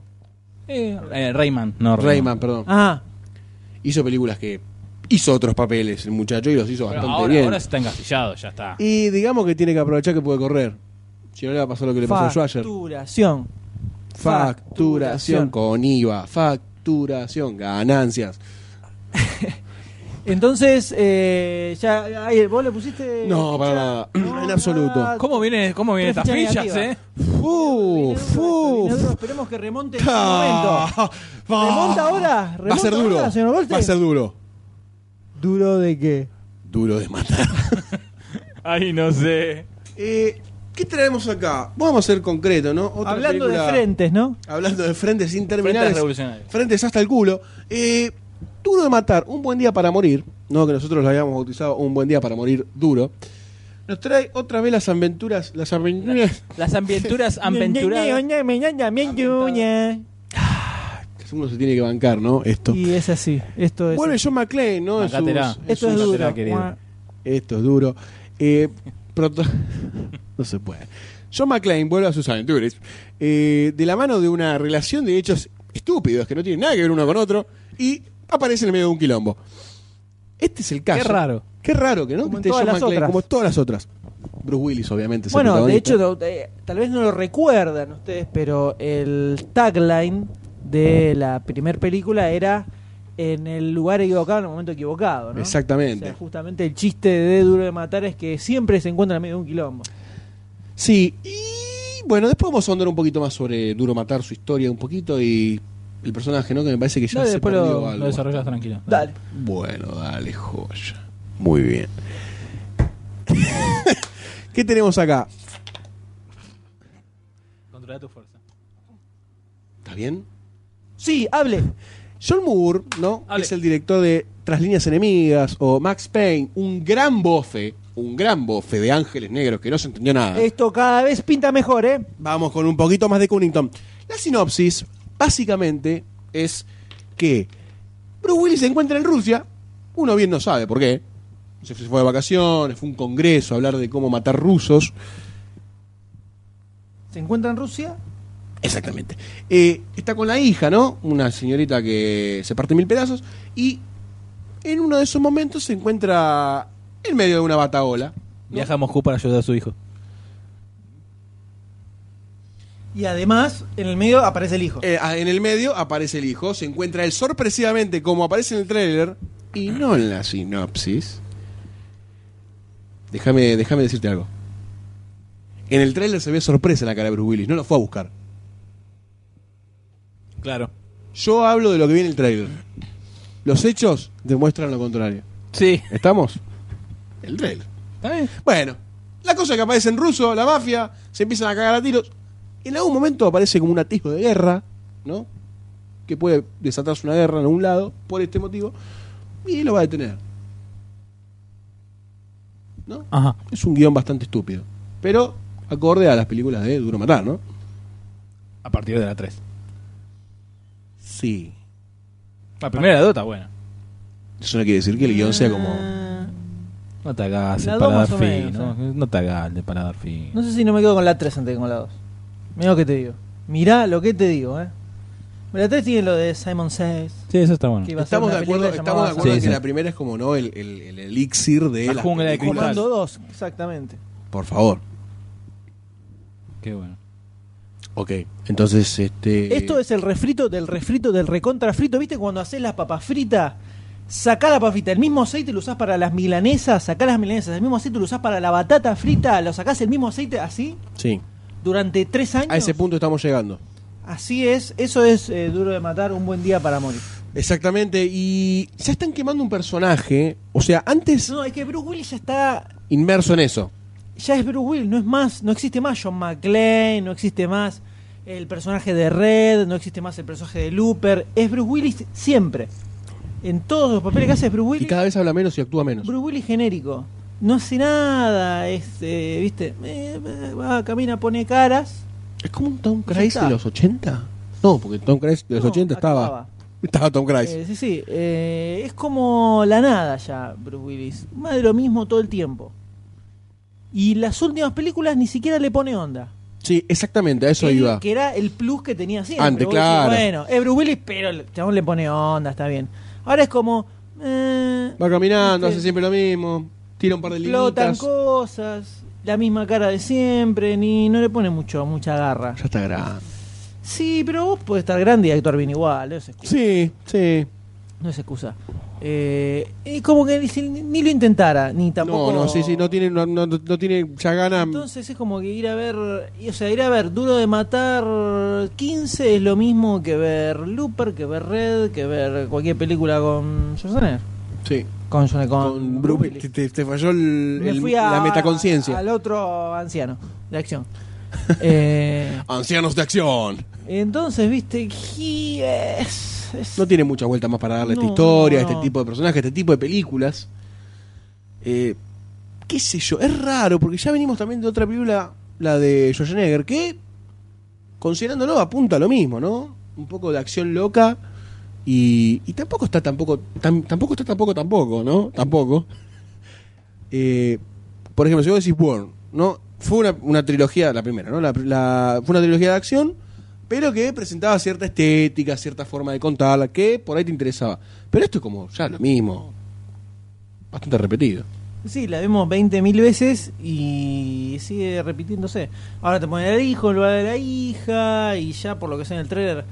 C: Eh, eh, Rayman, no
D: Rayman, perdón.
B: Ah,
D: Hizo películas que. Hizo otros papeles el muchacho y los hizo
C: Pero
D: bastante
C: ahora,
D: bien.
C: ahora está encastillado, ya está.
D: Y digamos que tiene que aprovechar que puede correr. Si no le va a pasar lo que le pasó a Schwager.
B: facturación.
D: Facturación con IVA, facturación, ganancias.
B: Entonces, eh, ya, ay, vos le pusiste.
D: No, para
B: Ya,
D: nada.
B: no,
D: En absoluto.
C: ¿Cómo vienen cómo vienen
B: Tres
C: estas
B: fichas
C: fichas, eh?
B: negativas.
D: Fu,
B: Vinagro,
D: fu.
B: vinagro, Esperemos que remonte en este
D: Ah,
B: momento.
D: ah.
B: ¿Remonta ahora? ¿Remonta
D: Va a ser duro.
B: ahora, señor Golte?
D: Va a ser duro.
B: ¿Duro de qué?
D: Duro de matar.
C: Ay, no sé.
D: Eh, ¿Qué traemos acá? Vamos a ser concretos, ¿no? Otra
B: Hablando
D: película-
B: de frentes, ¿no?
D: Hablando de frentes sin
C: Frentes
D: terminales.
C: revolucionarios.
D: Frentes hasta el culo. Eh, duro de matar, un buen día para morir. No, que nosotros lo habíamos bautizado un buen día para morir duro. Nos trae otra vez las aventuras. Las aventuras.
C: Las aventuras aventuradas.
B: Y
D: que Uno se tiene que bancar, ¿no? Esto.
B: es así. Esto es.
D: Vuelve John McClane, ¿no? En sus-
C: Bancátela.
D: en
B: esto es
D: sus-
C: Bancátela,
B: duro.
C: querido.
B: Mua.
D: Esto es duro. Eh, proto- no se puede. John McClane vuelve a sus aventuras eh, de la mano de una relación de hechos estúpidos que no tienen nada que ver uno con otro y aparece en el medio de un quilombo. Este es el caso.
C: Qué raro.
D: Qué raro que no
B: Como en
D: esté
B: todas
D: John
B: las
D: McClane,
B: otras.
D: como todas las otras. Bruce Willis, obviamente. es el
B: Bueno, de
D: protagonista.
B: hecho, no, eh, tal vez no lo recuerdan ustedes, pero el tagline de la primer película era en el lugar equivocado, en el momento equivocado, ¿no? O
D: Exactamente.
B: sea, justamente el chiste de Duro de Matar es que siempre se encuentra en medio de un quilombo.
D: Sí, y bueno, después vamos a ahondar un poquito más sobre Duro Matar, su historia un poquito y el personaje, ¿no? Que me parece que ya
B: Dale,
D: se
B: después lo-
D: perdió
B: lo
D: algo.
C: Lo desarrollas tranquilo.
B: Dale.
D: Bueno, dale, joya. Muy bien. ¿Qué tenemos acá?
C: Controla tu fuerza.
D: ¿Está bien?
B: Sí, hable.
D: John Moore, ¿no?
C: Ale.
D: Es el director de Tras líneas enemigas o Max Payne, un gran bofe, un gran bofe de Ángeles Negros que no se entendió nada.
B: Esto cada vez pinta mejor, ¿eh?
D: Vamos con un poquito más de Cunnington. La sinopsis, básicamente, es que Bruce Willis se encuentra en Rusia. Uno bien no sabe por qué. Se fue de vacaciones, fue a un congreso a hablar de cómo matar rusos.
B: Se encuentra en Rusia.
D: Exactamente. Eh, está con la hija, ¿no? Una señorita que se parte en mil pedazos. Y en uno de esos momentos se encuentra en medio de una bataola.
C: Viaja a Moscú para ayudar a su hijo.
B: Y además, en el medio aparece el hijo.
D: Eh, ah, en el medio aparece el hijo. Se encuentra él sorpresivamente, como aparece en el tráiler, y no en la sinopsis. Déjame, déjame decirte algo. En el tráiler se ve sorpresa en la cara de Bruce Willis. No lo fue a buscar.
C: Claro.
D: Yo hablo de lo que viene en el tráiler. Los hechos demuestran lo contrario.
C: Sí.
D: ¿Estamos? El trailer.
C: Está bien.
D: Bueno, la cosa es que aparece en ruso, la mafia, se empiezan a cagar a tiros. En algún momento aparece como un atisbo de guerra, ¿no? Que puede desatarse una guerra en algún lado por este motivo y lo va a detener. ¿No?
C: Ajá.
D: Es un guión bastante estúpido, pero acorde a las películas de Duro Matar, ¿no?
C: A partir de la 3.
D: Sí.
C: La primera de Dota, bueno.
D: Eso no quiere decir que el guión sea como
B: Ah,
C: No te hagas
B: La
C: el
B: dos
C: para dar
B: más o
C: fin.
B: menos,
C: ¿no? No te hagas el de para dar fin.
B: No sé si no me quedo con la 3 antes que con la 2. Mirá lo que te digo. Mirá lo que te digo, eh. La 3 tiene lo de Simon Says.
C: Sí, eso está bueno.
B: que iba a ser
D: Estamos
B: una
D: de acuerdo,
B: película
D: estamos de
B: llamada-
D: acuerdo en
C: Sí,
D: que
C: sí.
D: la primera es como no el, el- el elixir de
C: La
D: las
C: jungla de
D: películas.
B: Comando 2, exactamente.
D: Por favor.
C: Qué bueno.
D: Ok. Entonces, este.
B: Esto es el refrito del refrito del recontrafrito. ¿Viste cuando haces las papas fritas? Sacá la papa frita, el mismo aceite lo usás para las milanesas, sacá las milanesas, el mismo aceite lo usás para la batata frita, lo sacás el mismo aceite así
D: Sí.
B: durante tres años.
D: A ese punto estamos llegando.
B: Así es, eso es eh, duro de matar, un buen día para morir.
D: Exactamente. Y ya están quemando un personaje. O sea, antes
B: No, es que Bruce Willis ya está,
D: inmerso en eso.
B: ya es Bruce Willis, no es más, no existe más John McClane, no existe más el personaje de Red, no existe más el personaje de Looper, es Bruce Willis siempre. En todos los papeles que hace es Bruce
D: Y
B: Willis.
D: cada vez habla menos y actúa menos.
B: Bruce Willis genérico. No hace nada, es, eh, viste, eh, eh, va, camina, pone caras.
D: Es como un Tom
B: Ya
D: Cruise
B: está.
D: de los 80. No, porque Tom Cruise de los
B: No,
D: 80 estaba.
B: actuaba.
D: Estaba Tom Cruise.
B: Eh, sí, sí, eh, es como la nada ya, Bruce Willis. Más de lo mismo todo el tiempo. Y las últimas películas ni siquiera le pone onda.
D: Sí, exactamente. A eso
B: Él-
D: iba.
B: Que era el plus que tenía siempre.
D: Antes,
B: Vos decís,
D: claro.
B: Bueno, es Bruce Willis, pero el chabón le pone onda, está bien. Ahora es como. eh,
D: Va caminando,
B: Este-
D: hace siempre lo mismo. Tira un par de
B: explotan
D: linitas.
B: cosas, la misma cara de siempre, ni no le pone mucho, mucha garra.
D: Ya está grande.
B: Sí, pero vos podés estar grande y actuar bien igual, no es excusa.
D: Sí, sí.
B: No es excusa. Eh, y como que ni, si- ni lo intentara, ni tampoco.
D: No, no, sí, sí, no tiene, no, no- no tiene ya gana.
B: Entonces es como que ir a ver, y, o sea, ir a ver Duro de Matar 15 es lo mismo que ver Looper, que ver Red, que ver cualquier película con Schwarzenegger.
D: sí.
B: Con, Schwarzenegger, con,
D: Con
B: Bruce
D: Bruce,
B: Willis.
D: te, te- te falló el-
B: Me
D: el-
B: fui a-
D: la metaconciencia.
B: Al otro anciano de acción. Eh,
D: Ancianos de acción.
B: entonces, viste, y es, es-
D: No tiene mucha vuelta más para darle
B: No,
D: esta historia,
B: no.
D: este tipo de personajes, este tipo de películas. Eh, ¿Qué sé yo? Es raro, porque ya venimos también de otra película, la de Schwarzenegger, que, considerándolo, apunta a lo mismo, ¿no? Un poco de acción loca. Y, y tampoco está tampoco, tam- tampoco está tampoco, tampoco, ¿no? Tampoco. Eh, por ejemplo, si vos decís Bourne, ¿no? Fue una, una trilogía, la primera, ¿no? La- la- fue una trilogía de acción, pero que presentaba cierta estética, cierta forma de contarla, que por ahí te interesaba. Pero esto es como ya lo mismo. Bastante repetido.
B: sí, la vemos 20.000 veces y sigue repitiéndose. Ahora te ponen al hijo, en lugar de la hija, y ya por lo que sea en el trailer,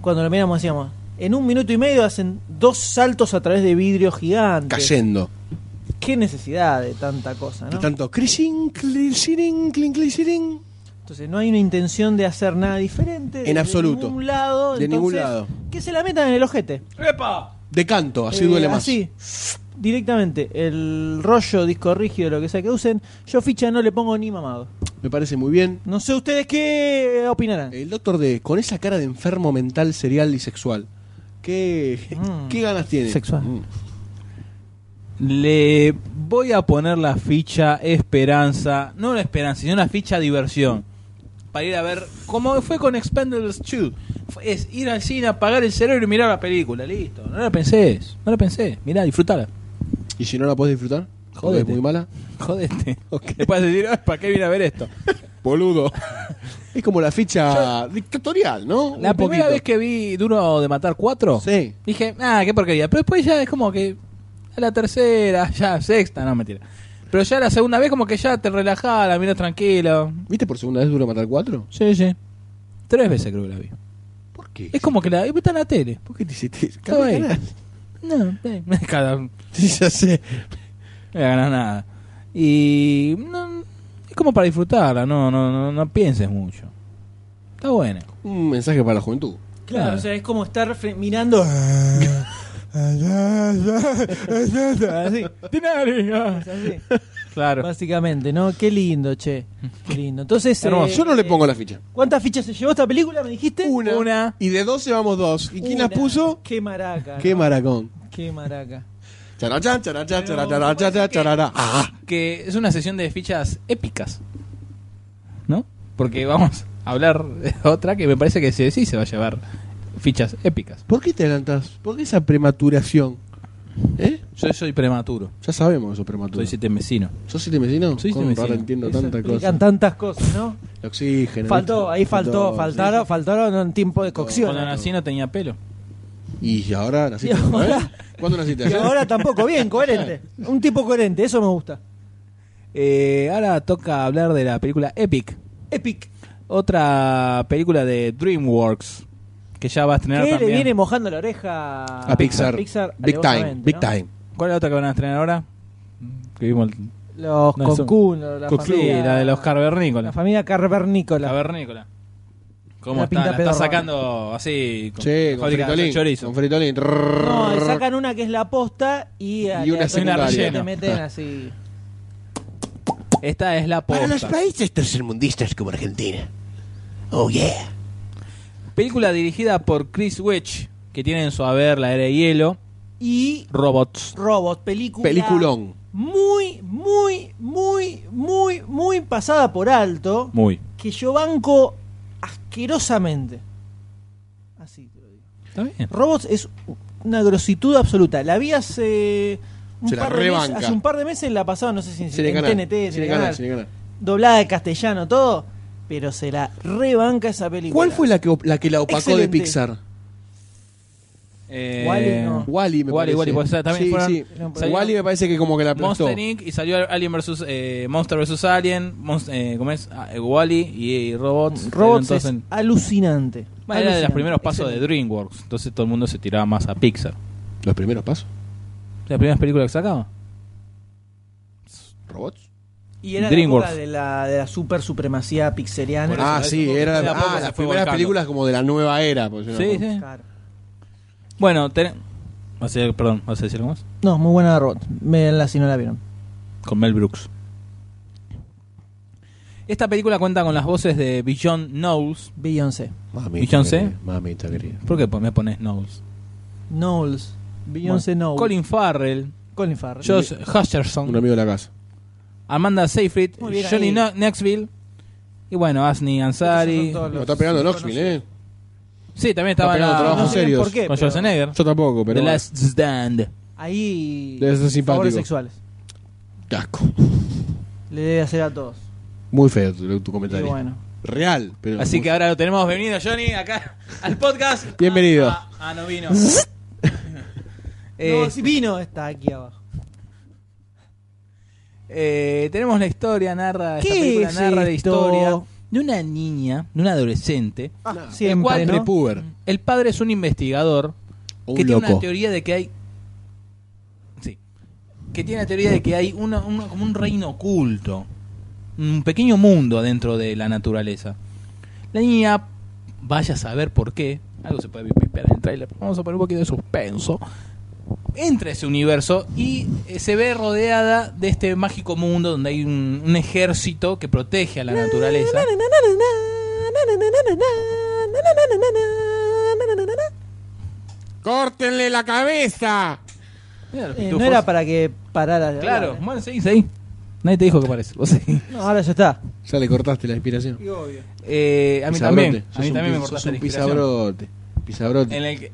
B: cuando lo miramos decíamos, en un minuto y medio hacen dos saltos a través de vidrios gigantes.
D: Cayendo.
B: Qué necesidad de tanta cosa, Ah,
D: Y
B: ¿no?
D: tanto crishing, clishing, clin, clishing.
B: Entonces no hay una intención de hacer nada diferente. de-
D: absoluto.
B: De ningún lado.
D: De ningún lado.
B: Que se la metan en el ojete.
C: ¡Epa!
D: De canto, así
B: Eh,
D: duele más.
B: Así, directamente. El rollo, disco rígido, lo que sea que usen. Yo ficha no le pongo ni mamado.
D: Me parece muy bien.
B: No sé ustedes qué opinarán.
D: El doctor D, con esa cara de enfermo mental, serial y sexual. ¿Qué,
B: Mm.
D: ¿qué ganas tiene?
B: Sexual.
D: Mm.
C: Le voy a poner la ficha esperanza, no la esperanza, sino la ficha diversión. Para ir a ver, como fue con Expendables 2, Fue- es ir al cine, apagar el cerebro y mirar la película, listo. No la pensés, no la pensés, mirá, disfrutala.
D: ¿Y si no la podés disfrutar? Joder,
C: Jódete.
D: es muy mala.
C: Jodete.
D: Ok.
C: Después decir, "Ay, ¿para qué vine a ver esto?
D: Boludo. Es como la ficha dictatorial,
C: La
D: ¿no? Un
C: primera
D: poquito.
C: vez que vi Duro de Matar 4,
D: Sí.
C: dije, ah, qué porquería. Pero después ya es como que a la tercera, ya sexta, no, mentira. Pero ya la segunda vez como que ya te relajás, la miras tranquilo.
D: ¿Viste por segunda vez Duro de Matar 4?
C: Sí, sí. Tres veces creo que la vi.
D: ¿Por qué?
C: Es como que la vi en la tele.
D: ¿Por qué te hiciste?
C: Estaba ahí.
D: Cada-
C: No, eh, cada, no
D: Sí, ya sé.
C: voy a ganar nada. Y no, es como para disfrutarla, no, no, no, no pienses mucho. Está buena.
D: Un mensaje para la juventud.
B: Claro,
C: Claro.
B: o sea, es como estar fre- mirando. Así,
C: Dinari, ah.
B: así.
C: Claro.
B: Básicamente, ¿no? Qué lindo, che. Qué lindo. Entonces, eh,
D: Hermoso. Yo no le pongo la ficha.
B: ¿cuántas fichas se llevó esta película? ¿Me dijiste?
D: Una.
C: Una.
D: Y de 12 vamos dos. ¿Y quién
B: Una.
D: las puso?
B: Qué maraca.
D: Qué maracón.
B: Qué maraca.
D: Charachá, charachá, charachá, charachá, charará. Ah.
C: Que es una sesión de fichas épicas. ¿No? Porque vamos a hablar de otra que me parece que sí, sí se va a llevar fichas épicas.
D: ¿Por qué te adelantás? ¿Por qué esa prematuración? ¿Eh?
C: Yo soy prematuro.
D: Ya sabemos eso prematuro.
C: Soy siete vecino.
D: ¿Sos siete este vecino?
C: Soy
D: Con-
C: siete
D: Ahora
C: vecino.
D: entiendo
B: Eso
D: tanta
B: explican
D: cosa.
B: tantas cosas, ¿no?
D: El oxígeno.
B: Faltó,
D: ¿viste?
B: ahí faltó, faltaron,
D: sí.
B: faltaron un tiempo de cocción.
C: Cuando nací no tenía pelo.
D: Y ahora naciste.
B: Y
D: otra
B: ahora-
D: vez? ¿Cuándo naciste?
B: Y
D: ¿Ayer?
B: ahora tampoco, bien, coherente. Un tipo coherente, eso me gusta.
C: Eh, ahora toca hablar de la película Epic.
B: Epic.
C: Otra película de DreamWorks. Que ya va a estrenar
B: Que le
C: también.
B: viene mojando la oreja
D: A Pixar. Big time,
B: alevosamente,
D: big
B: ¿no?
D: time.
C: ¿Cuál es la otra que van a estrenar ahora? Que vimos el-
B: Los
C: No, son-
B: Cocoon, la
C: Sí,
B: familia,
C: la de los
B: La
C: carvernícolas.
B: familia carvernícola.
C: Cavernícola. ¿Cómo
B: La
C: está?
B: pinta
C: La está
B: pedorra.
C: sacando así. Con,
D: Che, con
C: fábrica de
D: fritolín.
C: chorizo.
D: Con fritolín.
B: No, y sacan una que es la posta y, eh,
D: Y una secundaria.
B: te meten así.
C: Esta es la
E: Para los
C: posta.
E: países tercermundistas como Argentina. Oh yeah.
C: Película dirigida por Chris Wedge, que tiene en su haber la era de hielo,
B: Y
C: robots.
B: Robot, película.
D: Peliculón.
B: Muy, muy, muy, muy, muy pasada por alto.
C: Muy.
B: Que yo banco asquerosamente. Así te lo digo.
C: Está bien.
B: Robots es una grositud absoluta. La vi hace. Un
D: Se la
B: par de meses,
D: rebanca.
B: hace un par de meses la pasaba, no sé si en,
D: Cine
B: en
D: Canal.
B: TNT,
D: Cine
B: Cinecanal,
D: Canal, Cine Canal.
B: doblada de castellano, todo, pero se la rebanca esa película.
D: ¿Cuál fue la que, op- la que la opacó de
B: Excelente.
D: Pixar?
C: Eh,
B: Wally no.
D: Wally, me
C: Wally,
D: parece.
C: Wally, pues, también
D: sí,
C: fueron-
D: sí.
B: Eran por ahí.
D: Wally me parece que como que la aplastó.
C: Monster Inc. y salió Alien versus eh, Monster vs Alien, Monst- eh, ¿cómo es? Ah, eh, Wally y, y Robots.
B: Mm, Robots
C: Entonces,
B: es alucinante.
C: era de los
B: Alucinante.
C: primeros pasos
B: Excelente.
C: de DreamWorks. Entonces todo el mundo se tiraba más a Pixar.
D: Los primeros pasos.
C: ¿La primera película que sacaba?
D: ¿Robots?
B: Y era
C: DreamWorks.
B: la época de la, de la super supremacía pixeliana.
C: Por eso,
D: Ah,
C: eso
D: sí,
C: como-
D: era
C: de a poco se
D: ah, las
C: fue
D: primeras
C: volcando.
D: películas como de la nueva era. pues, yo no-
C: Sí, sí.
B: Ah. Claro.
C: Bueno, ten... vas a- perdón, ¿vas a decir algo más?
B: No, muy buena de Robot. Véanla si no la vieron.
C: Con Mel Brooks. Esta película cuenta con las voces de Beyond Knowles.
B: Beyoncé.
D: Mamita
C: Beyoncé.
D: querida, Mamita querida.
C: ¿Por qué po- me pones Knowles?
B: Knowles. Beyoncé
C: Bueno,
B: Knowles.
C: Colin Farrell,
B: Colin Farrell.
C: Josh
D: Un
C: Hutcherson,
D: amigo de la casa.
C: Amanda Seyfried,
B: Muy bien
C: Johnny
B: ahí.
C: No- Knoxville y bueno, Asni
B: Esos son
C: Ansari.
B: todos
D: Me
B: los-
D: está pegando
B: los
D: Knoxville, ¿eh?
C: Sí, también estaba
D: Está pegando
C: la-
D: trabajo
B: No
D: en
B: sé bien
D: serios.
B: por qué.
C: con
B: pero
C: Schwarzenegger.
D: Yo tampoco, pero.
C: The Last Stand.
B: Ahí.
D: Debe ser
B: favores
D: simpático.
B: sexuales.
D: Qué asco.
B: Le debe hacer a todos.
D: Muy feo tu, tu
B: Y
D: comentario.
B: bueno.
D: Real, pero.
C: Así
D: muy-
C: que ahora lo tenemos bienvenido, Johnny, acá al podcast.
D: Bienvenido.
C: Ah, ah, no vino.
B: No,
C: Eh,
B: si vino, está aquí abajo.
C: Eh, tenemos la historia, narra, esta
B: ¿Qué
C: película
B: es
C: narra la
B: esto?
C: historia de una niña, de una adolescente.
B: Siempre,
C: cual-
B: ¿no?
D: Prepuber.
C: El padre es un investigador
D: Un
C: Mm. que tiene una
D: loco.
C: teoría de que hay. Sí. Que tiene la teoría de que hay una, una- como un reino oculto. Un pequeño mundo dentro de la naturaleza. La niña, vaya a saber por qué. Algo se puede pipear en el trailer. Vamos a poner un poquito de suspenso. Entra a ese universo y eh, se ve rodeada de este mágico mundo donde hay un, un ejército que protege a la naturaleza.
D: ¡Córtenle la cabeza!
C: Mira los
B: Eh, no
C: pitufos.
B: era para que parara. de
C: Claro,
B: hablar, ¿eh?
C: bueno, seguís ahí. Nadie te dijo que parece. Vos seguí.
B: No, ahora ya está.
D: Ya le cortaste la inspiración.
C: Eh, a mí
D: Pisabrote.
C: también.
D: Sos
C: A mí
D: un
C: también me
D: pi- sos
C: cortaste
D: un
C: la inspiración.
D: Pisabrote. Pisabrote.
C: En el que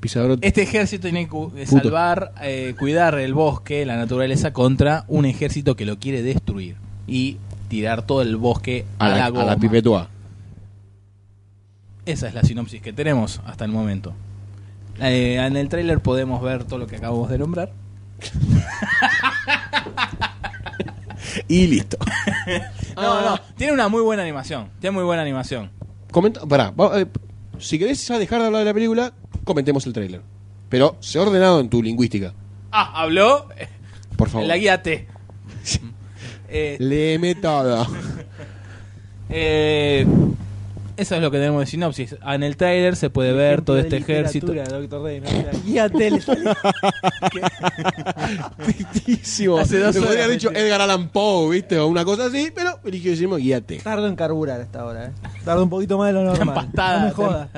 D: Pisabrote.
C: este ejército tiene que cu-
D: Puto.
C: salvar, eh, cuidar el bosque, la naturaleza, contra un ejército que lo quiere destruir y tirar todo el bosque a,
D: A la,
C: la,
D: a
C: goma.
D: la pipetua.
C: Esa es la sinopsis que tenemos hasta el momento. Eh, en el tráiler podemos ver todo lo que acabamos de nombrar.
D: Y listo.
C: No, no, tiene una muy buena animación. Tiene muy buena animación.
D: Comenta, pará, va- eh, si querés ya dejar de hablar de la película, comentemos el tráiler. Pero se ha ordenado en tu lingüística,
C: Ah, habló eh,
D: por favor.
C: la guía T. Eh,
D: Léeme todo.
C: Eh, Eso es lo que tenemos de sinopsis. En el trailer se puede ver todo este ejército.
B: Guía tele.
D: Tristísimo.
C: Hace dos
D: Me podría
C: horas,
D: haber dicho
C: sí.
D: Edgar Allan Poe, ¿viste? O una cosa así, pero eligió decirme guíate.
B: Tardo en carburar hasta ahora. Eh. Tardo un poquito más de lo normal.
C: Empastada,
B: no me jodas.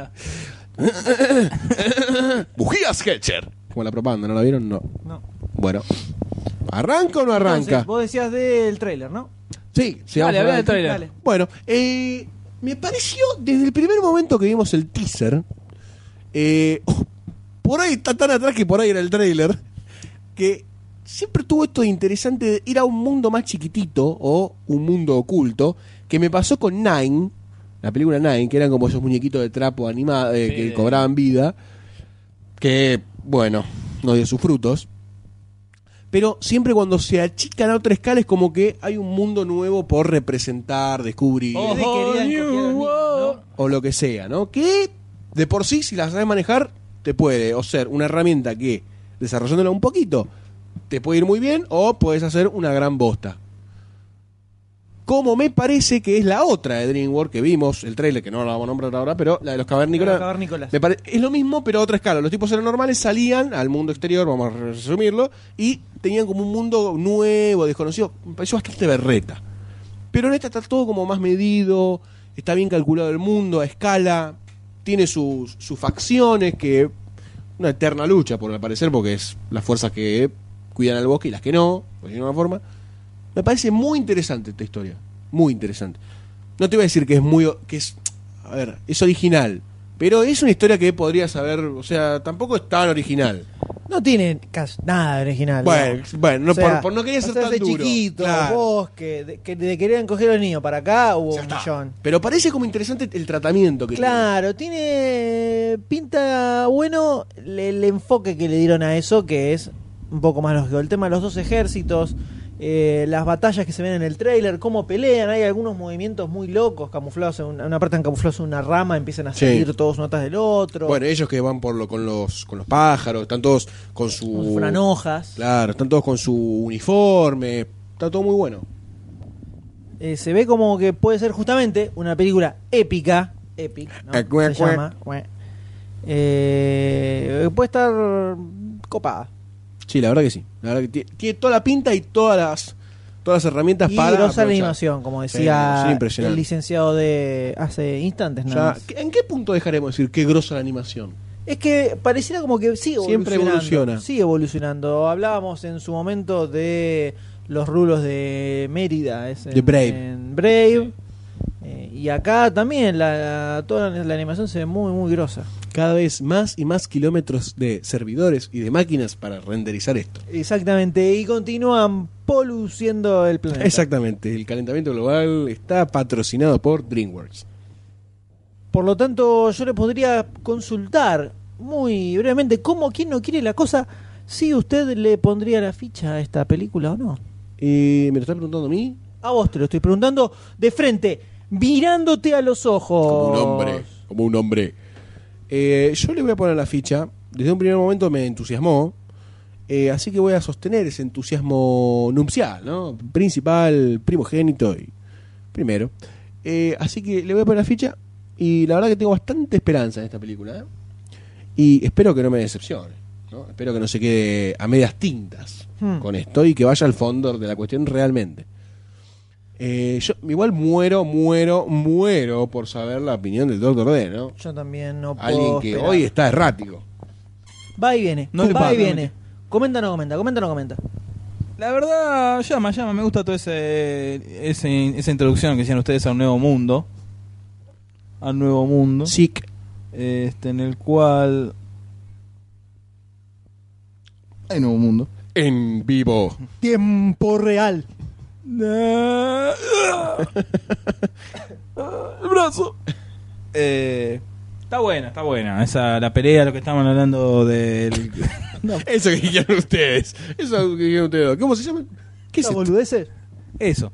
D: Bujías Sketcher. Como la propaganda, ¿no la vieron? No.
B: No.
D: Bueno. ¿Arranca o no arranca?
B: Entonces, vos decías del trailer, ¿no?
D: Sí,
C: Dale,
D: sí, vamos a
C: habla
D: hablar
C: del trailer.
B: Dale.
D: Bueno, eh, me pareció desde el primer momento que vimos el teaser, eh, oh, por ahí está tan atrás que por ahí era el trailer, que siempre tuvo esto de interesante de ir a un mundo más chiquitito o un mundo oculto, que me pasó con Nine, la película Nine, que eran como esos muñequitos de trapo animados
C: Sí,
D: que
C: de-
D: cobraban vida, que bueno, no dio sus frutos. Pero siempre cuando se achican a otra escala es como que hay un mundo nuevo por representar, descubrir
C: Oh,
B: Ustedes querían
C: you
B: copiar a los niños, ¿no?
D: o lo que sea, ¿no? Que de por sí, si la sabes manejar, te puede o ser una herramienta que, desarrollándola un poquito, te puede ir muy bien o puedes hacer una gran bosta. Como me parece que es la otra de DreamWorks que vimos, el trailer que no la vamos a nombrar ahora, pero la de los cavernícolas.
B: Los cavernícolas.
D: Me pare- es lo mismo, pero a otra escala. Los tipos eran normales, salían al mundo exterior, vamos a resumirlo, y tenían como un mundo nuevo, desconocido. Me pareció bastante berreta. Pero en esta está todo como más medido, está bien calculado el mundo, a escala, tiene sus, sus facciones, que una eterna lucha, por al parecer, porque es las fuerzas que cuidan al bosque y las que no, por decirlo de alguna forma. Me parece muy interesante esta historia, muy interesante. No te voy a decir que es muy, o- que es, a ver, es original, pero es una historia que podrías haber, o sea, tampoco es tan original.
B: No tiene casi nada original.
D: Bueno,
B: digamos.
D: bueno, no,
B: O sea,
D: por, por no querer ser tan
B: hacerse
D: duro.
B: chiquito,
D: Claro.
B: bosque, de, que de querían coger a los niños para acá hubo
D: Ya
B: un
D: está.
B: millón.
D: Pero parece como interesante el tratamiento que tiene.
B: Claro, tiene pinta bueno le- el, enfoque que le dieron a eso, que es un poco más lógico. El tema de los dos ejércitos, eh, las batallas que se ven en el trailer, cómo pelean, hay algunos movimientos muy locos, camuflados, en una, una parte en camuflados en una rama, empiezan a
D: Sí.
B: salir todos notas del otro,
D: Bueno, ellos que van por lo, con los con los pájaros, están todos con su
B: como si fueran hojas.
D: Claro, están todos con su uniforme, está todo muy bueno.
B: Eh, se ve como que puede ser justamente una película épica. Epic, ¿no?
D: Eh, cué,
B: Se
D: cué.
B: llama. Eh, puede estar copada.
D: Sí, la verdad que sí. La verdad que tiene, tiene toda la pinta y todas las todas las herramientas
B: Y
D: para
B: grosa la
D: aprovechar.
B: animación, como
D: Sí,
B: decía
D: sí, impresionante.
B: el licenciado de hace instantes.
D: Ya,
B: Nada más.
D: ¿En qué punto dejaremos de decir qué grosa la animación?
B: Es que pareciera como que sigue
D: Siempre
B: evolucionando,
D: evoluciona.
B: Sigue evolucionando. Hablábamos en su momento de los rulos de Mérida, es en,
D: De Brave.
B: en Brave. Eh, y acá también la, toda la animación se ve muy, muy grosa.
D: Cada vez más y más kilómetros de servidores y de máquinas para renderizar esto.
B: Exactamente, y continúan poluciendo el planeta.
D: Exactamente, el calentamiento global está patrocinado por DreamWorks.
B: Por lo tanto, yo le podría consultar muy brevemente cómo quien no quiere la cosa, si usted le pondría la ficha a esta película o no.
D: Eh, ¿Me lo está preguntando a mí?
B: A vos te lo estoy preguntando de frente, mirándote a los ojos.
D: Como un hombre. Como un hombre. Eh, yo le voy a poner la ficha. Desde un primer momento me entusiasmó. Eh, así que voy a sostener ese entusiasmo nupcial, ¿no? Principal, primogénito y primero. Eh, así que le voy a poner la ficha. Y la verdad que tengo bastante esperanza en esta película. ¿eh? Y espero que no me decepcione. ¿no? Espero que no se quede a medias tintas
B: Hmm.
D: con esto y que vaya al fondo de la cuestión realmente. Eh, yo igual muero, muero, muero por saber la opinión del Doctor D, ¿no?
B: Yo también no puedo.
D: Alguien que
B: esperar.
D: hoy está errático.
B: Va y viene,
C: No le
B: va
C: pasa,
B: y viene.
C: realmente.
B: Comenta o no comenta, comenta o no comenta.
C: La verdad, llama, llama. Me gusta toda ese, ese- esa introducción que hicieron ustedes a un nuevo mundo. A un nuevo mundo.
D: Sick.
C: Este, en el cual. Hay nuevo mundo.
D: En vivo.
B: Tiempo real.
C: El brazo. Eh, está buena, está buena. Esa, la pelea, lo que estaban hablando del.
D: Eso que dijeron ustedes. Eso que dijeron ustedes. ¿Cómo se llama? ¿Qué es
B: ¿Esta
D: esto?
B: boludeces?
C: Eso.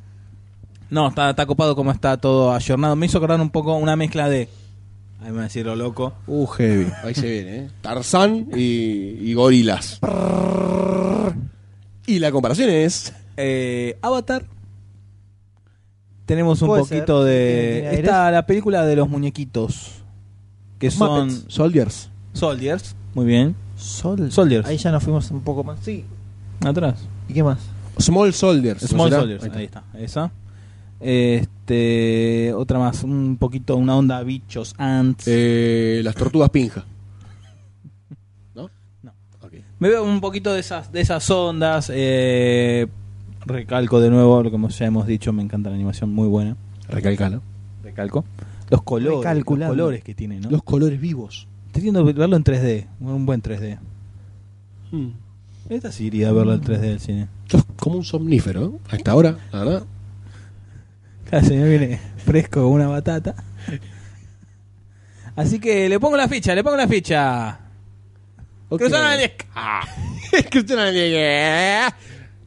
C: No, está, está copado como está todo ayornado. Me hizo acordar un poco una mezcla de. Ahí me voy a decir lo loco.
D: Uh, heavy. Ahí se viene, ¿eh? Tarzán y, y gorilas. Y la comparación es...
C: Eh, Avatar. tenemos un
B: Puede
C: poquito
B: ser.
C: de.
B: ¿Tiene aires?
C: Está la película de los muñequitos. Que son
B: Muppets.
C: Soldiers. Soldiers. Muy bien. Soldiers.
B: Ahí ya nos fuimos un poco más. Sí.
C: Atrás.
B: ¿Y qué más?
D: Small Soldiers. ¿no
C: Small
D: será?
C: Soldiers.
D: Ahí está.
C: Ahí está. Esa. Este, otra más, un poquito, una onda bichos, ants.
D: Eh, las tortugas pinja. ¿No?
C: No.
D: Ok.
C: Me veo un poquito de esas, de esas ondas. eh, recalco de nuevo lo que hemos- ya hemos dicho, me encanta la animación, muy buena.
D: Recalcalo.
C: Recalco. Los colores, los
B: Recalculando.
C: colores que tiene, ¿no?
D: Los colores vivos.
C: Estoy viendo verlo en 3D, un buen 3D.
D: Mm.
C: Esta sí iría a verla en 3D del cine.
D: Sos como un somnífero, ¿eh? Hasta ahora, la verdad.
C: Claro, señor viene fresco con una batata. Así que le pongo la ficha, le pongo la ficha. Cruzando la línea.
D: Ah.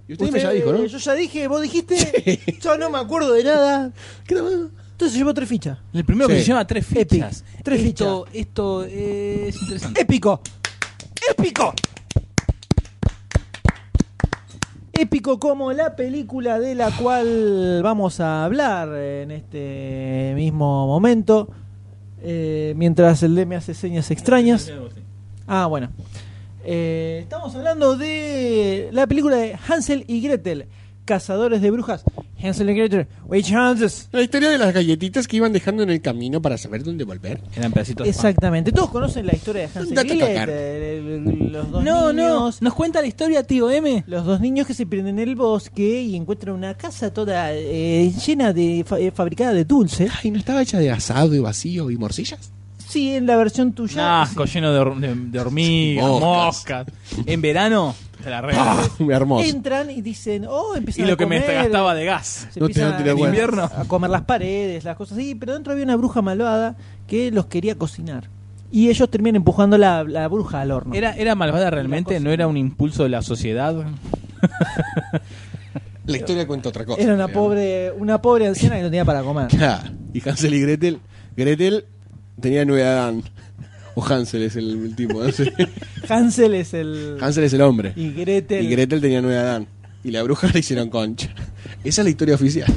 D: Y usted, me ya dijo, ¿no?
B: eh, Yo ya dije, vos dijiste. Yo no me acuerdo de nada.
D: ¿Qué tal?
B: Entonces llevo tres fichas.
C: El primero que
D: Sí.
C: se llama tres
B: Epic.
C: fichas.
B: Tres
C: esto, Esto es interesante.
B: Épico. Épico. Épico como la película de la cual vamos a hablar en este mismo momento. Eh, mientras el D me hace señas extrañas. Ah, bueno. Eh, estamos hablando de la película de Hansel y Gretel, Cazadores de Brujas. Hansel y Gretel, Witch Hunters.
D: La historia de las galletitas que iban dejando en el camino para saber dónde volver.
C: Eran pedacitos de pan.
B: Exactamente. Todos conocen la historia de Hansel eh, y
D: Andate a cagar.
B: Gretel. el- Los dos
C: No, no.
B: niños.
C: Nos cuenta la historia, tío eh. M.
B: Los dos niños que se pierden en el bosque y encuentran una casa toda eh, llena de fa- eh, fabricada de dulce.
D: Ay, ¿no estaba hecha de asado y vacío y morcillas?
B: Sí, en la versión tuya.
C: Asco, lleno de, hor- de- de hormigas, moscas.
D: Moscas. Ah.
C: En verano, se la regalo.
D: Muy hermoso.
B: Entran y dicen, oh,
C: y
B: empiezan a
C: lo que me
B: comer.
C: gastaba de gas.
B: Se
D: No te
B: empiezan
D: dan tira
B: a-
D: buena.
C: invierno.
B: a comer las paredes, las cosas así, pero dentro había una bruja malvada que los quería cocinar. Y ellos terminan empujando la, la bruja al horno.
C: ¿Era, ¿Era malvada
B: La
C: realmente?
B: cosa.
C: ¿No era un impulso de la sociedad?
D: La historia cuenta otra cosa.
B: Era una pobre, una pobre anciana que no tenía para comer.
D: Claro. Y Hansel y Gretel. Gretel tenía nueve Adán. O Hansel es el, el tipo. ¿no? Sí.
B: Hansel es el
D: Hansel es el hombre.
B: y Gretel.
D: Y Gretel tenía nueve Adán. Y la bruja le hicieron concha. Esa es la historia oficial.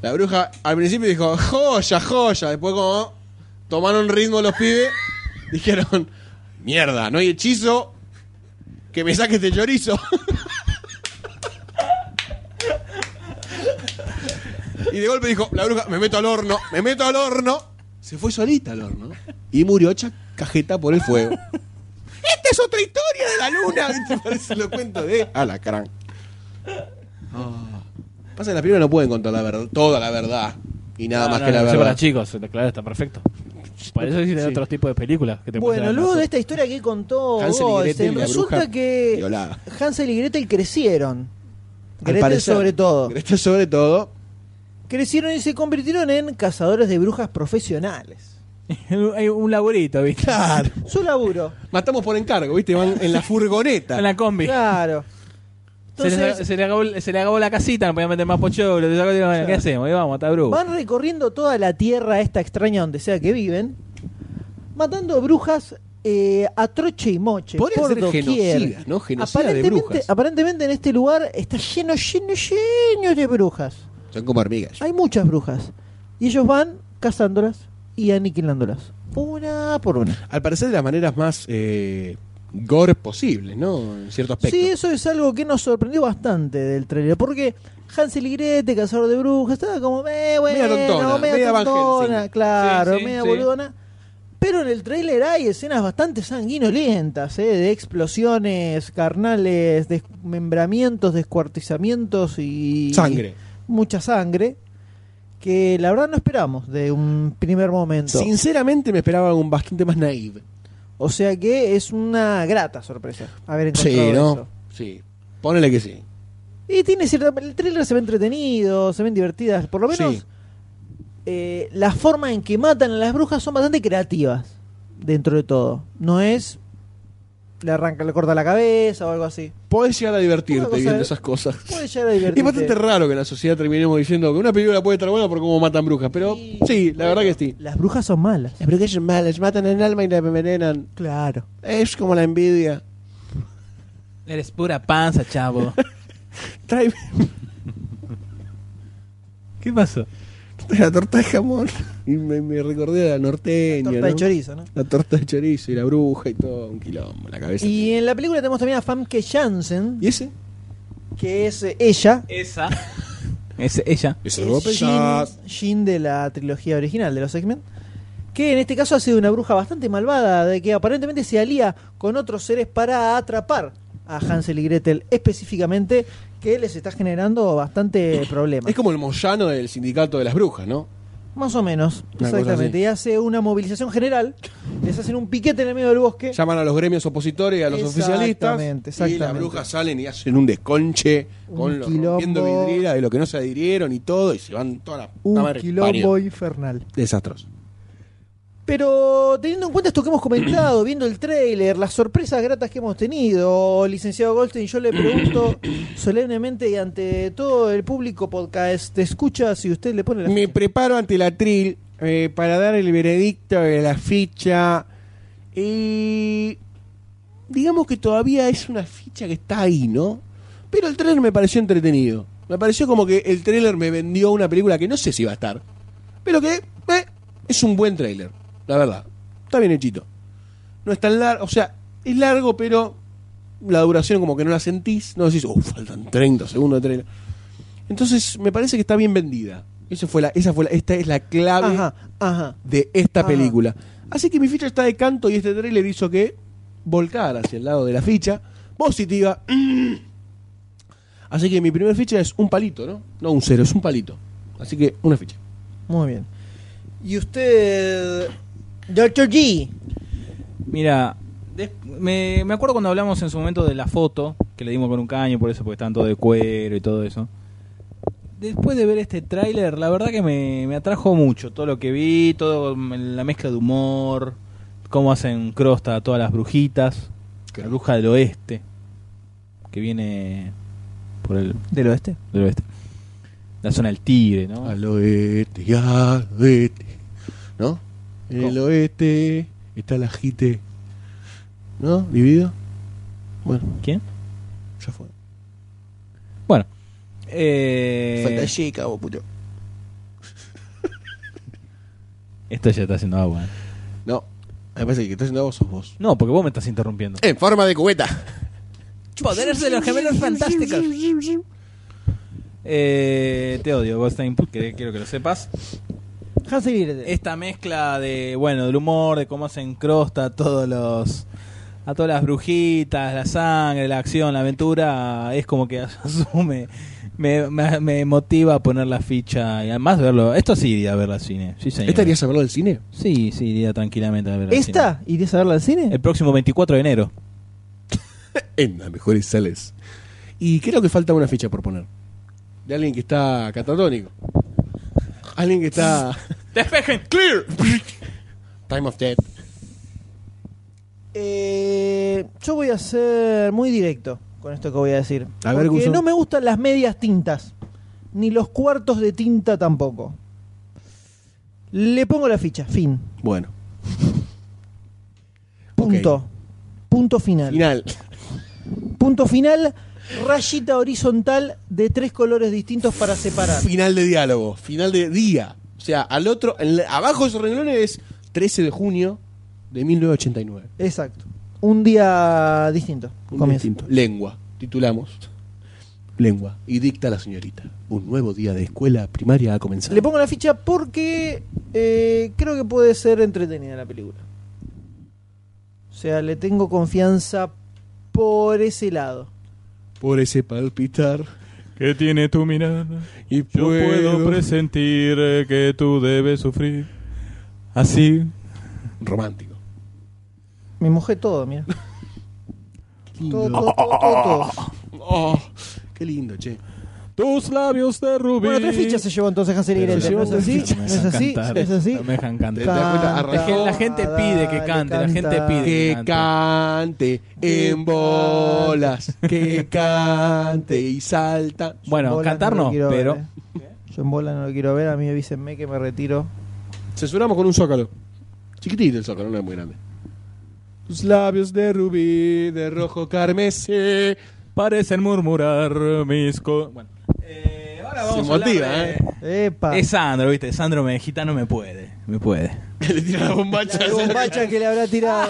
D: La bruja al principio dijo, joya, joya. Después como tomaron ritmo los pibes, dijeron, mierda, no hay hechizo que me saque este chorizo. Y de golpe dijo, la bruja, me meto al horno, me meto al horno. Se fue solita al horno. Y murió hecha cajeta por el fuego. ¡Esta es otra historia de la luna! ¿Viste? Parece lo cuento de Alacrán. Ah. Pasa que la primera no pueden contar la verdad, toda la verdad. Y nada
C: No,
D: más
C: no,
D: que la
C: Ah, no,
D: verdad.
C: para chicos, claro, está perfecto. Para eso existen
D: Sí.
C: otros tipos de películas. Que te
B: Bueno,
C: muestran
B: luego
C: las
B: de esta historia que contó
D: Hansel y
B: Goldstein,
D: Gretel y la
B: resulta
D: bruja
B: que
D: violada.
B: Hansel y Gretel crecieron.
D: Al
B: Gretel
D: parecer.
B: sobre todo.
D: Gretel sobre todo.
B: Crecieron y se convirtieron en cazadores de brujas profesionales.
C: cosas. Hay un laburito, ¿viste?
B: Su laburo.
D: Matamos por encargo, ¿viste? Van en la furgoneta.
C: En la combi.
B: Claro.
C: Se les-
B: Entonces,
C: se, le acabó, se le acabó la casita, no podían meter más pocholo. se sacó- bueno, ¿Qué hacemos? Y vamos, está brujo.
B: van recorriendo toda la tierra esta extraña donde sea que viven, matando brujas eh, a troche y moche.
D: Podría
B: por
D: ser
B: doquier.
D: genocida, ¿no? Genocida de
B: aparentemente,
D: brujas.
B: aparentemente en este lugar está lleno, lleno, lleno de brujas.
D: Son como hormigas.
B: Hay muchas brujas. Y ellos van cazándolas y aniquilándolas. Una por una.
D: Al parecer de las maneras más eh, gore posibles, ¿no? En cierto aspecto.
B: Sí, eso es algo que nos sorprendió bastante del trailer. Porque Hansel y Gretel, cazador de brujas, estaba como, eh, bueno,
D: Media tontona, media Van Helsing.
B: claro,
C: Sí, sí,
B: media
C: sí.
B: boludona. Pero en el trailer hay escenas bastante sanguinolentas, eh, de explosiones, carnales, desmembramientos, descuartizamientos y.
D: Sangre.
B: Mucha sangre. Que la verdad no esperamos de un primer momento.
D: Sinceramente me esperaba un bastante más naive.
B: O sea que es una grata sorpresa haber encontrado eso.
D: Sí. Ponele que sí.
B: Y tiene cierta. El trailer se ve entretenido, se ven divertidas. Por lo menos,
D: Sí.
B: eh, la forma en que matan a las brujas son bastante creativas. Dentro de todo. No es. Le arranca, le corta la cabeza o algo así.
D: Podés llegar a
B: Una
D: divertirte
B: cosa
D: viendo
B: de-
D: esas cosas.
B: Puede llegar a
D: Es
B: divertirte.
D: bastante raro que en la sociedad terminemos diciendo que una película puede estar buena por cómo matan brujas, pero
B: Sí.
D: sí, la verdad que sí.
B: Las brujas son malas.
D: Las brujas son malas, matan el alma y la envenenan.
B: Claro.
D: Es como la envidia.
C: Eres pura panza, chavo.
D: Trae...
C: ¿Qué pasó?
D: La torta de jamón. Y me, me recordé a la norteña.
B: Torta de
D: ¿no?
B: chorizo, ¿no?
D: La torta de chorizo y la bruja y todo. Un quilombo, la cabeza.
B: Y en la película tenemos también a Famke Janssen,
D: ¿Y ese?
B: que es eh, ella,
F: Esa. Es ella.
G: Eso lo
B: Jean, Jean de la trilogía original de los X-Men, que en este caso ha sido una bruja bastante malvada, de que aparentemente se alía con otros seres para atrapar a Hansel y Gretel específicamente, que les está generando bastante problemas.
D: Es como el Moyano del sindicato de las brujas, ¿no?
B: Más o menos,
D: Una cosa
B: exactamente.
D: así.
B: Y hace una movilización general, les hacen un piquete en el medio del bosque.
D: Llaman a los gremios opositores y a los oficialistas.
B: Exactamente,
D: Y las
B: exactamente.
D: brujas salen y hacen un desconche
B: Un
D: con los
B: quilombo.
D: rompiendo vidrieras de lo que no se adhirieron y todo. Y se van toda la puta
B: Un
D: madre que
B: quilombo
D: parió.
B: infernal.
D: Desastroso.
B: Pero teniendo en cuenta esto que hemos comentado, viendo el tráiler, las sorpresas gratas que hemos tenido, licenciado Goldstein, yo le pregunto solemnemente y ante todo el público podcast, ¿te escucha si usted le pone la
D: Me
B: ficha?
D: preparo ante la tril para dar el veredicto de la ficha. Y. Digamos que todavía es una ficha que está ahí, ¿no? Pero el trailer me pareció entretenido. Me pareció como que el trailer me vendió una película que no sé si va a estar. Pero que eh, es un buen trailer, la verdad. Está bien hechito. No es tan largo, o sea, es largo, pero la duración como que no la sentís. No decís, oh, faltan 30 segundos de trailer. Entonces, me parece que está bien vendida. Eso fue la, esa fue la, esta es la clave
B: Ajá, ajá.
D: de esta
B: Ajá.
D: película. Así que mi ficha está de canto y este trailer hizo que volcar hacia el lado de la ficha positiva. Así que mi primera ficha es un palito, ¿no? No un cero, es un palito. Así que una ficha.
B: Muy bien. Y usted, Dr. G.
C: Mira, des- me, me acuerdo cuando hablamos en su momento de la foto que le dimos con un caño, por eso, porque estaban todo de cuero y todo eso. Después de ver este tráiler, la verdad que me, me atrajo mucho todo lo que vi, todo la mezcla de humor, cómo hacen crosta a todas las brujitas, la bruja del oeste, que viene por el
B: ¿Del oeste?
C: del oeste, la zona del tigre, ¿no?
D: Al oeste, y al oeste. ¿No? En el oeste está la jite. ¿No? ¿Dividido? Bueno,
C: ¿Quién?
D: ya fue.
C: Bueno, eh,
D: Falta chica, ah, vos, puto.
C: esto ya está haciendo agua. ¿eh?
D: No, me parece que el que está haciendo vos sos vos.
C: No, porque vos me estás interrumpiendo.
D: En forma de cubeta.
F: Poderes de los gemelos fantásticos.
C: Eh, te odio, Goldstein, que- quiero que lo sepas.
B: Hansel y Gretel.
C: Esta mezcla de, bueno, del humor, de cómo hacen crosta a todos los... A todas las brujitas, la sangre, la acción, la aventura, es como que asume, me, me, me motiva a poner la ficha y además verlo. Esto sí iría a verla al cine, sí señor.
D: ¿Esta irías a verlo del cine?
C: Sí, sí iría tranquilamente a verla al cine.
B: ¿Esta? ¿Irías a verla al cine?
C: El próximo 24 de enero.
D: En las mejores sales. Y creo que falta una ficha por poner. De alguien que está catatónico. Alguien que está.
F: Despejen.
D: ¡Clear! Time of Death.
B: Eh, yo voy a ser muy directo con esto que voy a decir.
D: A ver,
B: porque
D: Guso.
B: no me gustan las medias tintas, ni los cuartos de tinta tampoco. Le pongo la ficha, fin.
D: Bueno,
B: Punto. Punto final.
D: final.
B: Punto final, rayita horizontal de tres colores distintos para separar.
D: Final de diálogo. Final de día. O sea, al otro. en la- abajo de esos renglones es 13 de junio de 1989.
B: Exacto. Un día distinto.
D: Un
B: Comienza.
D: distinto. Lengua. Titulamos. Lengua. Y dicta la señorita. Un nuevo día de escuela primaria ha comenzado.
B: Le pongo la ficha porque eh, creo que puede ser entretenida la película. O sea, le tengo confianza por ese lado.
D: por ese palpitar
H: ¿Qué tiene tu mirada?
D: y
H: Yo puedo
D: puedo
H: presentir eh, que tú debes sufrir. Así.
D: romántico.
B: Me mojé todo, mira. Todo, todo, todo, todo, todo.
D: Oh, qué lindo, che.
H: Tus labios de rubí.
B: Bueno, tres fichas se llevó entonces Hansel y
D: Pero
B: Gretel.
D: llevó
B: ¿No es
D: tres
B: así?
D: fichas,
B: ¿No
C: me
B: es así? ¿No
C: dejan cantar,
B: es así?
C: No me dejan cantar. eh.
D: ¿Te das cuenta?
B: Canta,
D: Arrancó.
C: Es que la gente pide que cante, la gente
B: canta.
C: pide.
D: Que cante en bolas, que cante y salta.
C: Bueno,
B: En bolas
C: cantar
B: lo
C: no,
B: quiero ver,
C: pero
B: eh. Yo en bola no lo quiero ver, a mí avísenme que me retiro.
D: Censuramos con un zócalo. Chiquitito el zócalo, no es muy grande. Tus labios de rubí, de rojo carmesí.
H: Parecen murmurar mis co- Bueno.
C: Eh, ahora
D: Se
C: eh, vamos a
D: motiva,
C: hablar de-
D: ¿eh?
B: Epa.
C: Es Sandro, ¿viste? Sandro me gitano me puede, me puede.
I: Le tira la bombacha.
B: La bombacha que le habrá tirado.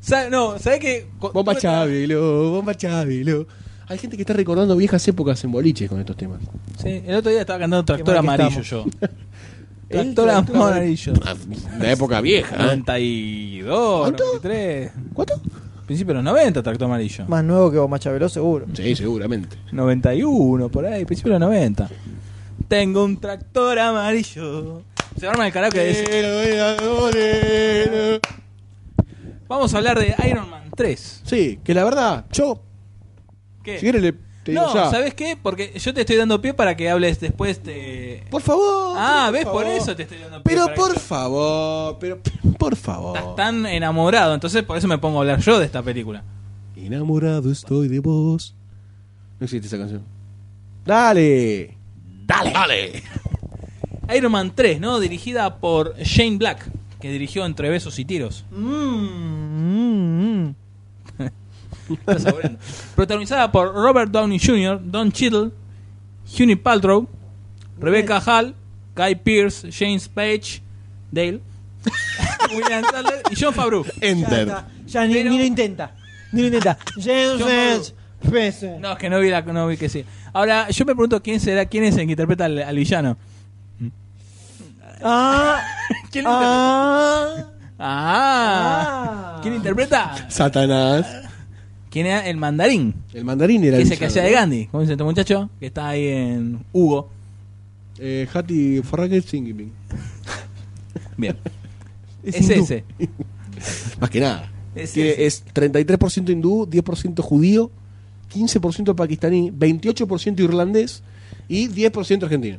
C: Sa- no, ¿sabes qué? Co-
D: Bomba
C: tuve-
D: Chabelo, bomba Chabelo. Hay gente que está recordando viejas épocas en boliches con estos temas.
C: Sí, el otro día estaba cantando Tractor
B: Qué mal que
C: Amarillo yo. Tractor Amarillo.
D: Ah, La época vieja. ¿eh?
C: 92, 93.
D: ¿Cuánto?
C: Principio de los 90, Tractor Amarillo.
B: Más nuevo que Bombacha Veloz, seguro.
D: Sí, seguramente.
C: 91, por ahí, principio de los 90. Tengo un tractor amarillo. Se arma el karaoke de
D: Eh.
C: ese. Vamos a hablar de Iron Man 3.
D: Sí, que la verdad, yo,
C: ¿Qué?
D: si quieres, le, te digo
C: no,
D: ya.
C: ¿sabes qué? Porque yo te estoy dando pie para que hables después de...
D: Por favor.
C: Ah,
D: pero
C: ¿ves? Por
D: favor.
C: eso te estoy dando pie.
D: Pero
C: para
D: por
C: que-
D: favor, pero pero por
C: Estás
D: favor.
C: tan enamorado, entonces por eso me pongo a hablar yo de esta película.
D: Enamorado estoy de vos. No existe esa canción. Dale. Dale. Dale.
C: Iron Man 3, ¿no? Dirigida por Shane Black, que dirigió Entre Besos y Tiros.
B: Mm, mm,
C: Estás saboreando. Protagonizada por Robert Downey Jr., Don Cheadle, Huni Paltrow, Rebecca Hall, Guy Pearce, James Page, Dale, William Sadler y John Favreau.
B: Ya,
I: Enter.
B: está. Ya ni,
C: Pero-
B: ni lo intenta. Ni lo intenta. James
C: Yo
B: Vance. Pese.
C: No, es que no vi, la, no vi que sí. Ahora, yo me pregunto quién será, quién es el que interpreta al, al villano.
B: Ah,
C: ¿Quién lo interpreta?
B: ah,
C: Ah.
B: ah.
C: ¿Quién interpreta?
D: Satanás.
C: ¿Quién era el mandarín?
D: El mandarín era
C: Que
D: el
C: se hacía de Gandhi. ¿Cómo dice este muchacho? Que está ahí en Hugo.
D: Eh, Hati Farragut Singing.
C: Bien.
B: Es
C: es
B: hindú.
C: ese.
D: Más que nada.
C: Es
D: Tiene-
C: ese.
D: es 33% hindú, 10% judío, 15% pakistaní, 28% irlandés y 10% argentino.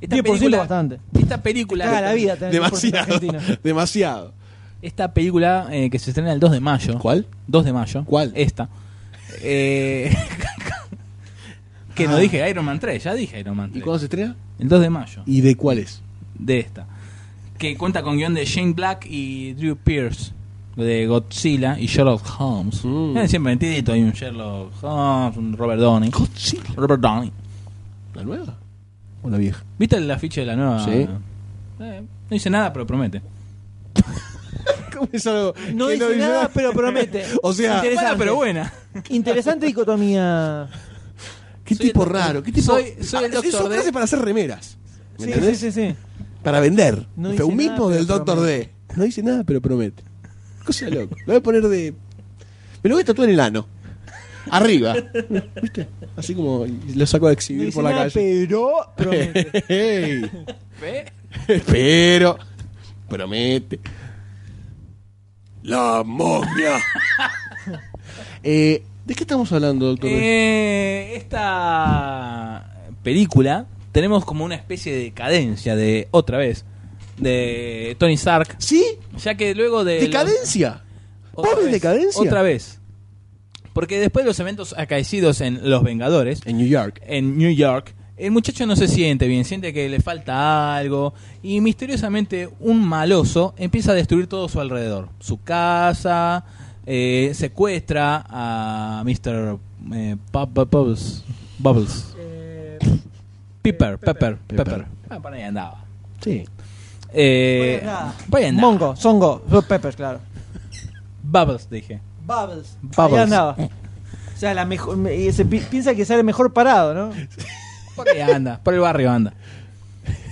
C: Esta
B: 10%
C: película,
B: bastante.
C: Esta película,
B: Caga la vida tener 10%
D: Demasiado.
B: argentino.
D: Demasiado.
C: Esta película eh, que se estrena el 2 de mayo.
D: ¿Cuál?
C: 2 de mayo.
D: ¿Cuál?
C: Esta. Eh, que no dije Iron Man 3, ya dije Iron Man
D: Ah. ¿Y
C: 3.
D: cuándo se estrena?
C: El 2 de mayo
D: ¿Y de cuáles?
C: de esta. Que cuenta con guión de Shane Black y Drew Pierce. De Godzilla y Sherlock Holmes.
D: Mm.
C: Eh, siempre mentidito. Hay un Sherlock Holmes, un Robert Downey.
D: Godzilla.
C: Robert Downey.
D: ¿La nueva? ¿O la vieja?
C: ¿Viste el afiche de la nueva?
D: Sí.
C: Eh, no hice nada, pero promete.
D: ¿Cómo es algo
B: No
D: que
B: dice nada, pero promete.
D: O sea,
B: Interesante.
C: Mala, pero buena.
B: Interesante dicotomía.
D: qué
C: soy
D: tipo
C: el doctor-
D: raro, qué tipo...
C: soy- soy el
D: Ah,
C: Dr.
D: Son
C: D.
D: frases para hacer remeras,
B: Sí,
D: ¿me
B: sí,
D: entendés?
B: sí, sí.
D: Para vender.
B: No
D: El
B: dice
D: Feumismo
B: nada,
D: del
B: pero
D: Doctor D. No dice nada, pero promete. Cosa de loco. Lo voy a poner de... Me lo voy a tatuar en el ano. Arriba. ¿Viste? Así como lo saco a
B: No
D: exhibir
B: dice
D: por la
B: nada,
D: calle.
B: Pero promete.
D: Ey.
C: ¿Ve?
D: Pero promete. La momia. Eh, ¿De qué estamos hablando, doctor?
C: Eh, esta película tenemos como una especie de cadencia de otra vez de Tony Stark,
D: ¿Sí?
C: ya que luego de los-
D: ¿Decadencia?
C: otra
D: ¿Vos ves
C: vez,
D: decadencia?
C: otra vez, porque después de los eventos acaecidos en Los Vengadores
D: En New York.
C: en New York, el muchacho no se siente bien, siente que le falta algo y misteriosamente un maloso empieza a destruir todo su alrededor, su casa, eh, secuestra a Mr. eh, Pu- Pu- Bubbles, Bubbles,
B: Eh,
C: Pepper, Pepper,
D: Pepper.
C: Pepper, Ah, por ahí andaba.
D: Sí.
C: Eh,
B: Por ahí andaba.
C: por ahí andaba.
B: Mongo, Songo, Red Peppers, claro.
C: Bubbles dije.
B: Bubbles.
C: Bubbles.
B: Ahí andaba. O sea, la mejor, me- y se pi- piensa que sale mejor parado, ¿no?
C: Por ahí anda, por el barrio anda.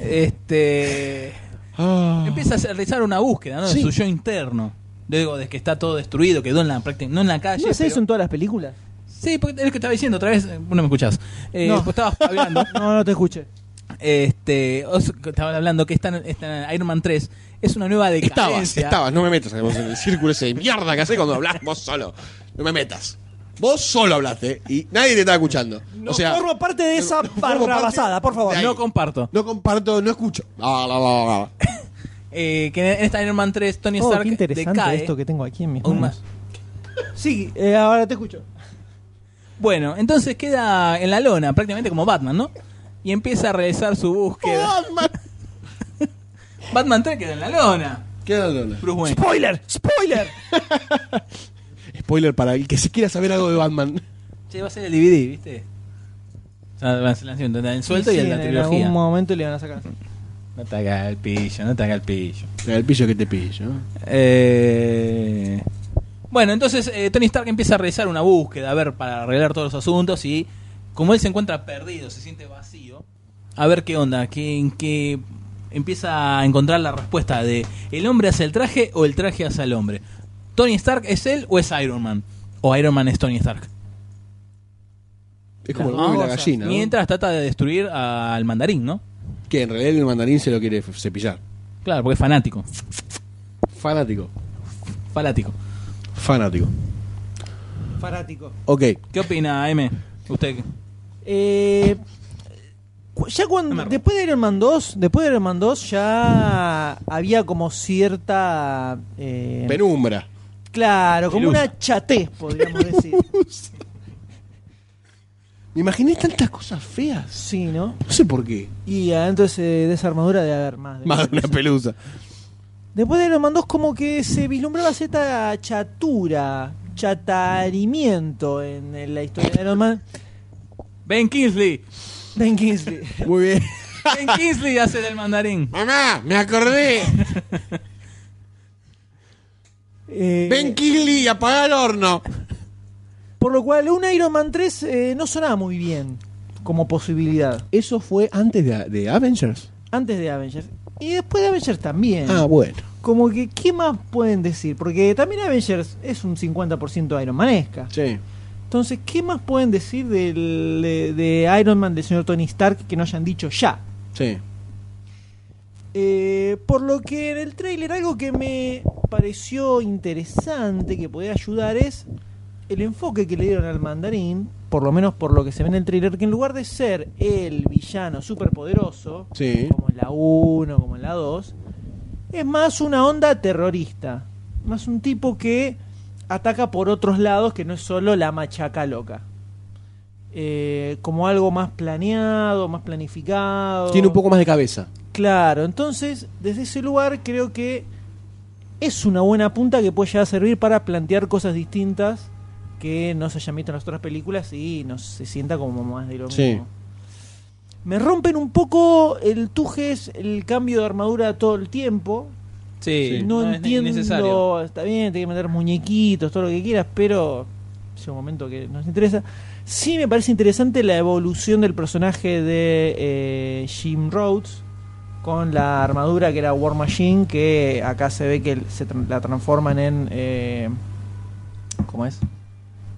C: Este
D: Ah.
C: Empieza a realizar una búsqueda, ¿no?
D: Sí.
C: De su yo interno. Luego de que está todo destruido, quedó en la práctica, no en la calle.
B: ¿No se
C: pero-
B: hizo en todas las películas?
C: Sí, porque es lo que estaba diciendo otra vez, eh, vos no me escuchás. Eh,
B: No.
C: vos estabas hablando,
B: No, no te escuché.
C: este, os- estaba hablando que esta, esta Iron Man 3 es una nueva decadencia.
D: Estabas, estabas, no me metas en el círculo ese de mierda que haces cuando hablas vos solo. No me metas. Vos solo hablaste y nadie te estaba escuchando. o sea,
B: formo parte de esa
D: no formo parte
B: barrabasada, por favor.
D: de ahí.
C: No comparto.
D: no comparto, no escucho. Ah, la, la, la, la.
C: Eh, que en esta Iron Man 3 Tony
B: Oh,
C: Stark
B: qué interesante
C: decae
B: esto que tengo aquí en mis
C: aún
B: manos.
C: más.
B: Sí, eh, ahora te escucho.
C: Bueno, entonces queda en la lona, prácticamente como Batman, ¿no? Y empieza a realizar su búsqueda.
B: Oh.
D: Batman.
C: Batman 3 queda en la lona.
D: ¿Qué era la lona?
C: Bruce Wayne.
B: ¡Spoiler! ¡Spoiler!
D: Spoiler para el que se quiera saber algo de Batman.
C: Che, va a ser el DVD, ¿viste?
F: sea, se lanzó el suelto y
B: Sí,
F: en la
B: en
F: trilogía.
B: algún momento le van a sacar.
F: No te hagas el pillo, no te hagas el pillo.
D: El pillo que te pillo. ¿no?
F: Eh, Bueno, entonces eh, Tony Stark empieza a realizar una búsqueda, a ver, para arreglar todos los asuntos y como él se encuentra perdido, se siente vacío, a ver qué onda, que, en qué empieza a encontrar la respuesta de el hombre hace el traje o el traje hace al hombre. Tony Stark es él o es Iron Man o Iron Man es Tony Stark.
D: Es como el
F: Las
D: huevo y la
F: dos cosas.
D: gallina. ¿no?
F: Mientras trata de destruir al mandarín, ¿no?
D: Que en realidad el mandarín se lo quiere f- cepillar.
F: Claro, porque es fanático,
D: Fanático.
F: fanático.
D: Fanático.
B: Fanático.
D: Ok.
F: ¿Qué opina, M? Usted
B: Eh, cu- ya cuando después de Iron Man 2, después de Iron Man 2 ya había como cierta eh,
D: Penumbra.
B: claro, como
F: Pelusa.
B: una chatez, podríamos decir.
D: Me imaginé tantas cosas feas.
B: Sí, ¿no?
D: No sé por qué.
B: Y adentro de ese- de esa armadura de haber más. de
D: Más de
B: una
D: una pelusa.
B: Después de Iron Man 2 como que se vislumbraba cierta chatura, chatarimiento en, en la historia de Iron Man.
F: Ben Kingsley.
B: Ben Kingsley.
D: Muy bien.
F: Ben Kingsley hace del mandarín.
A: Mamá, me acordé.
B: Eh,
A: Ven, Kinley, apaga el horno.
B: por lo cual un Iron Man 3 eh, no sonaba muy bien como posibilidad.
D: Eso fue antes de, de Avengers.
B: Antes de Avengers. Y después de Avengers también.
D: Ah, bueno.
B: Como que, ¿qué más pueden decir? Porque también Avengers es un 50% Iron Manesca.
D: Sí.
B: Entonces, ¿qué más pueden decir del- de, de Iron Man del señor Tony Stark que no hayan dicho ya?
D: Sí.
B: Eh, por lo que en el tráiler algo que me pareció interesante, que podía ayudar, es el enfoque que le dieron al mandarín, por lo menos por lo que se ve en el tráiler, que en lugar de ser el villano superpoderoso,
D: Sí.
B: como en la 1, como en la 2, es más una onda terrorista, más un tipo que ataca por otros lados que no es solo la machaca loca. Eh, como algo más planeado, más planificado.
D: Tiene un poco más de cabeza.
B: Claro, entonces desde ese lugar creo que es una buena punta que puede llegar a servir para plantear cosas distintas que no se hayan visto en las otras películas y no se sienta como más de lo
D: Sí.
B: mismo. Me rompen un poco el tujes, el cambio de armadura todo el tiempo.
F: Sí,
B: no,
F: es
B: entiendo,
F: necesario.
B: está bien, tiene que meter muñequitos, todo lo que quieras, pero es un momento que nos interesa. Sí me parece interesante la evolución del personaje de eh, Jim Rhodes con la armadura que era War Machine, que acá se ve que se tran- la transforman en... eh, ¿Cómo es?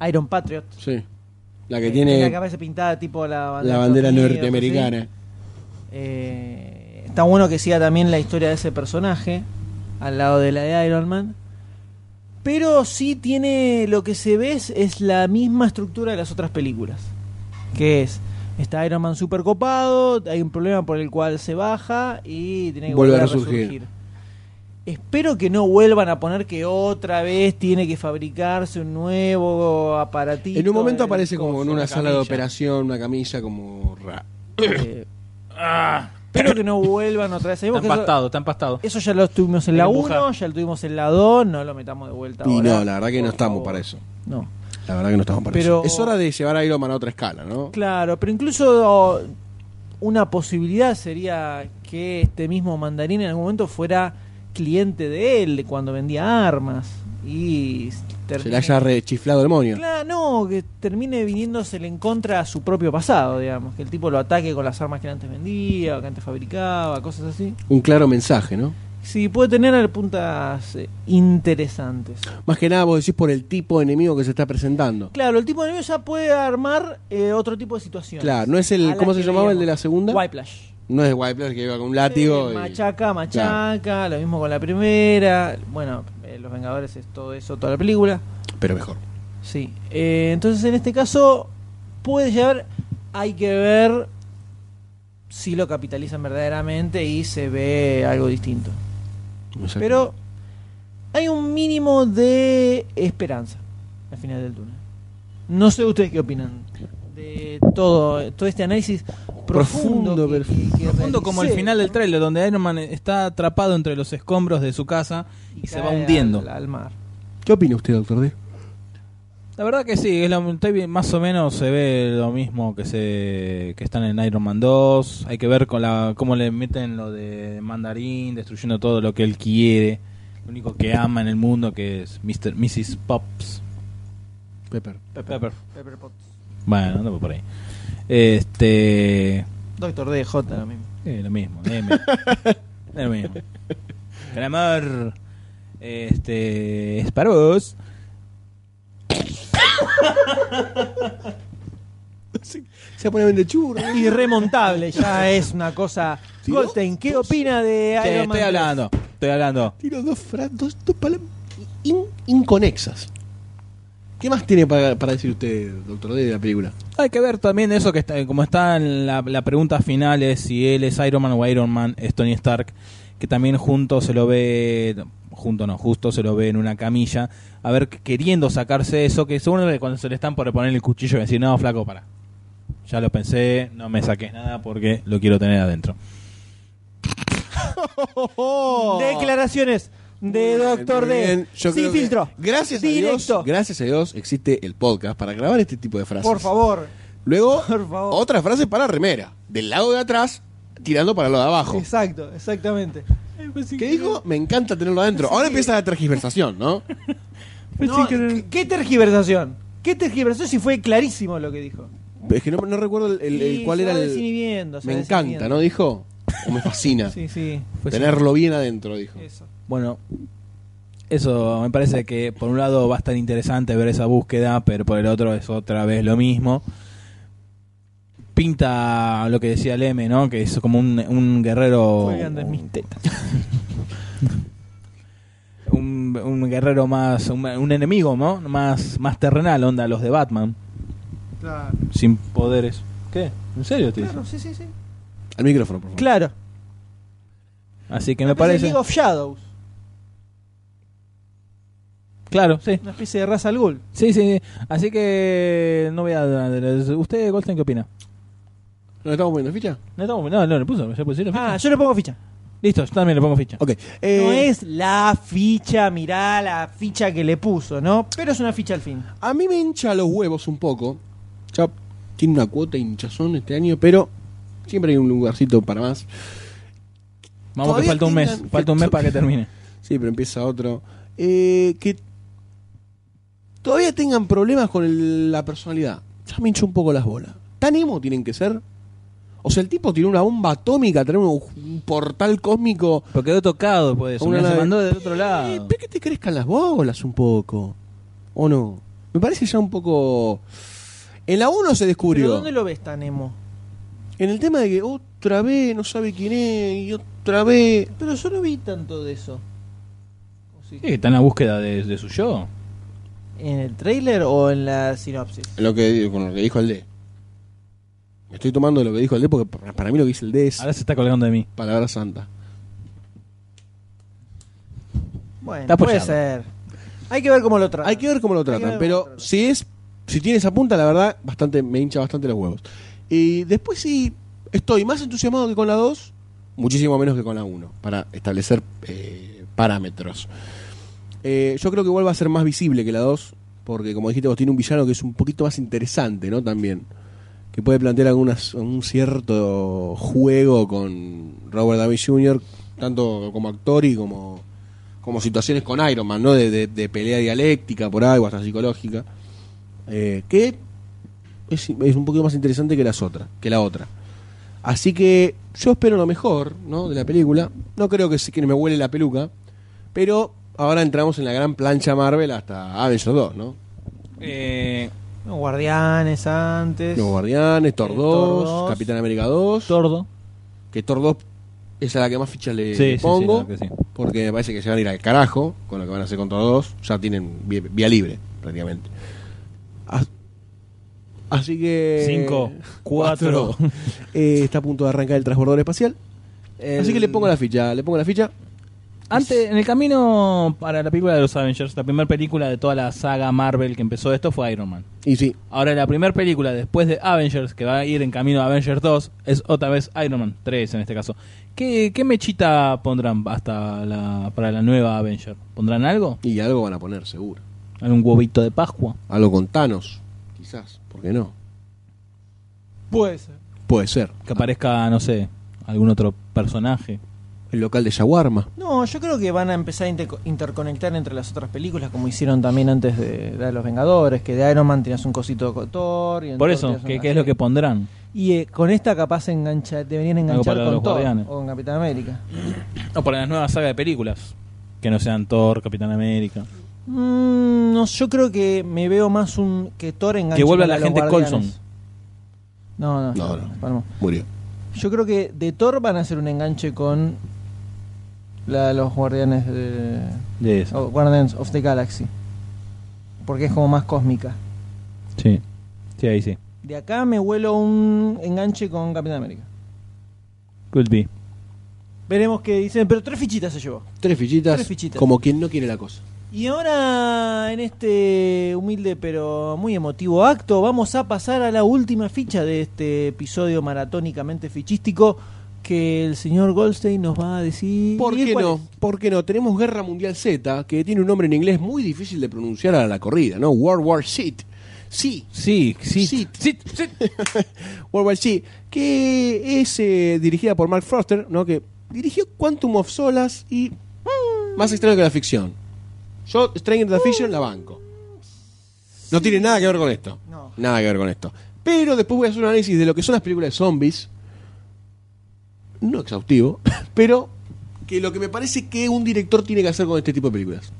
B: Iron Patriot.
D: Sí. La que
B: Eh,
D: tiene
B: la cabeza pintada tipo la bandera,
D: la bandera
B: de Estados Unidos,
D: norteamericana.
B: así. Eh, está bueno que siga también la historia de ese personaje al lado de la de Iron Man. Pero sí tiene lo que se ve es, es la misma estructura de las otras películas. Que es, está Iron Man super copado, hay un problema por el cual se baja y tiene que
D: Vuelve
B: volver,
D: a
B: a
D: resurgir.
B: resurgir. Espero que no vuelvan a poner que otra vez tiene que fabricarse un nuevo aparatito.
D: En un momento
B: el
D: aparece como en
B: coso,
D: una
B: la
D: sala de
B: camilla.
D: operación, una camilla como ra.
B: Eh, espero que no vuelvan otra vez.
F: Ah. Está
B: Sabemos que eso-
F: empastado, está empastado.
B: Eso ya lo tuvimos en la
F: Empuja.
B: 1, ya lo tuvimos en la 2, no lo metamos de vuelta
D: Y
B: ahora,
D: no, la verdad que no
B: por
D: estamos
B: favor.
D: para eso.
B: No.
D: La verdad que no estamos para
B: Pero-
D: eso. Es hora de llevar a Iron Man a otra escala, ¿no?
B: Claro, pero incluso o, una posibilidad sería que este mismo mandarín en algún momento fuera cliente de él cuando vendía armas y
D: Se le haya rechiflado el monio.
B: Claro, no, que termine viniéndosele en contra a su propio pasado, digamos, que el tipo lo ataque con las armas que antes vendía, o que antes fabricaba, cosas así.
D: Un claro mensaje, ¿no?
B: Sí, puede tener puntas eh, interesantes.
D: Más que nada vos decís por el tipo de enemigo que se está presentando.
B: Claro, el tipo de enemigo ya puede armar eh, otro tipo de situaciones.
D: Claro, no es el-
B: A la
D: ¿cómo
B: que
D: se llamaba el de la segunda? Ah,
B: Whiplash.
D: No es Whiplash que iba con un látigo.
B: Eh,
D: y-
B: Machaca, machaca, lo mismo con la primera. Bueno, eh, Los Vengadores es todo eso, toda la película.
D: Pero mejor.
B: Sí. Eh, entonces, en este caso, puede llegar. Hay que ver si lo capitalizan verdaderamente y se ve algo distinto. Pero hay un mínimo de esperanza al final del túnel. No sé ustedes qué opinan de todo, todo este análisis profundo,
D: Profundo,
B: que- que- que
F: Profundo como el
B: realicé.
F: final del tráiler donde Iron Man está atrapado entre los escombros de su casa y, se va
B: cae
F: hundiendo.
B: al, al mar.
D: ¿Qué opina usted, doctor D?
C: La verdad que sí, es lo- estoy bien- más o menos se ve lo mismo que se que están en Iron Man 2. Hay que ver con la cómo le meten lo de Mandarín, destruyendo todo lo que él quiere. Lo único que ama en el mundo que es Mr. Mrs. Pops.
D: Pepper.
C: Pepper.
B: Pepper Potts.
C: Bueno, andamos por ahí. Este,
B: Doctor DJ, lo mismo.
C: es Eh, lo mismo, es lo mismo. El amor este, es para vos.
D: Se pone a vender churros.
B: Irremontable, ya es una cosa. Goldstein, ¿qué opina de Iron
C: Che,
B: Man?
C: estoy
B: 3?
C: hablando, estoy hablando.
D: Tiro dos frases, dos, dos palabras in- inconexas. ¿Qué más tiene para, para decir usted, doctor D, de la película?
C: Hay que ver también eso que está, como está en la, la pregunta final es si él es Iron Man o Iron Man es Tony Stark, que también junto se lo ve, junto no, justo se lo ve en una camilla, a ver queriendo sacarse eso, que seguro que cuando se le están por poner el cuchillo y decir, no, flaco, para. Ya lo pensé, no me saques nada porque lo quiero tener adentro.
B: Declaraciones de Doctor
D: Muy
B: D.
D: bien,
B: Sin
D: yo creo que-
B: filtro.
D: Gracias a
B: Directo.
D: Dios. Gracias a Dios existe el podcast para grabar este tipo de frases.
B: Por favor.
D: Luego,
B: Por favor.
D: otra frase para remera. Del lado de atrás, tirando para lo de abajo.
B: Exacto, exactamente.
D: ¿Qué dijo? Me encanta tenerlo adentro. Ahora empieza la transgiversación, ¿no?
B: No, ¿qué- ¿Qué tergiversación? ¿Qué tergiversación si fue clarísimo lo que dijo?
D: Es que no, no recuerdo el, el- el
B: Sí,
D: cuál
B: se
D: era
B: va
D: el.
B: desinhibiendo, se
D: me
B: va
D: encanta,
B: desinhibiendo.
D: ¿no? Dijo. O me fascina.
B: Sí, pues sí.
C: Fue
D: Tenerlo bien adentro, dijo.
B: Eso.
C: Bueno, eso me parece que por un lado va a estar interesante ver esa búsqueda, pero por el otro es otra vez lo mismo. Pinta lo que decía Leme, ¿no? Que es como un, un guerrero.
B: Juegan de mis tetas.
C: Un, un guerrero más. Un, un enemigo, ¿no? Más, más terrenal, onda, los de Batman.
B: Claro.
C: Sin poderes. ¿Qué? ¿En serio te
B: Claro, sí, sí, sí.
D: Al micrófono, por favor.
B: Claro.
C: Así que me
B: parece
C: parece.
B: League of Shadows.
C: Claro, sí.
B: Una especie de raza al ghoul.
C: Sí, sí. sí. Así que. No voy a. ¿Usted, Goldstein, qué opina?
D: ¿No estamos poniendo ficha?
C: No, estamos- no, no, le puso. ¿Ya pusieron?
B: Ah, yo le pongo ficha.
C: Listo, yo también le pongo ficha.
D: Ok.
B: No
D: eh,
B: es la ficha, mirá la ficha que le puso, ¿no? Pero es una ficha al fin.
D: A mí me hincha los huevos un poco. Ya tiene una cuota de hinchazón este año, pero siempre hay un lugarcito para más.
C: Vamos que
D: Todavía
C: falta un mes,
D: tengan-
C: falta un mes para que termine.
D: Sí, pero empieza otro. Eh, que todavía tengan problemas con el- la personalidad. Ya me hincho un poco las bolas. ¿Tan emo tienen que ser? O sea, el tipo tiene una bomba atómica, tiene un, un portal cósmico.
C: Pero quedó tocado después de eso,
D: Una
C: mira, se
D: nave.
C: mandó del otro
D: Eh,
C: lado.
D: pero que te crezcan las bolas un poco. ¿O no? Me parece ya un poco... En la 1 se descubrió.
B: ¿Pero dónde lo ves tan emo?
D: En el tema de que otra vez no sabe quién es y otra vez.
B: Pero yo no vi tanto de eso. ¿O sí?
C: Sí, está en la búsqueda de, de su yo.
B: ¿En el trailer o en la sinopsis?
D: Lo que, con lo que dijo el D. Me estoy tomando lo que dijo el D porque para para mí lo que dice el D es
C: Ahora se está colgando de mí.
D: palabra santa.
B: Bueno,
C: Está
B: puede
C: apoyado.
B: ser. Hay que ver cómo lo tratan.
D: Hay que ver cómo lo
B: ver
D: tratan,
B: cómo lo
D: pero
B: tratan.
D: si es si tiene esa punta, la verdad, bastante me hincha bastante los huevos. Y después sí estoy más entusiasmado que con la 2, muchísimo menos que con la 1 para establecer eh, parámetros. Eh, yo creo que igual va a ser más visible que la 2, porque como dijiste vos, tiene un villano que es un poquito más interesante, ¿no? También. Que puede plantear algunas, un cierto juego con Robert Downey Jr., tanto como actor y como, como situaciones con Iron Man, ¿no? De, de- de pelea dialéctica por algo, hasta psicológica. Eh, que es, es un poquito más interesante que las otras, que la otra. Así que yo espero lo mejor, ¿no? De la película. No creo que, se- que me huele la peluca. Pero ahora entramos en la gran plancha Marvel hasta Avengers 2, ¿no?
C: Eh,
B: Los guardianes antes.
D: Los Guardianes, Thor
B: Eh,
D: 2,
B: Thor 2,
D: Capitán América 2.
C: tordo.
D: que Thor 2 es a la que más fichas le,
C: Sí,
D: le
C: sí, sí,
D: pongo.
C: la verdad que sí.
D: Porque me parece que se van a ir al carajo con lo que van a hacer con Thor 2. Ya tienen vi- vía, libre, prácticamente. As- Así que.
C: Cinco, cuatro.
D: Eh, está a punto de arrancar el transbordador espacial. Así que le pongo la ficha. Le pongo la ficha.
C: Antes, en el camino para la película de los Avengers, la primera película de toda la saga Marvel que empezó esto fue Iron Man.
D: Y sí,
C: Ahora la primera película después de Avengers, que va a ir en camino a Avengers 2, es otra vez Iron Man 3 en este caso. ¿Qué, qué mechita pondrán hasta la, para la nueva Avenger? ¿Pondrán algo?
D: y algo van a poner, seguro.
F: algún huevito de Pascua.
D: Algo con Thanos, quizás, ¿por qué no?
B: Puede ser.
D: Puede ser.
F: Que aparezca, no sé, algún otro personaje.
D: El local de Yaguarma.
B: No, yo creo que van a empezar a inter- interconectar entre las otras películas, como hicieron también antes de, de Los Vengadores, que de Iron Man tenías un cosito de Thor. Y en
F: Por
B: Thor
F: eso,
B: tenías
F: que,
B: una
F: que es lo que
B: serie.
F: pondrán.
B: Y eh, con esta capaz engancha, deberían enganchar
F: para
B: con
F: los
B: Thor
F: guardianes.
B: o con Capitán América.
F: O para las nuevas sagas de películas. Que no sean Thor, Capitán América.
B: Mm, no, yo creo que me veo más un que Thor enganche
F: Que vuelva
B: con
F: la
B: los
F: gente
B: guardianes.
F: Coulson.
B: No, no,
D: No,
B: no,
D: no.
B: Palmo.
D: Murió.
B: Yo creo que de Thor van a hacer un enganche con la, los guardianes de,
F: De eso.
B: o Oh, Guardians of the Galaxy. Porque es como más cósmica.
F: Sí. Sí, ahí sí.
B: De acá me vuelo un enganche con Capitán América.
F: Could be.
B: Veremos qué dicen, pero tres fichitas se llevó.
D: Tres fichitas,
B: Tres fichitas.
D: como quien no quiere la cosa.
B: Y ahora, en este humilde pero muy emotivo acto, vamos a pasar a la última ficha de este episodio maratónicamente fichístico que el señor Goldstein nos va a decir.
D: ¿Por qué
B: ¿Cuál
D: no?
B: es?
D: ¿Por qué no? Tenemos Guerra Mundial Z, que tiene un nombre en inglés muy difícil de pronunciar a la corrida, ¿no? World War Z. Sí,
F: Sí, sí.
D: Sit.
F: Sit, sit.
D: World War Z, que es eh, dirigida por Mark Foster, ¿no? Que dirigió Quantum of Solas y mm, más extraño que la ficción. Yo Stranger than Fiction la banco. No tiene nada que ver con esto.
B: No.
D: Nada que ver con esto. Pero después voy a hacer un análisis de lo que son las películas de zombies. No exhaustivo, pero que lo que me parece que un director tiene que hacer con este tipo de películas.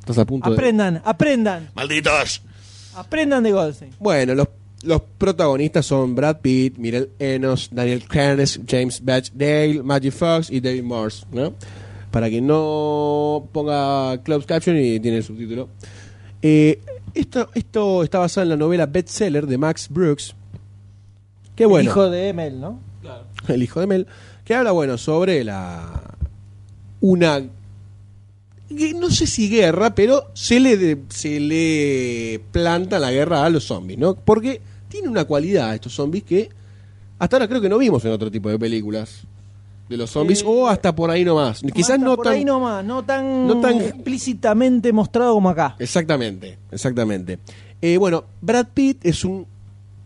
D: Estás a punto de...
B: Aprendan, aprendan,
E: Malditos.
B: aprendan de Goldstein.
D: Bueno, los, los protagonistas son Brad Pitt, Mirel Enos, Daniel Cranes, James Batch Dale, Magic Fox y David Morse, ¿no? Para que no ponga closed caption y tiene el subtítulo. Eh, esto, esto está basado en la novela bestseller de Max Brooks. Qué
B: El
D: bueno
B: Hijo de Emel, ¿no?
D: el hijo de Mel, que habla, bueno, sobre la. Una. que No sé si guerra, pero se le, de- se le planta la guerra a los zombies, ¿no? Porque tiene una cualidad estos zombies que hasta ahora creo que no vimos en otro tipo de películas de los zombies,
B: Eh,
D: o hasta por ahí nomás. Quizás
B: Hasta
D: no
B: por
D: tan.
B: ahí nomás, no tan,
D: no tan-
B: explícitamente mostrado como acá.
D: Exactamente, exactamente. Eh, bueno, Brad Pitt es un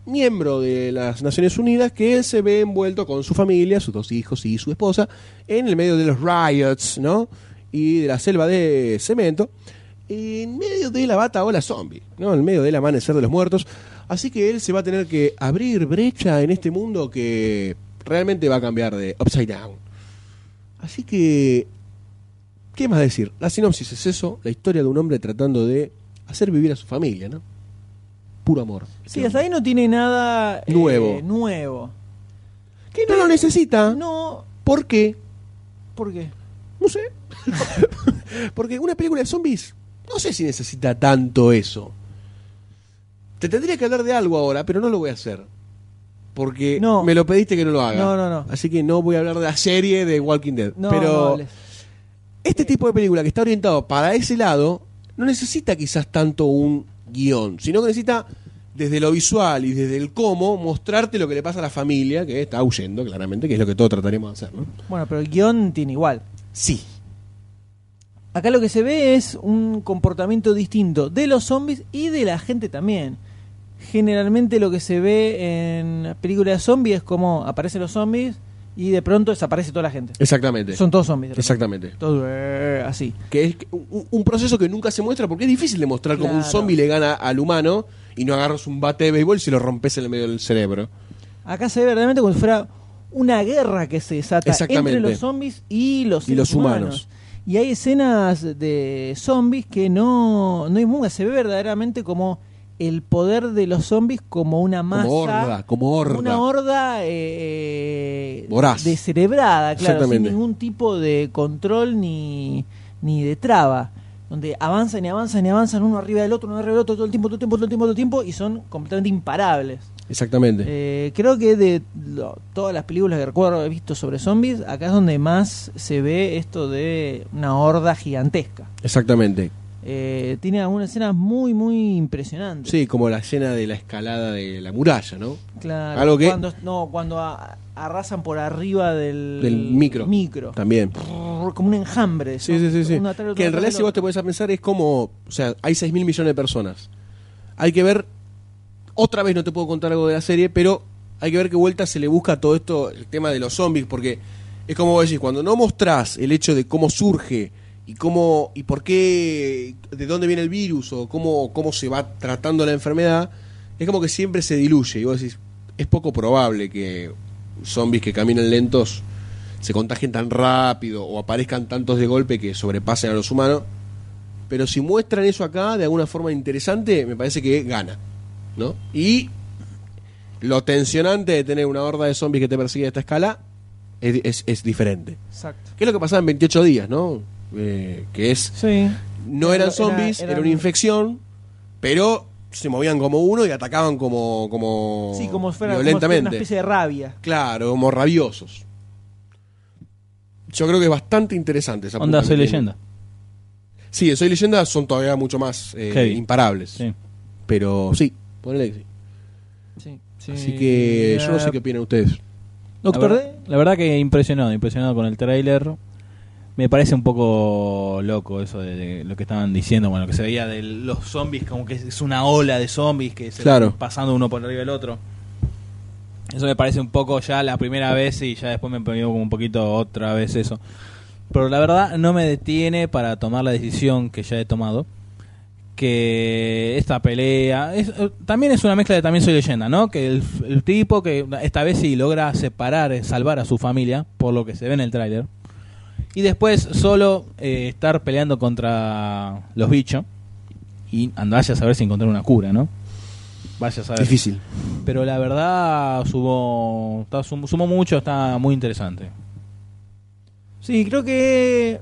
D: miembro de las Naciones Unidas que se ve envuelto con su familia, sus dos hijos y su esposa, en el medio de los riots, ¿no? Y de la selva de cemento, en medio de la bata ola zombie, ¿no? En medio del amanecer de los muertos. Así que él se va a tener que abrir brecha en este mundo que realmente va a cambiar de upside down. Así que ¿Qué más decir? La sinopsis es eso, la historia de un hombre tratando de hacer vivir a su familia, ¿no? Puro amor.
B: Sí, hasta ahí no tiene nada eh,
D: Nuevo. ¿Ah?
B: nuevo.
D: Que no lo necesita.
B: No,
D: ¿Por qué?
B: ¿por qué?
D: No sé. Porque una película de zombies, no sé si necesita tanto eso. Te tendría que hablar de algo ahora, pero no lo voy a hacer. Porque
B: No.
D: me lo pediste que no lo haga.
B: No, no, no.
D: Así que no voy a hablar de la serie de Walking Dead.
B: No,
D: pero
B: no hables.
D: Este tipo de película que está orientado para ese lado no necesita quizás tanto un guión, sino que necesita desde lo visual y desde el cómo mostrarte lo que le pasa a la familia que está huyendo, claramente, que es lo que todos trataremos de hacer, ¿no?
B: Bueno, pero el guión tiene igual.
D: Sí.
B: Acá lo que se ve es un comportamiento distinto de los zombies y de la gente también. Generalmente lo que se ve en películas de zombies es como aparecen los zombies y de pronto desaparece toda la gente.
D: Exactamente.
B: Son todos zombies. de repente.
D: Exactamente.
B: Todos eh, así.
D: Que es un, un proceso que nunca se muestra porque es difícil de mostrar como un
B: Claro.
D: zombie le gana al humano y no agarras un bate de béisbol y se lo rompes en el medio del cerebro.
B: Acá se ve verdaderamente como si fuera una guerra que se desata
D: Exactamente.
B: entre los zombies y los,
D: Y
B: seres
D: los humanos.
B: Y hay escenas de zombies que no, no inmunga. Se ve verdaderamente como el poder de los zombies como una masa.
D: Como horda, como horda.
B: Una horda eh, eh,
D: Voraz.
B: descerebrada, claro, sin
D: Exactamente.
B: ningún tipo de control ni, ni de traba. Donde avanzan y avanzan y avanzan uno arriba del otro, uno arriba del otro, todo el tiempo, todo el tiempo, todo el tiempo, todo el tiempo, y son completamente imparables.
D: Exactamente.
B: Eh, creo que de lo- todas las películas que recuerdo he visto sobre zombies, acá es donde más se ve esto de una horda gigantesca.
D: Exactamente.
B: eh, tiene algunas escenas muy, muy impresionantes.
D: Sí, como la escena de la escalada de la muralla, ¿no?
B: Claro.
D: Algo que-
B: Cuando, no, cuando a- arrasan por arriba del,
D: Del micro.
B: micro.
D: También.
B: Prrr, Como un enjambre.
D: Sí,
B: son
D: sí, sí. sí.
B: uno atrás del otro,
D: Que en
B: atrás
D: realidad,
B: del
D: si vos te
B: otro.
D: pones a pensar, es como. O sea, hay 6 mil millones de personas. Hay que ver. Otra vez no te puedo contar algo de la serie, pero hay que ver qué vuelta se le busca a todo esto, el tema de los zombies, porque es como vos decís, cuando no mostrás el hecho de cómo surge y cómo y por qué, de dónde viene el virus o cómo, cómo se va tratando la enfermedad, es como que siempre se diluye. Y vos decís, es poco probable que zombies que caminan lentos se contagien tan rápido o aparezcan tantos de golpe que sobrepasen a los humanos. Pero si muestran eso acá de alguna forma interesante, me parece que gana. ¿No? Y lo tensionante de tener una horda de zombies que te persigue a esta escala es, es- es diferente.
B: Exacto.
D: ¿Qué es lo que pasaba en 28 días, no? Eh, que es.
B: Sí.
D: No eran
B: Era-
D: zombies, era,
B: eran-
D: una infección, pero se movían como uno y atacaban como. como
B: Sí, como si fuera como si fuera
D: Oh, violentamente.
B: una especie de rabia.
D: Claro, como rabiosos. Yo creo que es bastante interesante esa
C: Onda,
D: punta que
C: soy
D: tiene.
C: leyenda.
D: Sí, Soy Leyenda son todavía mucho más eh,
C: Heavy.
D: imparables.
C: Sí.
D: Pero sí, ponele que sí.
B: Sí, sí.
D: Así que yo no sé qué opinan ustedes.
B: Doctor
C: la,
B: D.
C: ver- la verdad que impresionado, impresionado con el tráiler. Me parece un poco loco eso de, de lo que estaban diciendo, bueno, que se veía de los zombies como que es una ola de zombies que se
D: Claro.
C: van pasando uno por arriba del otro. Eso me parece un poco ya la primera vez y ya después me pegó como un poquito otra vez eso. Pero la verdad no me detiene para tomar la decisión que ya he tomado. Que esta pelea es- eh, también es una mezcla de también soy leyenda, ¿no? Que el, el tipo que esta vez sí logra separar, eh, salvar a su familia, por lo que se ve en el tráiler. Y después solo eh, estar peleando contra los bichos. Y andá a saber si encontrar una cura, ¿no? Vaya a saber.
D: Difícil.
C: Pero la verdad sumó, está, sum- sumó mucho, está muy interesante.
B: Sí, creo que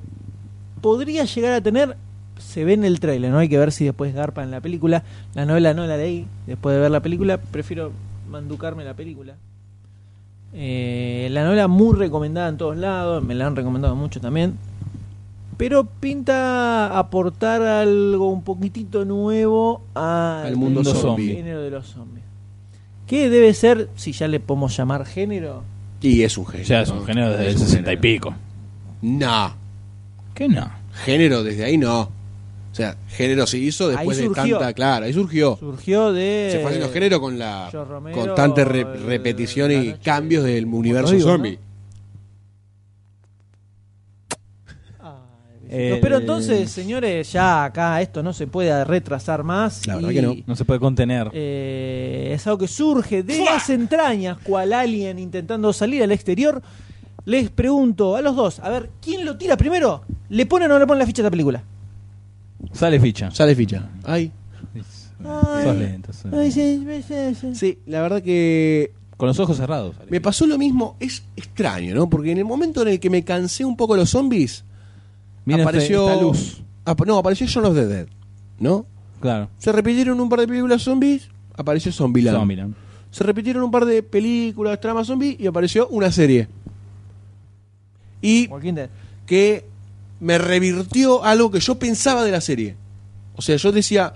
B: podría llegar a tener. Se ve en el tráiler, no hay que ver si después garpa en la película. La novela no la leí después de ver la película. Prefiero manducarme la película. Eh, la novela muy recomendada en todos lados, me la han recomendado mucho también. Pero pinta aportar algo un poquitito nuevo al,
D: Al mundo
C: zombie.
B: género de los zombies. Que debe ser, si ya le podemos llamar género,
D: Y es un género.
C: O sea, es
D: ¿no?
C: un género desde
D: Es
C: el
D: un
C: 60 y
D: género.
C: pico.
D: No,
C: ¿Qué no?
D: género desde ahí no. O sea, género se hizo
B: Ahí
D: después de
B: surgió.
D: tanta. Claro, ahí surgió.
B: surgió de.
D: se fue haciendo género con la
B: George Romero,
D: constante re-
B: el-
D: repetición
B: la
D: y
B: noche-
D: cambios del universo
B: digo,
D: zombie.
B: Ay,
C: El-
B: Pero entonces, señores, ya acá esto no se puede retrasar más.
D: La verdad
B: y,
D: que no.
C: No se puede contener.
B: eh, es algo que surge de las entrañas, cual alien intentando salir al exterior. Les pregunto a los dos, a ver, ¿quién lo tira primero? ¿Le pone o no le pone la ficha a esta película?
C: Sale ficha.
D: Sale ficha. Ay.
C: Sos lento, sos lento.
D: Sí, la verdad que
C: Con los ojos cerrados. sale
D: Me
C: ficha.
D: pasó lo mismo, es extraño, ¿no? Porque en el momento en el que me cansé un poco de los zombies,
C: Mira esta-
D: apareció.
C: este, esta luz.
D: Ap- no, apareció Shaun of the Dead, ¿no?
C: Claro.
D: Se repitieron un par de películas zombies, apareció Zombieland.
C: Zombieland.
D: Se repitieron un par de películas, trama zombie y apareció una serie. Y
B: Joaquín Dead.
D: que me revirtió algo que yo pensaba de la serie. O sea, yo decía,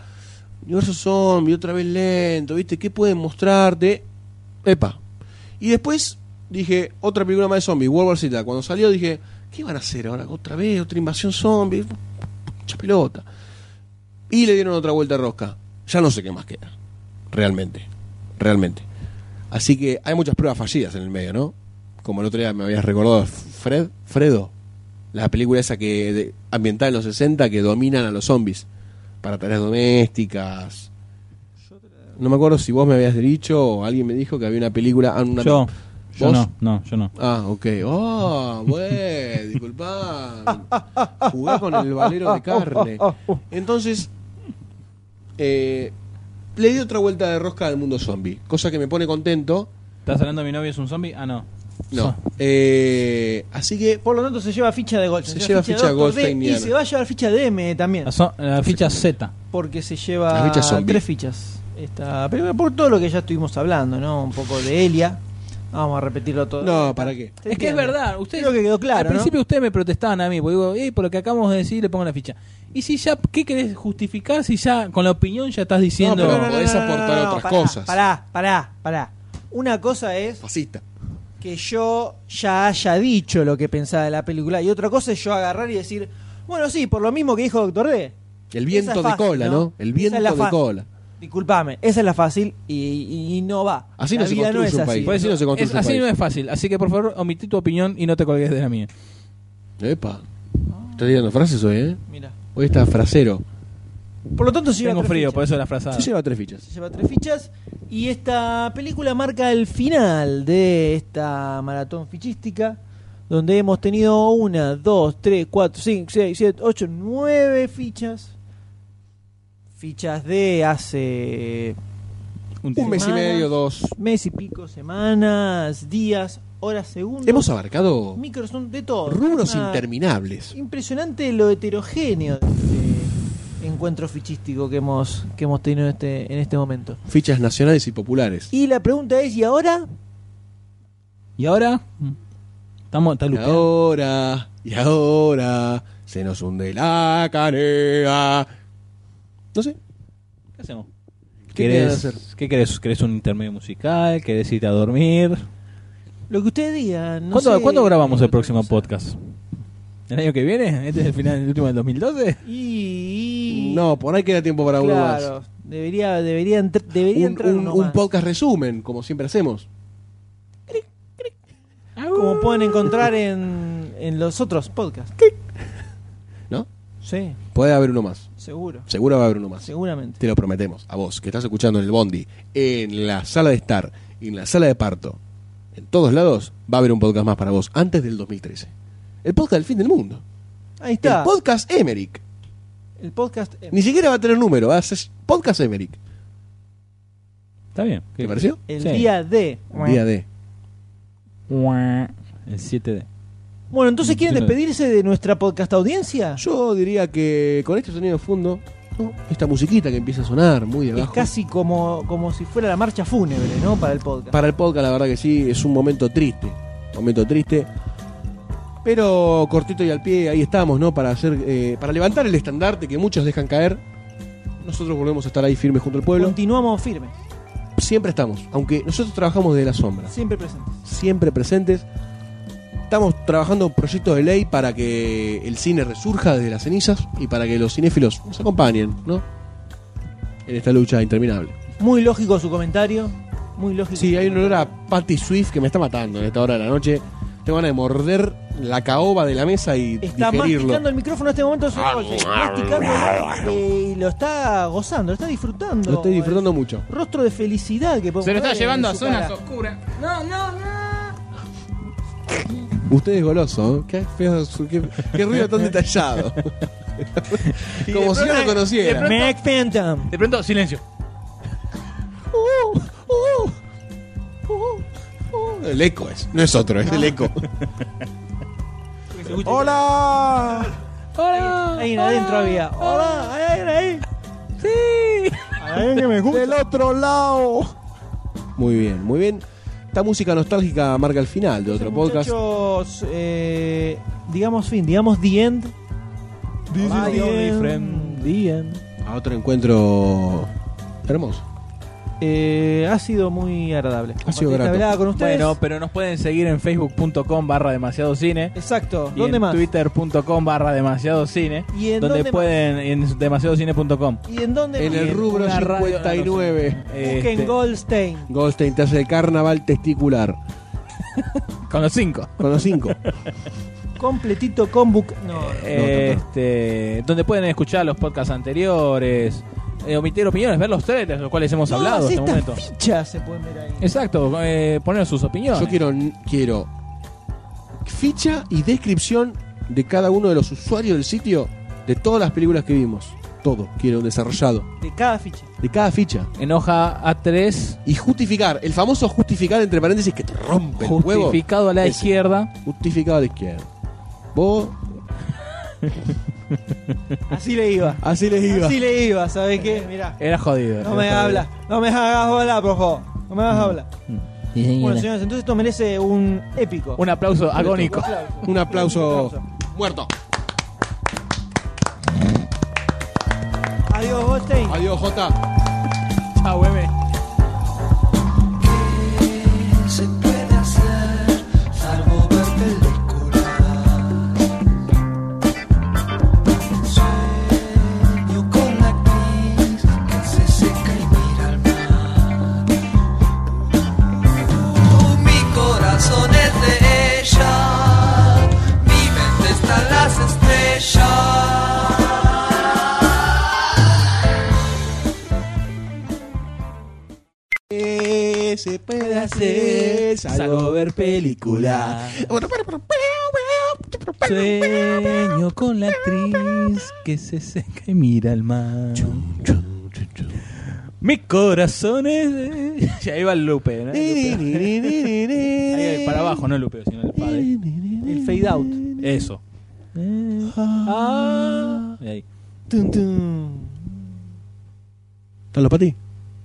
D: universo zombie, otra vez lento, ¿viste? ¿Qué pueden mostrarte? Epa. Y después dije, otra película más de zombies, World War Z. Cuando salió dije, ¿qué van a hacer ahora? ¿Otra vez? ¿Otra invasión zombie? Mucha pelota. Y le dieron otra vuelta de rosca. Ya no sé qué más queda. Realmente. Realmente. Así que hay muchas pruebas fallidas en el medio, ¿no? Como el otro día me habías recordado, Fred, Fredo, la película esa que de- ambientada en los 60 que dominan a los zombies para tareas domésticas. No me acuerdo si vos me habías dicho o alguien me dijo que había una película. ah, Una
C: Yo. Yo
D: ¿Vos?
C: no, no, yo no.
D: Ah, ok. Ah, güey, disculpá. Jugué con el valero de carne. Entonces, eh, le di otra vuelta de rosca al mundo zombie, cosa que me pone contento.
C: ¿Estás hablando de mi novio es un zombie? Ah, no.
D: No. Eh, así que,
B: Por lo tanto, se lleva ficha de Goldstein.
D: Se lleva ficha de
B: Doctor
D: Goldstein,
B: D, Y
D: Diana.
B: se va a llevar ficha de M también.
C: La, zo- la ficha Z.
B: porque se lleva
D: Las fichas zombie.
B: tres fichas. Esta película, por todo lo que ya estuvimos hablando, ¿no? Un poco de Elia, Vamos a repetirlo todo.
D: No, ¿para
B: Te
D: qué?
C: Es que es
B: entiendo.
C: verdad. Ustedes,
B: Creo que quedó claro,
C: Al
B: ¿no?
C: principio ustedes me protestaban a mí, porque digo, "Ey, por lo que acabamos de decir, le pongo la ficha. ¿Y si ya, qué querés justificar si ya con la opinión ya estás diciendo?
D: No, pero no, podés aportar otras
B: pará,
D: cosas.
B: Pará, pará, pará. Una cosa es
D: Fascista.
B: que yo ya haya dicho lo que pensaba de la película y otra cosa es yo agarrar y decir, bueno, sí, por lo mismo que dijo Doctor D.
D: El viento
B: Esa es
D: de
B: fácil,
D: cola, ¿no? El
B: Esa es
D: viento
B: la
D: de
B: fácil.
D: cola.
B: Disculpame, esa es la fácil y, y- y no va.
D: Así
B: La
D: no se
B: vida
D: construye
B: es
D: un
B: así.
D: país.
C: Puedes
D: Así
C: decir,
D: no se construye
C: es-
D: un
C: así
D: país.
C: no es fácil. Así que por favor, omití tu opinión y no te colgues de la mía.
D: Epa. Estás tirando frases hoy, ¿eh?
B: Mira.
D: Hoy está frasero.
B: Por lo tanto, se lleva
C: Tengo
B: tres
C: frío,
B: fichas.
C: por eso la frazada.
D: Se lleva tres fichas.
B: Se lleva tres fichas y esta película marca el final de esta maratón fichística donde hemos tenido una, dos, tres, cuatro, cinco, seis, siete, ocho, nueve fichas. Fichas de hace
C: Un
D: Un
C: tiro.
D: mes y
B: Semanas.
D: medio, dos.
B: mes y pico, semanas, días, horas, segundos.
D: Hemos abarcado
B: micros son de todo.
D: rubros
B: Una-
D: interminables.
B: Impresionante lo heterogéneo de este encuentro fichístico que hemos que hemos tenido en este en este momento.
D: Fichas nacionales y populares.
B: Y la pregunta es, ¿y ahora?
C: ¿Y ahora? Mm. Estamos, está
D: Y
C: lupeado.
D: ahora, y ahora, se nos hunde la canea. No sé.
C: ¿Qué hacemos?
D: ¿Qué querés hacer?
C: ¿Qué querés? ¿Querés un intermedio musical? ¿Querés irte a dormir?
B: Lo que ustedes digan. No
C: ¿Cuándo,
B: sé,
C: cuándo grabamos el
B: otra
C: próximo
B: cosa.
C: podcast? ¿El año que viene? ¿Este es el final, el último del 2012?
B: Y, y-
D: No, por ahí queda tiempo para uno más.
B: claro, debería, debería, entr- debería
D: Un,
B: entrar
D: un-
B: uno
D: un
B: más.
D: podcast resumen, como siempre hacemos.
B: Ah, Como pueden encontrar en, en los otros podcasts.
D: ¿No?
B: Sí,
D: Puede haber uno más.
B: seguro,
D: Seguro va a haber uno más.
B: seguramente.
D: Te lo prometemos. A vos, que estás escuchando en el Bondi, en la sala de estar, en la sala de parto, en todos lados, va a haber un podcast más para vos antes del 2013. El podcast del fin del mundo.
B: Ahí está.
D: El podcast Emerick.
B: El podcast.
D: Ni siquiera va a tener número, va a ser podcast Emerick.
C: Está bien.
D: ¿Te pareció?
B: El
C: Sí.
B: día de.
D: Día de.
C: El 7D.
B: Bueno, entonces quieren despedirse de nuestra podcast audiencia.
D: Yo diría que con este sonido de fondo, ¿no? esta musiquita que empieza a sonar muy de
B: Es
D: abajo.
B: casi como, como si fuera la marcha fúnebre, ¿no? Para el podcast.
D: Para el podcast, la verdad que sí, es un momento triste. Momento triste. Pero cortito y al pie, ahí estamos, ¿no? Para hacer, eh, para levantar el estandarte que muchos dejan caer. Nosotros volvemos a estar ahí firmes junto al pueblo.
B: Continuamos firmes,
D: Siempre estamos, aunque nosotros trabajamos desde la sombra.
B: siempre presentes.
D: Siempre presentes. Estamos trabajando proyectos de ley para que el cine resurja desde las cenizas y para que los cinéfilos nos acompañen, ¿no? En esta lucha interminable.
B: Muy lógico su comentario. Muy lógico.
D: Sí,
B: su
D: hay un olor
B: comentario.
D: a Patty Swift que me está matando en esta hora de la noche. Te van a morder la caoba de la mesa y
B: Está
D: digerirlo.
B: masticando el micrófono en este momento. es un golpe. Masticando, eh, y lo está gozando, lo está disfrutando.
D: Lo estoy disfrutando mucho.
B: El rostro de felicidad que podemos
F: Se lo
B: ver
F: está
B: en
F: llevando a
B: su
F: zonas
B: cara.
F: oscuras. No, no, no.
D: Usted es goloso, ¿eh? Qué feo, su- qué, qué ruido tan detallado. Como si no lo conociera.
B: Mac Phantom.
J: De pronto, silencio.
D: Uh, uh, uh, uh. El eco es, no es otro, es el eco.
K: ¡Hola!
B: Ahí adentro había. Hola, ahí, ahí, ahí.
K: ¡Del otro lado!
D: Muy bien, muy bien. Esta música nostálgica marca el final de otro podcast.
B: Muchachos, eh, digamos fin, digamos the end.
C: This
B: Bye,
C: is the
B: only
C: end.
B: friend.
C: The end.
D: A otro encuentro hermoso.
B: Eh, ha sido muy agradable.
D: Ha sido
B: Compartir esta
D: grato.
B: velada con ustedes.
C: Bueno, pero nos pueden seguir en facebook.com barra demasiado cine.
B: Exacto.
C: Y
B: ¿Dónde
C: en
B: más?
C: twitter.com barra demasiado cine.
B: ¿Y en
C: donde
B: dónde
C: pueden, en demasiadocine.com.
B: ¿Y en dónde
D: En
B: más?
D: el rubro
C: una radio-
D: 59.
B: Busquen
C: Este,
B: Goldstein.
D: Goldstein te hace el carnaval testicular.
C: con los cinco.
D: Con los cinco.
B: Completito con book. No, no.
C: Eh, Este, donde pueden escuchar los podcasts anteriores, eh, omitir opiniones, ver los trailers, los cuales hemos
B: Todas
C: hablado en este
B: estas
C: momento.
B: fichas se pueden ver ahí.
C: Exacto, eh, poner sus opiniones.
D: Yo quiero, quiero ficha y descripción de cada uno de los usuarios del sitio de todas las películas que vimos. Todo, quiero desarrollado.
B: De cada ficha.
D: De cada ficha.
C: En hoja A3,
D: Y justificar, el famoso justificar entre paréntesis que te rompe el huevo.
C: justificado a la
D: Ese.
C: izquierda.
D: Justificado a la izquierda. Vos,
B: Así le iba.
D: así les iba.
B: Así le iba, ¿sabes qué? Mirá.
C: Era jodido.
B: No
C: era
B: me
C: jodido.
B: hablas. No me hagas hablar, por favor. No me hagas hablar. Bueno, señores, entonces esto merece un épico.
C: Un aplauso agónico.
B: Un aplauso.
D: Un aplauso
B: aplauso.
D: muerto.
B: Adiós, Goldstein.
D: Adiós, Jota.
C: Chao, bebé.
L: se puede hacer salvo ver películas? Sueño con la actriz que se seca y mira al mar. Mi corazón es de ella, mi mente está en las estrellas.
D: Eh, se puede hacer, salgo a ver película.
C: Sueño con la actriz que se seca y mira al mar. Mi corazón es. Ya iba el Lupe, ¿no? Ahí, para abajo, no el Lupe, sino el padre.
B: El fade out.
C: Eso. Ah. Ahí.
D: ¿Están los para ti?